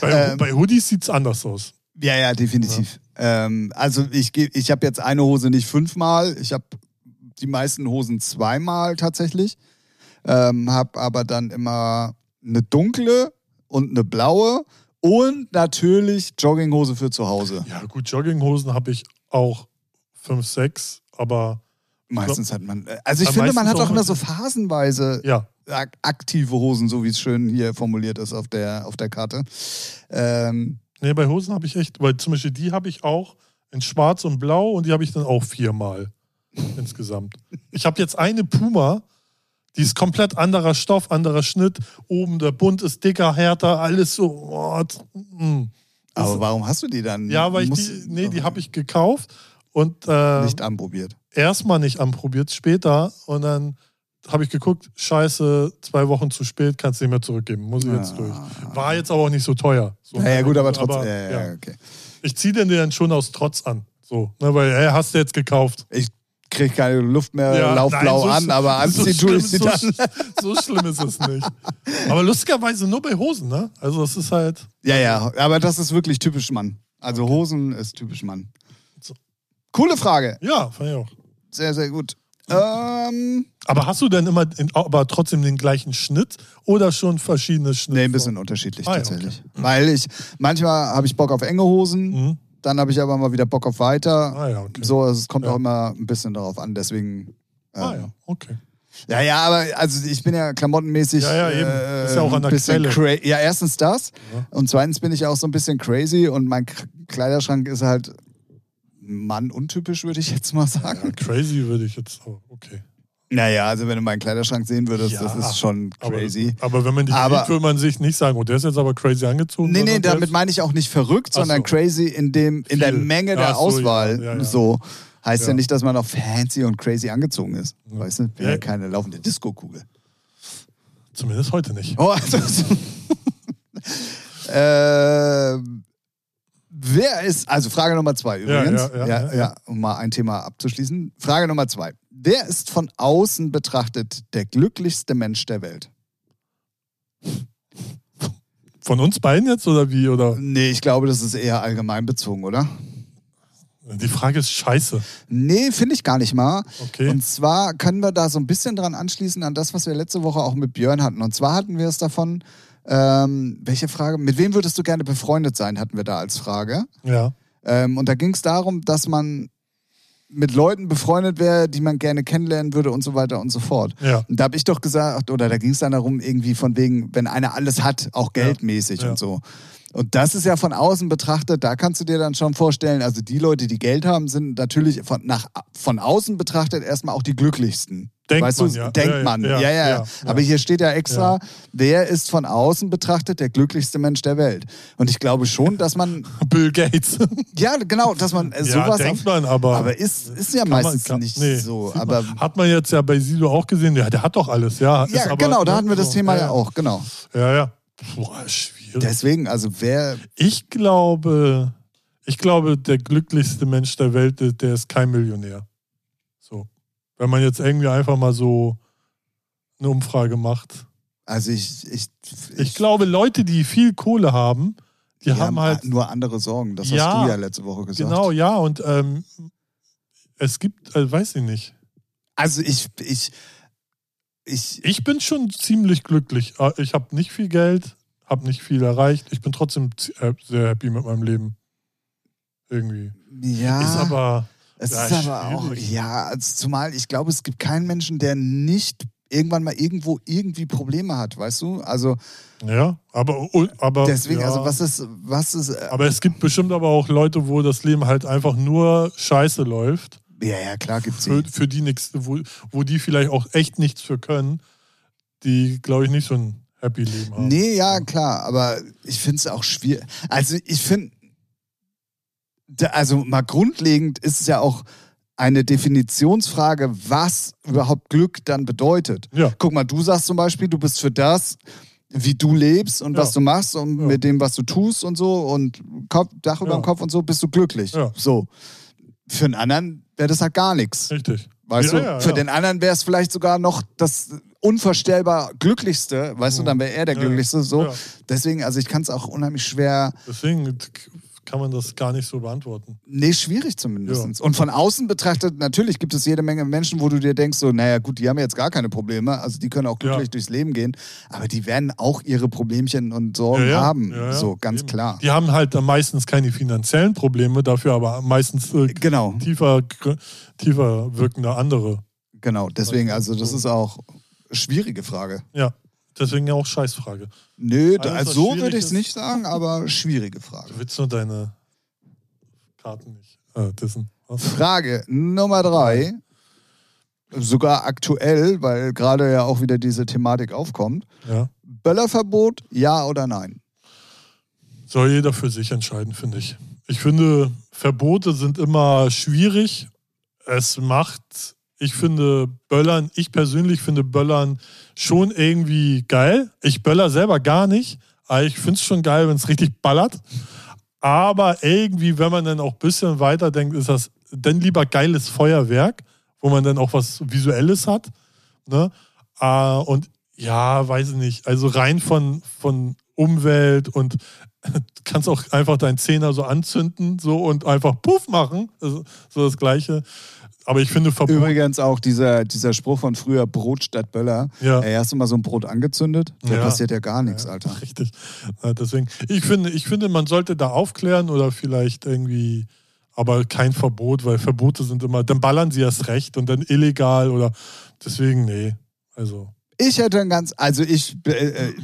Speaker 1: bei,
Speaker 2: Ähm.
Speaker 1: bei Hoodies sieht es anders aus.
Speaker 2: ja, definitiv. Ähm, also ich, geh- ich habe jetzt eine Hose nicht fünfmal, ich habe die meisten Hosen zweimal tatsächlich, ähm, habe aber dann immer eine dunkle und eine blaue und natürlich Jogginghose für zu Hause.
Speaker 1: Ja, gut, Jogginghosen habe ich auch 5, 6, aber
Speaker 2: Meistens hat man, also ich
Speaker 1: Aber
Speaker 2: finde, man hat
Speaker 1: meistens
Speaker 2: auch
Speaker 1: auch
Speaker 2: immer
Speaker 1: mit-
Speaker 2: so phasenweise
Speaker 1: ja,
Speaker 2: ak aktive Hosen, so wie es schön hier formuliert ist auf der, auf der Karte. Ähm,
Speaker 1: nee, bei Hosen habe ich echt, weil zum Beispiel die habe ich auch in schwarz und blau und die habe ich dann auch
Speaker 2: [LAUGHS]
Speaker 1: viermal insgesamt. Ich habe jetzt eine Puma, die ist komplett anderer Stoff, anderer Schnitt, oben der Bund ist dicker, härter, alles so, oh, mm,
Speaker 2: Aber warum hast du die dann?
Speaker 1: Ja, weil ich
Speaker 2: Muss- oh,
Speaker 1: die, nee, die habe ich gekauft und äh,
Speaker 2: nicht anprobiert.
Speaker 1: erstmal nicht anprobiert, später. Und dann habe ich geguckt, scheiße, zwei Wochen zu spät, kannst nicht mehr zurückgeben, muss ich jetzt
Speaker 2: Ah.
Speaker 1: durch. War jetzt aber auch nicht so teuer. So, ne?
Speaker 2: Ja, ja, gut, aber trotzdem. ja,
Speaker 1: ja.
Speaker 2: ja, ja, okay.
Speaker 1: Ich ziehe den dann schon aus Trotz an. So, ne, weil, hey, hast du jetzt gekauft.
Speaker 2: Krieg keine Luft mehr,
Speaker 1: Ja,
Speaker 2: Äh, lauf
Speaker 1: nein, [LAUGHS]
Speaker 2: blau
Speaker 1: so
Speaker 2: an,
Speaker 1: sch-
Speaker 2: aber anziehen tue ich sie
Speaker 1: so,
Speaker 2: dann.
Speaker 1: sch- so schlimm ist es nicht. Aber lustigerweise nur bei Hosen, ne? Also das ist halt.
Speaker 2: Ja, ja, aber das ist wirklich typisch Mann. Also Hosen ist typisch Mann.
Speaker 1: So.
Speaker 2: Coole Frage.
Speaker 1: Ja, fand ich auch.
Speaker 2: Sehr, sehr gut. Ähm,
Speaker 1: Aber hast du denn immer in, aber trotzdem den gleichen Schnitt oder schon verschiedene Schnitte?
Speaker 2: nee, ein bisschen unterschiedlich
Speaker 1: Ah, ja,
Speaker 2: tatsächlich. Weil ich, manchmal habe ich Bock auf enge Hosen,
Speaker 1: Mhm.
Speaker 2: dann habe ich aber mal wieder Bock auf weiter.
Speaker 1: Ah ja, okay.
Speaker 2: So, also es kommt
Speaker 1: Ja.
Speaker 2: auch immer ein bisschen darauf an, deswegen. ähm,
Speaker 1: Ah ja, okay.
Speaker 2: Ja, ja, aber also ich bin ja klamottenmäßig.
Speaker 1: Ja, ja, eben.
Speaker 2: äh,
Speaker 1: Ist ja auch an der
Speaker 2: bisschen
Speaker 1: Quelle.
Speaker 2: cra- Ja, erstens das.
Speaker 1: Ja.
Speaker 2: Und zweitens bin ich auch so ein bisschen crazy und mein K Kleiderschrank ist halt Mann untypisch, würde ich jetzt mal
Speaker 1: Ja,
Speaker 2: sagen.
Speaker 1: crazy würde ich jetzt. Oh, okay.
Speaker 2: Naja, also wenn du meinen Kleiderschrank sehen würdest,
Speaker 1: Ja,
Speaker 2: das ist schon
Speaker 1: Aber,
Speaker 2: crazy.
Speaker 1: aber wenn man dich
Speaker 2: Aber-
Speaker 1: sieht, würde man sich nicht sagen, oh, der ist jetzt aber crazy angezogen.
Speaker 2: Nee, nee,
Speaker 1: sondern der
Speaker 2: damit
Speaker 1: ist-
Speaker 2: meine ich auch nicht verrückt,
Speaker 1: Ach
Speaker 2: sondern
Speaker 1: so.
Speaker 2: crazy in, dem, in der
Speaker 1: Viel.
Speaker 2: Menge
Speaker 1: Ach
Speaker 2: der
Speaker 1: so,
Speaker 2: Auswahl.
Speaker 1: ja, ja, ja.
Speaker 2: So heißt ja.
Speaker 1: Ja.
Speaker 2: nicht, dass man auch fancy und crazy angezogen ist. Weißt du, wäre ja.
Speaker 1: Ja.
Speaker 2: keine laufende Disco-Kugel.
Speaker 1: Zumindest heute nicht.
Speaker 2: Oh, also, so. ähm, wer ist, also Frage Nummer zwei
Speaker 1: Ja,
Speaker 2: übrigens,
Speaker 1: ja, ja, ja.
Speaker 2: um mal ein Thema abzuschließen. Frage Nummer zwei. Wer ist von außen betrachtet der glücklichste Mensch der Welt?
Speaker 1: Von uns beiden jetzt oder wie? Oder?
Speaker 2: Nee, ich glaube, das ist eher allgemein bezogen, oder?
Speaker 1: Die Frage ist scheiße.
Speaker 2: Nee, finde ich gar nicht mal.
Speaker 1: Okay.
Speaker 2: Und zwar können wir da so ein bisschen dran anschließen an das, was wir letzte Woche auch mit Björn hatten. Und zwar hatten wir es davon, ähm, welche Frage, mit wem würdest du gerne befreundet sein, hatten wir da als Frage.
Speaker 1: ja.
Speaker 2: Ähm, und da ging es darum, dass man mit Leuten befreundet wäre, die man gerne kennenlernen würde und so weiter und so fort.
Speaker 1: Ja. [LAUGHS]
Speaker 2: Und da habe ich doch gesagt, oder da ging es dann darum, irgendwie von wegen, wenn einer alles hat, auch geldmäßig
Speaker 1: ja.
Speaker 2: und so. Und das ist ja von außen betrachtet, da kannst du dir dann schon vorstellen, also die Leute, die Geld haben, sind natürlich von, nach, von außen betrachtet erstmal auch die glücklichsten.
Speaker 1: Denkt
Speaker 2: weißt
Speaker 1: man,
Speaker 2: du,
Speaker 1: ja.
Speaker 2: denkt
Speaker 1: Ja, ja,
Speaker 2: man. Ja
Speaker 1: ja,
Speaker 2: ja,
Speaker 1: ja,
Speaker 2: Aber
Speaker 1: ja.
Speaker 2: hier steht ja extra, wer ist von außen betrachtet der glücklichste Mensch der Welt? Und ich glaube schon, dass man
Speaker 1: Bill Gates.
Speaker 2: ja, genau, dass man äh,
Speaker 1: ja,
Speaker 2: sowas.
Speaker 1: denkt
Speaker 2: auf,
Speaker 1: man, aber.
Speaker 2: aber ist, ist ja
Speaker 1: kann man-
Speaker 2: meistens
Speaker 1: kann-
Speaker 2: nicht
Speaker 1: nee,
Speaker 2: so.
Speaker 1: sieht man. [LAUGHS]
Speaker 2: Aber
Speaker 1: hat man jetzt ja bei Silo auch gesehen, ja, der hat doch alles, ja. ist
Speaker 2: ja,
Speaker 1: aber, ne,
Speaker 2: genau, da hatten wir das
Speaker 1: so,
Speaker 2: Thema ja auch, genau.
Speaker 1: Ja, ja. Boah, schwierig.
Speaker 2: Deswegen, also wer.
Speaker 1: Ich glaube, ich glaube, der glücklichste Mensch der Welt, der- der ist kein Millionär. So. Wenn man jetzt irgendwie einfach mal so eine Umfrage macht.
Speaker 2: Also ich. Ich,
Speaker 1: Ich glaube, Leute, die viel Kohle haben, die,
Speaker 2: die
Speaker 1: haben halt.
Speaker 2: nur andere Sorgen. Das hast
Speaker 1: Ja,
Speaker 2: du ja letzte Woche gesagt.
Speaker 1: Genau, ja, und ähm, es gibt, äh, weiß ich nicht.
Speaker 2: Also ich. ich ich,
Speaker 1: Ich bin schon ziemlich glücklich. Äh, Ich habe nicht viel Geld, habe nicht viel erreicht. Ich bin trotzdem zi- äh, sehr happy mit meinem Leben. Irgendwie.
Speaker 2: ja,
Speaker 1: Ist aber.
Speaker 2: es
Speaker 1: ja,
Speaker 2: ist aber auch,
Speaker 1: schwierig.
Speaker 2: ja, also zumal ich glaube, es gibt keinen Menschen, der nicht irgendwann mal irgendwo irgendwie Probleme hat, weißt du? Also
Speaker 1: Ja, aber. aber
Speaker 2: deswegen,
Speaker 1: ja.
Speaker 2: also was ist, was ist, äh,
Speaker 1: Aber es gibt bestimmt aber auch Leute, wo das Leben halt einfach nur scheiße läuft,
Speaker 2: ja, ja, klar gibt's die.
Speaker 1: für, für die nichts, wo, wo die vielleicht auch echt nichts für können, die, glaube ich, nicht so ein happy Leben haben.
Speaker 2: Nee, ja, klar, aber ich finde es auch schwierig. Also ich finde, also mal grundlegend ist es ja auch eine Definitionsfrage, was überhaupt Glück dann bedeutet.
Speaker 1: Ja.
Speaker 2: Guck mal, du sagst zum Beispiel, du bist für das, wie du lebst und
Speaker 1: Ja.
Speaker 2: was du machst und
Speaker 1: Ja.
Speaker 2: mit dem, was du tust und so und Kopf, Dach über
Speaker 1: Ja.
Speaker 2: dem Kopf und so, bist du glücklich.
Speaker 1: Ja.
Speaker 2: So. Für einen anderen wäre das halt gar nichts.
Speaker 1: Richtig.
Speaker 2: Weißt
Speaker 1: Ja,
Speaker 2: du,
Speaker 1: ja,
Speaker 2: für
Speaker 1: ja.
Speaker 2: den anderen wäre es vielleicht sogar noch das unvorstellbar glücklichste, weißt du, dann wäre er der
Speaker 1: Mhm. Ja,
Speaker 2: glücklichste. So.
Speaker 1: ja.
Speaker 2: Deswegen, also ich kann es auch unheimlich schwer,
Speaker 1: Deswegen kann man das gar nicht so beantworten.
Speaker 2: nee, schwierig zumindest. Und von außen betrachtet, natürlich gibt es jede Menge Menschen, wo du dir denkst, so, naja, gut, die haben jetzt gar keine Probleme, also die können auch glücklich
Speaker 1: Ja.
Speaker 2: durchs Leben gehen, aber die werden auch ihre Problemchen und Sorgen
Speaker 1: Ja, ja,
Speaker 2: haben.
Speaker 1: ja, ja,
Speaker 2: so, ganz
Speaker 1: eben.
Speaker 2: klar.
Speaker 1: Die haben halt dann meistens keine finanziellen Probleme, dafür aber meistens äh,
Speaker 2: Genau,
Speaker 1: tiefer, gr- tiefer wirkende andere.
Speaker 2: genau. Deswegen, also das
Speaker 1: So.
Speaker 2: ist auch schwierige Frage.
Speaker 1: Ja, deswegen ja auch Scheißfrage.
Speaker 2: Nö,
Speaker 1: Alles,
Speaker 2: also
Speaker 1: was
Speaker 2: so
Speaker 1: schwierig
Speaker 2: würde ich es
Speaker 1: ist.
Speaker 2: nicht sagen, aber schwierige Frage.
Speaker 1: Du willst nur deine Karten nicht äh, dissen. Was?
Speaker 2: Frage Nummer drei, sogar aktuell, weil gerade ja auch wieder diese Thematik aufkommt.
Speaker 1: Ja.
Speaker 2: Böllerverbot, ja oder nein?
Speaker 1: Soll jeder für sich entscheiden, finde ich. Ich finde, Verbote sind immer schwierig. Es macht, ich finde Böllern, ich persönlich finde Böllern schon irgendwie geil. Ich böller selber gar nicht. Aber ich finde es schon geil, wenn es richtig ballert. Aber irgendwie, wenn man dann auch ein bisschen weiterdenkt, ist das dann lieber geiles Feuerwerk, wo man dann auch was Visuelles hat. Ne? Äh, und ja, weiß ich nicht. Also rein von, von Umwelt und [LAUGHS] kannst auch einfach deinen Zehner so anzünden so und einfach puff machen. Also, So das Gleiche. Aber ich finde Verbot.
Speaker 2: Übrigens auch dieser, dieser Spruch von früher, Brot statt Böller.
Speaker 1: Ja.
Speaker 2: Ey, hast du mal so ein Brot angezündet? Da
Speaker 1: Ja.
Speaker 2: passiert ja gar nichts, Alter.
Speaker 1: Richtig. Äh, Deswegen, ich finde, ich finde, man sollte da aufklären oder vielleicht irgendwie, aber kein Verbot, weil Verbote sind immer, dann ballern sie erst recht und dann illegal oder deswegen, nee. Also,
Speaker 2: Ich hätte ein ganz, also ich, äh, äh,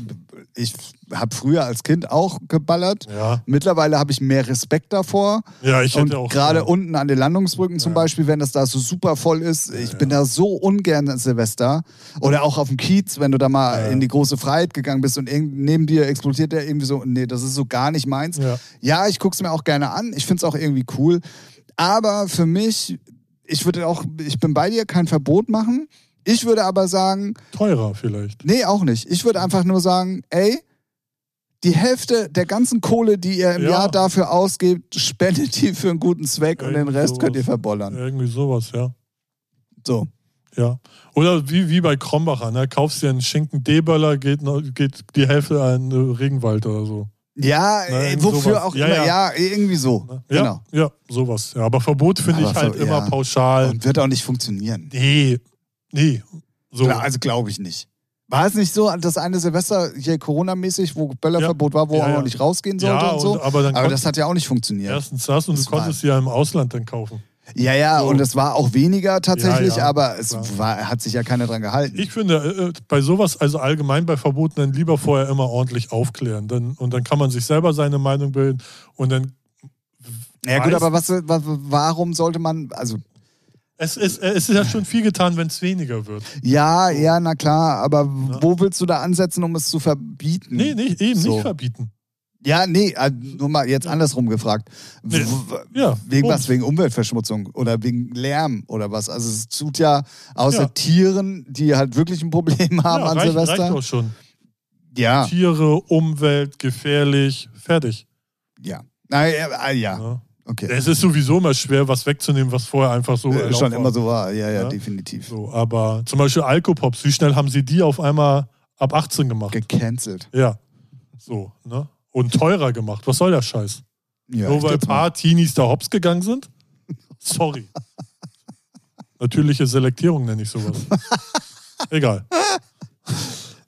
Speaker 2: ich habe früher als Kind auch geballert.
Speaker 1: ja.
Speaker 2: Mittlerweile habe ich mehr Respekt davor.
Speaker 1: Ja, ich
Speaker 2: Und
Speaker 1: hätte auch.
Speaker 2: gerade unten an den Landungsbrücken zum
Speaker 1: Ja.
Speaker 2: Beispiel, wenn das da so super voll ist, ich bin da so ungern an Silvester. Oder auch auf dem Kiez, wenn du da mal
Speaker 1: Ja.
Speaker 2: in die große Freiheit gegangen bist und irgend, neben dir explodiert der irgendwie so, nee, das ist so gar nicht meins.
Speaker 1: Ja.
Speaker 2: Ja, ich guck's mir auch gerne an. Ich find's auch irgendwie cool. Aber für mich, ich würde auch, ich bin bei dir, kein Verbot machen. Ich würde aber sagen,
Speaker 1: teurer vielleicht.
Speaker 2: nee, auch nicht. Ich würde einfach nur sagen, ey, die Hälfte der ganzen Kohle, die ihr im
Speaker 1: Ja.
Speaker 2: Jahr dafür ausgebt, spendet die für einen guten Zweck und den
Speaker 1: Irgendwie
Speaker 2: Rest könnt
Speaker 1: sowas.
Speaker 2: ihr verbollern.
Speaker 1: Irgendwie sowas, ja.
Speaker 2: So.
Speaker 1: Ja. Oder wie, wie bei Krombacher, ne? Kaufst dir einen Schinken D-Böller, geht, noch- geht die Hälfte an äh, Regenwald oder so.
Speaker 2: Ja,
Speaker 1: Na,
Speaker 2: ey,
Speaker 1: irgend
Speaker 2: wofür
Speaker 1: sowas.
Speaker 2: auch
Speaker 1: Ja,
Speaker 2: immer.
Speaker 1: ja.
Speaker 2: Ja. irgendwie so.
Speaker 1: Ne? Ja,
Speaker 2: Genau.
Speaker 1: ja, sowas. Ja, aber Verbot finde
Speaker 2: Aber
Speaker 1: ich halt
Speaker 2: Ver-
Speaker 1: immer
Speaker 2: ja.
Speaker 1: pauschal.
Speaker 2: Und wird auch nicht funktionieren.
Speaker 1: nee, nee. So.
Speaker 2: Klar, also glaube ich nicht. War es nicht so, das eine Silvester hier Corona-mäßig, wo Böllerverbot war, wo
Speaker 1: Ja,
Speaker 2: man
Speaker 1: ja.
Speaker 2: auch nicht rausgehen sollte
Speaker 1: ja,
Speaker 2: und so?
Speaker 1: und, aber dann
Speaker 2: aber
Speaker 1: konntest
Speaker 2: das hat ja auch nicht
Speaker 1: du
Speaker 2: funktioniert.
Speaker 1: erstens das und du
Speaker 2: Das war-
Speaker 1: konntest sie ja im Ausland dann kaufen.
Speaker 2: Ja, ja,
Speaker 1: So.
Speaker 2: und es war auch weniger tatsächlich,
Speaker 1: Ja, ja,
Speaker 2: aber es
Speaker 1: klar.
Speaker 2: war, hat sich ja keiner dran gehalten.
Speaker 1: Ich finde, äh, äh, bei sowas, also allgemein bei Verboten, dann lieber vorher immer ordentlich aufklären. Dann, und dann kann man sich selber seine Meinung bilden und dann
Speaker 2: ja gut,
Speaker 1: weiß-
Speaker 2: aber was, was, warum sollte man, also
Speaker 1: Es ist, äh, es ist ja schon viel getan, wenn es weniger wird.
Speaker 2: Hm. ja, ja, na klar, aber wo willst du da ansetzen, um es zu verbieten?
Speaker 1: Nee, nicht, eben
Speaker 2: So.
Speaker 1: nicht verbieten.
Speaker 2: Ja, nee, äh, nur mal jetzt andersrum gefragt. W-
Speaker 1: Nee,
Speaker 2: w-
Speaker 1: ja,
Speaker 2: wegen
Speaker 1: Bums.
Speaker 2: was? Wegen Umweltverschmutzung oder wegen Lärm oder was? Also es tut ja außer
Speaker 1: Ja.
Speaker 2: Tieren, die halt wirklich ein Problem haben
Speaker 1: ja,
Speaker 2: an
Speaker 1: reicht, reicht
Speaker 2: Silvester. Ah.
Speaker 1: auch schon.
Speaker 2: ja,
Speaker 1: Tiere, Umwelt, gefährlich, fertig.
Speaker 2: ja. Na, ja, ah, ja,
Speaker 1: Ja.
Speaker 2: okay.
Speaker 1: Es ist sowieso immer schwer, was wegzunehmen, was vorher einfach so
Speaker 2: Äh,
Speaker 1: erlaubt
Speaker 2: Schon
Speaker 1: war.
Speaker 2: immer so war, ja, ja,
Speaker 1: Ja.
Speaker 2: definitiv.
Speaker 1: So, aber zum Beispiel Alkopops, wie schnell haben sie die auf einmal ab 18 gemacht?
Speaker 2: Gecancelt.
Speaker 1: ja. So, ne? Und teurer gemacht. Was soll der Scheiß?
Speaker 2: Ja,
Speaker 1: Nur
Speaker 2: ich
Speaker 1: weil ein
Speaker 2: glaub's mal.
Speaker 1: paar Teenies da hops gegangen sind?
Speaker 2: [LAUGHS]
Speaker 1: Sorry. Natürliche Selektierung nenne ich sowas. Egal.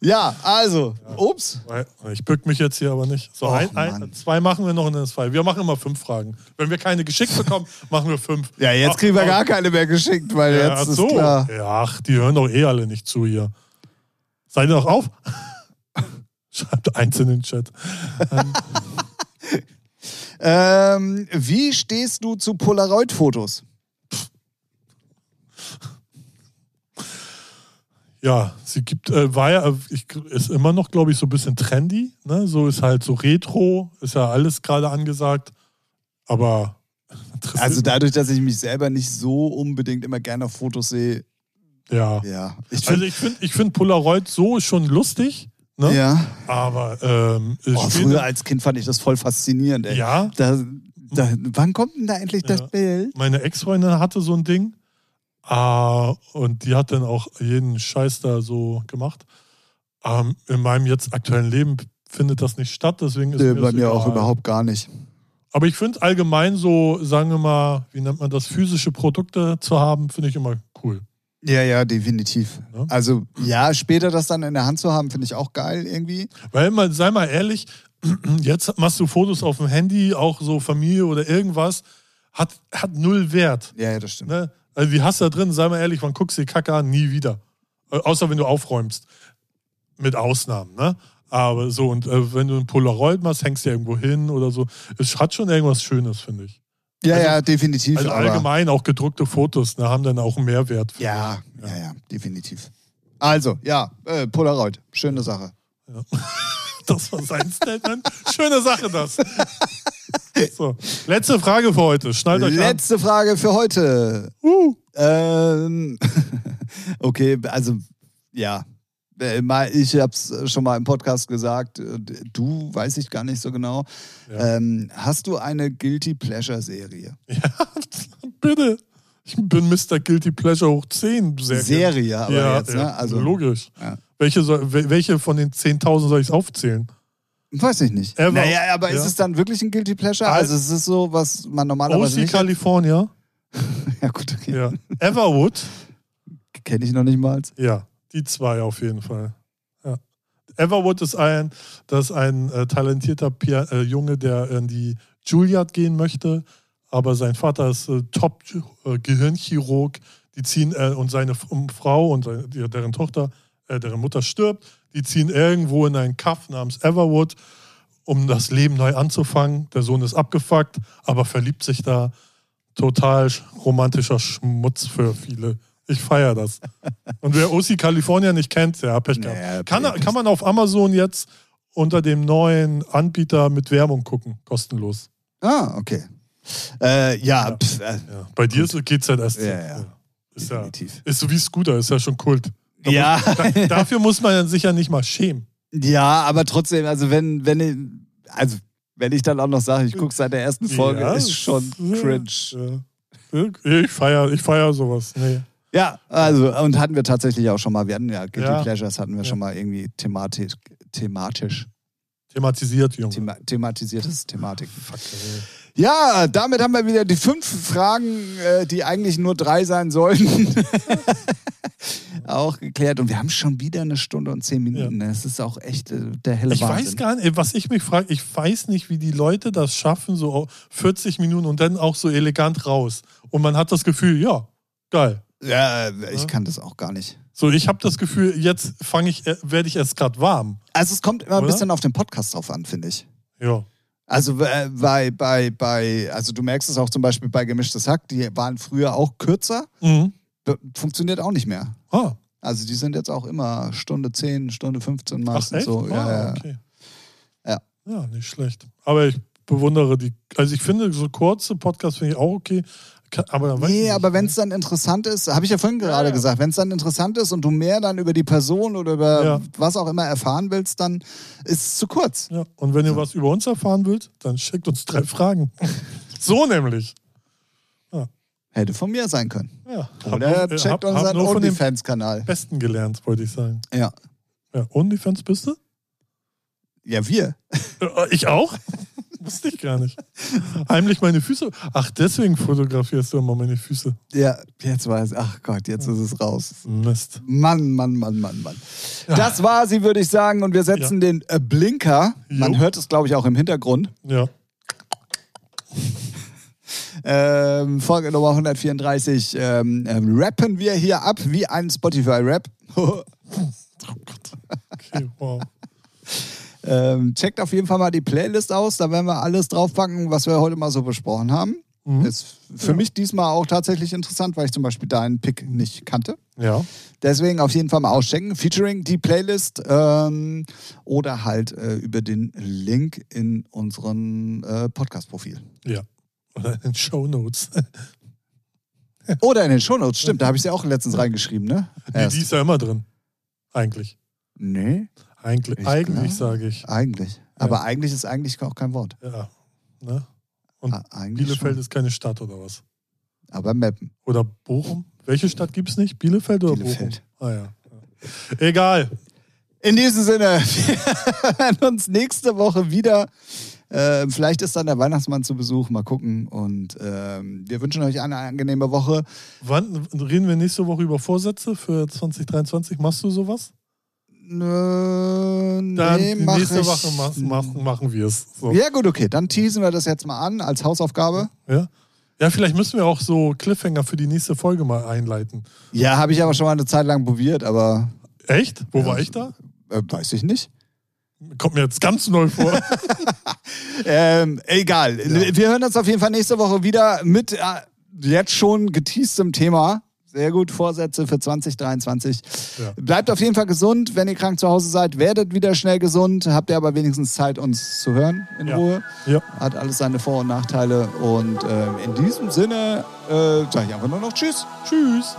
Speaker 2: ja also, ups.
Speaker 1: Ich bück mich jetzt hier aber nicht. So,
Speaker 2: Och,
Speaker 1: ein, ein,
Speaker 2: Mann.
Speaker 1: zwei machen wir noch und dann ist frei. Wir machen immer fünf Fragen. Wenn wir keine geschickt
Speaker 2: [LAUGHS]
Speaker 1: bekommen, machen wir fünf.
Speaker 2: Ja, jetzt
Speaker 1: Ach,
Speaker 2: kriegen wir
Speaker 1: ach,
Speaker 2: gar keine mehr geschickt, weil
Speaker 1: Oh, ja,
Speaker 2: jetzt
Speaker 1: ach
Speaker 2: ist
Speaker 1: so.
Speaker 2: klar.
Speaker 1: Ja, Ach, die hören doch eh alle nicht zu hier. Seid ihr noch
Speaker 2: [LAUGHS]
Speaker 1: auf? Schreibt eins in den Chat.
Speaker 2: Ähm, wie stehst du zu Polaroid-Fotos?
Speaker 1: Ja, sie gibt, äh, war ja, äh, ich, ist immer noch, glaube ich, so ein bisschen trendy. Ne? So ist halt so Retro, ist ja alles gerade angesagt. Aber interessiert
Speaker 2: Also
Speaker 1: mich-
Speaker 2: dadurch, dass ich mich selber nicht so unbedingt immer gerne auf Fotos sehe,
Speaker 1: ja.
Speaker 2: ja. Ich find,
Speaker 1: Also ich finde ich find Polaroid so schon lustig. Ne?
Speaker 2: ja.
Speaker 1: Aber ähm, es
Speaker 2: Oh,
Speaker 1: spielt-
Speaker 2: früher als Kind fand ich das voll faszinierend, ey.
Speaker 1: ja,
Speaker 2: Da, da, wann kommt denn da endlich
Speaker 1: Ja.
Speaker 2: das Bild?
Speaker 1: meine Ex-Freundin hatte so ein Ding. Ah, und die hat dann auch jeden Scheiß da so gemacht. Ähm, in meinem jetzt aktuellen Leben findet das nicht statt, deswegen ist
Speaker 2: Nö,
Speaker 1: mir
Speaker 2: bei
Speaker 1: das
Speaker 2: mir auch
Speaker 1: egal.
Speaker 2: überhaupt gar nicht.
Speaker 1: Aber ich finde allgemein so, sagen wir mal, wie nennt man das, physische Produkte zu haben, finde ich immer cool.
Speaker 2: Ja, ja, definitiv.
Speaker 1: Ja.
Speaker 2: Also, ja, später das dann in der Hand zu haben, finde ich auch geil irgendwie.
Speaker 1: Weil mal, sei mal ehrlich, [CLEARS THROAT] jetzt machst du Fotos auf dem Handy, auch so Familie oder irgendwas, hat, hat null Wert.
Speaker 2: Ja, ja, das stimmt.
Speaker 1: Ne? Also die hast du da drin, sei mal ehrlich, wann guckst du die Kacke an? Nie wieder. Äh, außer wenn du aufräumst. Mit Ausnahmen, ne? Aber so, und äh, wenn du ein Polaroid machst, hängst du irgendwo hin oder so. Es hat schon irgendwas Schönes, finde ich.
Speaker 2: Ja,
Speaker 1: Also-
Speaker 2: ja, definitiv.
Speaker 1: Also
Speaker 2: aber,
Speaker 1: allgemein auch gedruckte Fotos, ne, haben dann auch einen Mehrwert. [LAUGHS]
Speaker 2: ja, ja, ja, definitiv. Also, ja, äh, Polaroid, schöne Sache.
Speaker 1: Das war sein Statement. Schöne Sache, [LAUGHS] das. So. Letzte Frage für heute. Schnallt euch an.
Speaker 2: Letzte Frage für heute.
Speaker 1: Uh.
Speaker 2: Ähm, [LAUGHS] okay, also ja. Äh, mal- Ich habe es schon mal im Podcast gesagt, äh, du weiß ich gar nicht so genau.
Speaker 1: Ja.
Speaker 2: Ähm, hast du eine Guilty Pleasure Serie?
Speaker 1: [LAUGHS] Ja, bitte. Ich bin Mr. Guilty Pleasure hoch 10. Sehr
Speaker 2: Serie, aber
Speaker 1: ja,
Speaker 2: jetzt,
Speaker 1: ja,
Speaker 2: ne? Also,
Speaker 1: logisch.
Speaker 2: Ja.
Speaker 1: Welche, soll, wel- welche von den 10.000 soll ich aufzählen?
Speaker 2: weiß ich nicht.
Speaker 1: Ever.
Speaker 2: Naja, aber
Speaker 1: Ja.
Speaker 2: ist es dann wirklich ein Guilty Pleasure?
Speaker 1: Also-
Speaker 2: Also, es ist so, was man normalerweise
Speaker 1: OC
Speaker 2: nicht.
Speaker 1: California.
Speaker 2: [LAUGHS] Ja, gut, okay.
Speaker 1: Ja. Everwood.
Speaker 2: Kenne ich noch nicht mal.
Speaker 1: Ja, die zwei auf jeden Fall. Ja. Everwood ist ein, das ist ein äh, talentierter Pia äh, Junge, der in die Juilliard gehen möchte, aber sein Vater ist äh, Top-Gehirnchirurg. Die ziehen äh, und seine F- um, Frau und äh, die- deren Tochter, äh, deren Mutter stirbt. Die ziehen irgendwo in einen Kaff namens Everwood, um das Leben neu anzufangen. Der Sohn ist abgefuckt, aber verliebt sich da. Total sch- romantischer Schmutz für viele. Ich feiere das. Und wer OC California nicht kennt, der hat Pech gehabt.
Speaker 2: Naja,
Speaker 1: Kann,
Speaker 2: Pech.
Speaker 1: kann man auf Amazon jetzt unter dem neuen Anbieter mit Werbung gucken, kostenlos.
Speaker 2: Ah, okay. Äh, ja,
Speaker 1: Ja.
Speaker 2: Pf, äh,
Speaker 1: Ja. Bei dir geht es halt erst.
Speaker 2: Ja, ja.
Speaker 1: Ist ja
Speaker 2: definitiv.
Speaker 1: ist so wie Scooter, ist ja schon Kult. Da
Speaker 2: Ja.
Speaker 1: Muss, da, dafür muss man dann sich ja nicht mal schämen.
Speaker 2: Ja, aber trotzdem, also wenn, wenn, ich- also wenn ich dann auch noch sage, ich gucke seit der ersten Folge,
Speaker 1: Ja,
Speaker 2: ist schon
Speaker 1: ja,
Speaker 2: cringe.
Speaker 1: Ja. Ich feiere ich feier sowas. Nee.
Speaker 2: Ja, also, und hatten wir tatsächlich auch schon mal, wir hatten ja Guilty
Speaker 1: Ja.
Speaker 2: Pleasures, hatten wir
Speaker 1: Ja.
Speaker 2: schon mal irgendwie thematisch, thematisch,
Speaker 1: Thematisiert, Junge.
Speaker 2: thema, thematisiertes Thematik.
Speaker 1: Fuck, ey.
Speaker 2: Ja, damit haben wir wieder die fünf Fragen, äh, die eigentlich nur drei sein sollten, [LAUGHS] auch geklärt. Und wir haben schon wieder eine Stunde und zehn Minuten. Es ist auch echt äh, der helle
Speaker 1: Ich
Speaker 2: Wahnsinn.
Speaker 1: weiß gar nicht, was ich mich frage, ich weiß nicht, wie die Leute das schaffen, so 40 Minuten und dann auch so elegant raus. Und man hat das Gefühl, ja, geil.
Speaker 2: Ja,
Speaker 1: Ja.
Speaker 2: ich kann das auch gar nicht.
Speaker 1: So, ich habe das Gefühl, jetzt fange ich, äh, werde ich erst gerade warm.
Speaker 2: Also es kommt immer
Speaker 1: Oder?
Speaker 2: ein bisschen auf den Podcast drauf an, finde ich.
Speaker 1: Ja.
Speaker 2: Also äh, bei, bei, bei, also du merkst es auch zum Beispiel bei gemischtes Hack, die waren früher auch kürzer,
Speaker 1: Mhm.
Speaker 2: b- funktioniert auch nicht mehr.
Speaker 1: Ah,
Speaker 2: Also die sind jetzt auch immer Stunde 10, Stunde 15
Speaker 1: ach,
Speaker 2: meistens
Speaker 1: echt?
Speaker 2: so.
Speaker 1: ah,
Speaker 2: Ja, ja.
Speaker 1: okay.
Speaker 2: Ja.
Speaker 1: Ja, nicht schlecht. Aber ich bewundere die, also ich finde, so kurze Podcasts finde ich auch okay. Ka- Aber dann weiß ich
Speaker 2: Nee,
Speaker 1: nicht,
Speaker 2: aber wenn
Speaker 1: ne?
Speaker 2: es dann interessant ist, habe ich ja vorhin gerade
Speaker 1: ja.
Speaker 2: gesagt, wenn es dann interessant ist und du mehr dann über die Person oder über
Speaker 1: Ja.
Speaker 2: was auch immer erfahren willst, dann ist es zu kurz.
Speaker 1: Ja, und wenn ihr was über uns erfahren wollt, dann schickt uns drei
Speaker 2: [LAUGHS]
Speaker 1: Fragen. so nämlich.
Speaker 2: Hätte von mir sein können.
Speaker 1: Ja.
Speaker 2: Oder
Speaker 1: Hab nur- äh,
Speaker 2: checkt
Speaker 1: hab- hab
Speaker 2: unseren
Speaker 1: nur von dem
Speaker 2: OnlyFans-Kanal.
Speaker 1: Besten gelernt, wollte ich sagen.
Speaker 2: Ja.
Speaker 1: Ja, OnlyFans bist du?
Speaker 2: Ja, wir.
Speaker 1: Äh, Ich auch? [LAUGHS] Wusste ich gar nicht. Heimlich meine Füße. Ach, deswegen fotografierst du immer meine Füße.
Speaker 2: Ja, jetzt war es. Ach Gott, jetzt ist es raus.
Speaker 1: Mist.
Speaker 2: Mann, Mann, Mann, Mann, Mann. Das war sie, würde ich sagen. Und wir setzen den äh, Blinker. Man
Speaker 1: Jo.
Speaker 2: hört es, glaube ich, auch im Hintergrund.
Speaker 1: Ja.
Speaker 2: Ähm, Folge Nummer 134 ähm, ähm, rappen wir hier ab wie ein Spotify-Rap. [LAUGHS]
Speaker 1: Oh Gott. Okay, wow.
Speaker 2: ähm, checkt auf jeden Fall mal die Playlist aus. Da werden wir alles draufpacken, was wir heute mal so besprochen haben. Ist
Speaker 1: Mhm.
Speaker 2: für
Speaker 1: Ja.
Speaker 2: mich diesmal auch tatsächlich interessant, weil ich zum Beispiel deinen Pick nicht kannte.
Speaker 1: Ja.
Speaker 2: Deswegen auf jeden Fall mal auschecken. Featuring die Playlist ähm, oder halt äh, über den Link in unserem äh, Podcast-Profil.
Speaker 1: Ja. Oder in den Shownotes.
Speaker 2: Oder in den Shownotes, stimmt, da habe ich sie auch letztens reingeschrieben, ne?
Speaker 1: Die, die
Speaker 2: Erst.
Speaker 1: ist ja immer drin. Eigentlich.
Speaker 2: Nee,
Speaker 1: Eigentlich,
Speaker 2: Ich
Speaker 1: eigentlich
Speaker 2: glaube-
Speaker 1: sage ich.
Speaker 2: eigentlich. Aber eigentlich ist eigentlich auch kein Wort.
Speaker 1: Ja. Ne? Und
Speaker 2: Ah, eigentlich
Speaker 1: Bielefeld ist keine Stadt oder was?
Speaker 2: Schon. Aber Mappen.
Speaker 1: Oder Bochum? Welche Stadt gibt es nicht? Bielefeld oder
Speaker 2: Bielefeld.
Speaker 1: Bochum? Ah ja. ja. Egal.
Speaker 2: In diesem Sinne, [LAUGHS] wir hören uns nächste Woche wieder. Ähm, vielleicht ist dann der Weihnachtsmann zu Besuch. Mal gucken. Und ähm, wir wünschen euch eine angenehme Woche.
Speaker 1: Wann reden wir nächste Woche über Vorsätze für 2023? Machst du sowas?
Speaker 2: Nö,
Speaker 1: Dann
Speaker 2: nee,
Speaker 1: die
Speaker 2: mach
Speaker 1: nächste
Speaker 2: ich
Speaker 1: Woche mach, mach, machen wir es. So. Ja.
Speaker 2: Ja, gut, okay. Dann teasen wir das jetzt mal an als Hausaufgabe.
Speaker 1: Ja? vielleicht müssen wir auch so Cliffhanger für die nächste Folge mal einleiten.
Speaker 2: Ja, habe ich aber schon mal eine Zeit lang probiert, aber
Speaker 1: Echt? Wo
Speaker 2: Ja.
Speaker 1: war ich da?
Speaker 2: äh, weiß ich nicht.
Speaker 1: Kommt mir jetzt ganz neu
Speaker 2: [LAUGHS]
Speaker 1: vor.
Speaker 2: Ähm, egal. Wir hören uns auf jeden Fall nächste Woche wieder mit äh, jetzt schon geteastem Thema. Sehr gut, Vorsätze für 2023.
Speaker 1: Ja.
Speaker 2: Bleibt auf jeden Fall gesund, wenn ihr krank zu Hause seid. Werdet wieder schnell gesund. Habt ihr aber wenigstens Zeit, uns zu hören in
Speaker 1: Ja.
Speaker 2: Ruhe.
Speaker 1: Ja.
Speaker 2: Hat alles seine Vor- und Nachteile. Und ähm, in diesem Sinne äh, sage ich einfach nur noch Tschüss.
Speaker 1: Tschüss.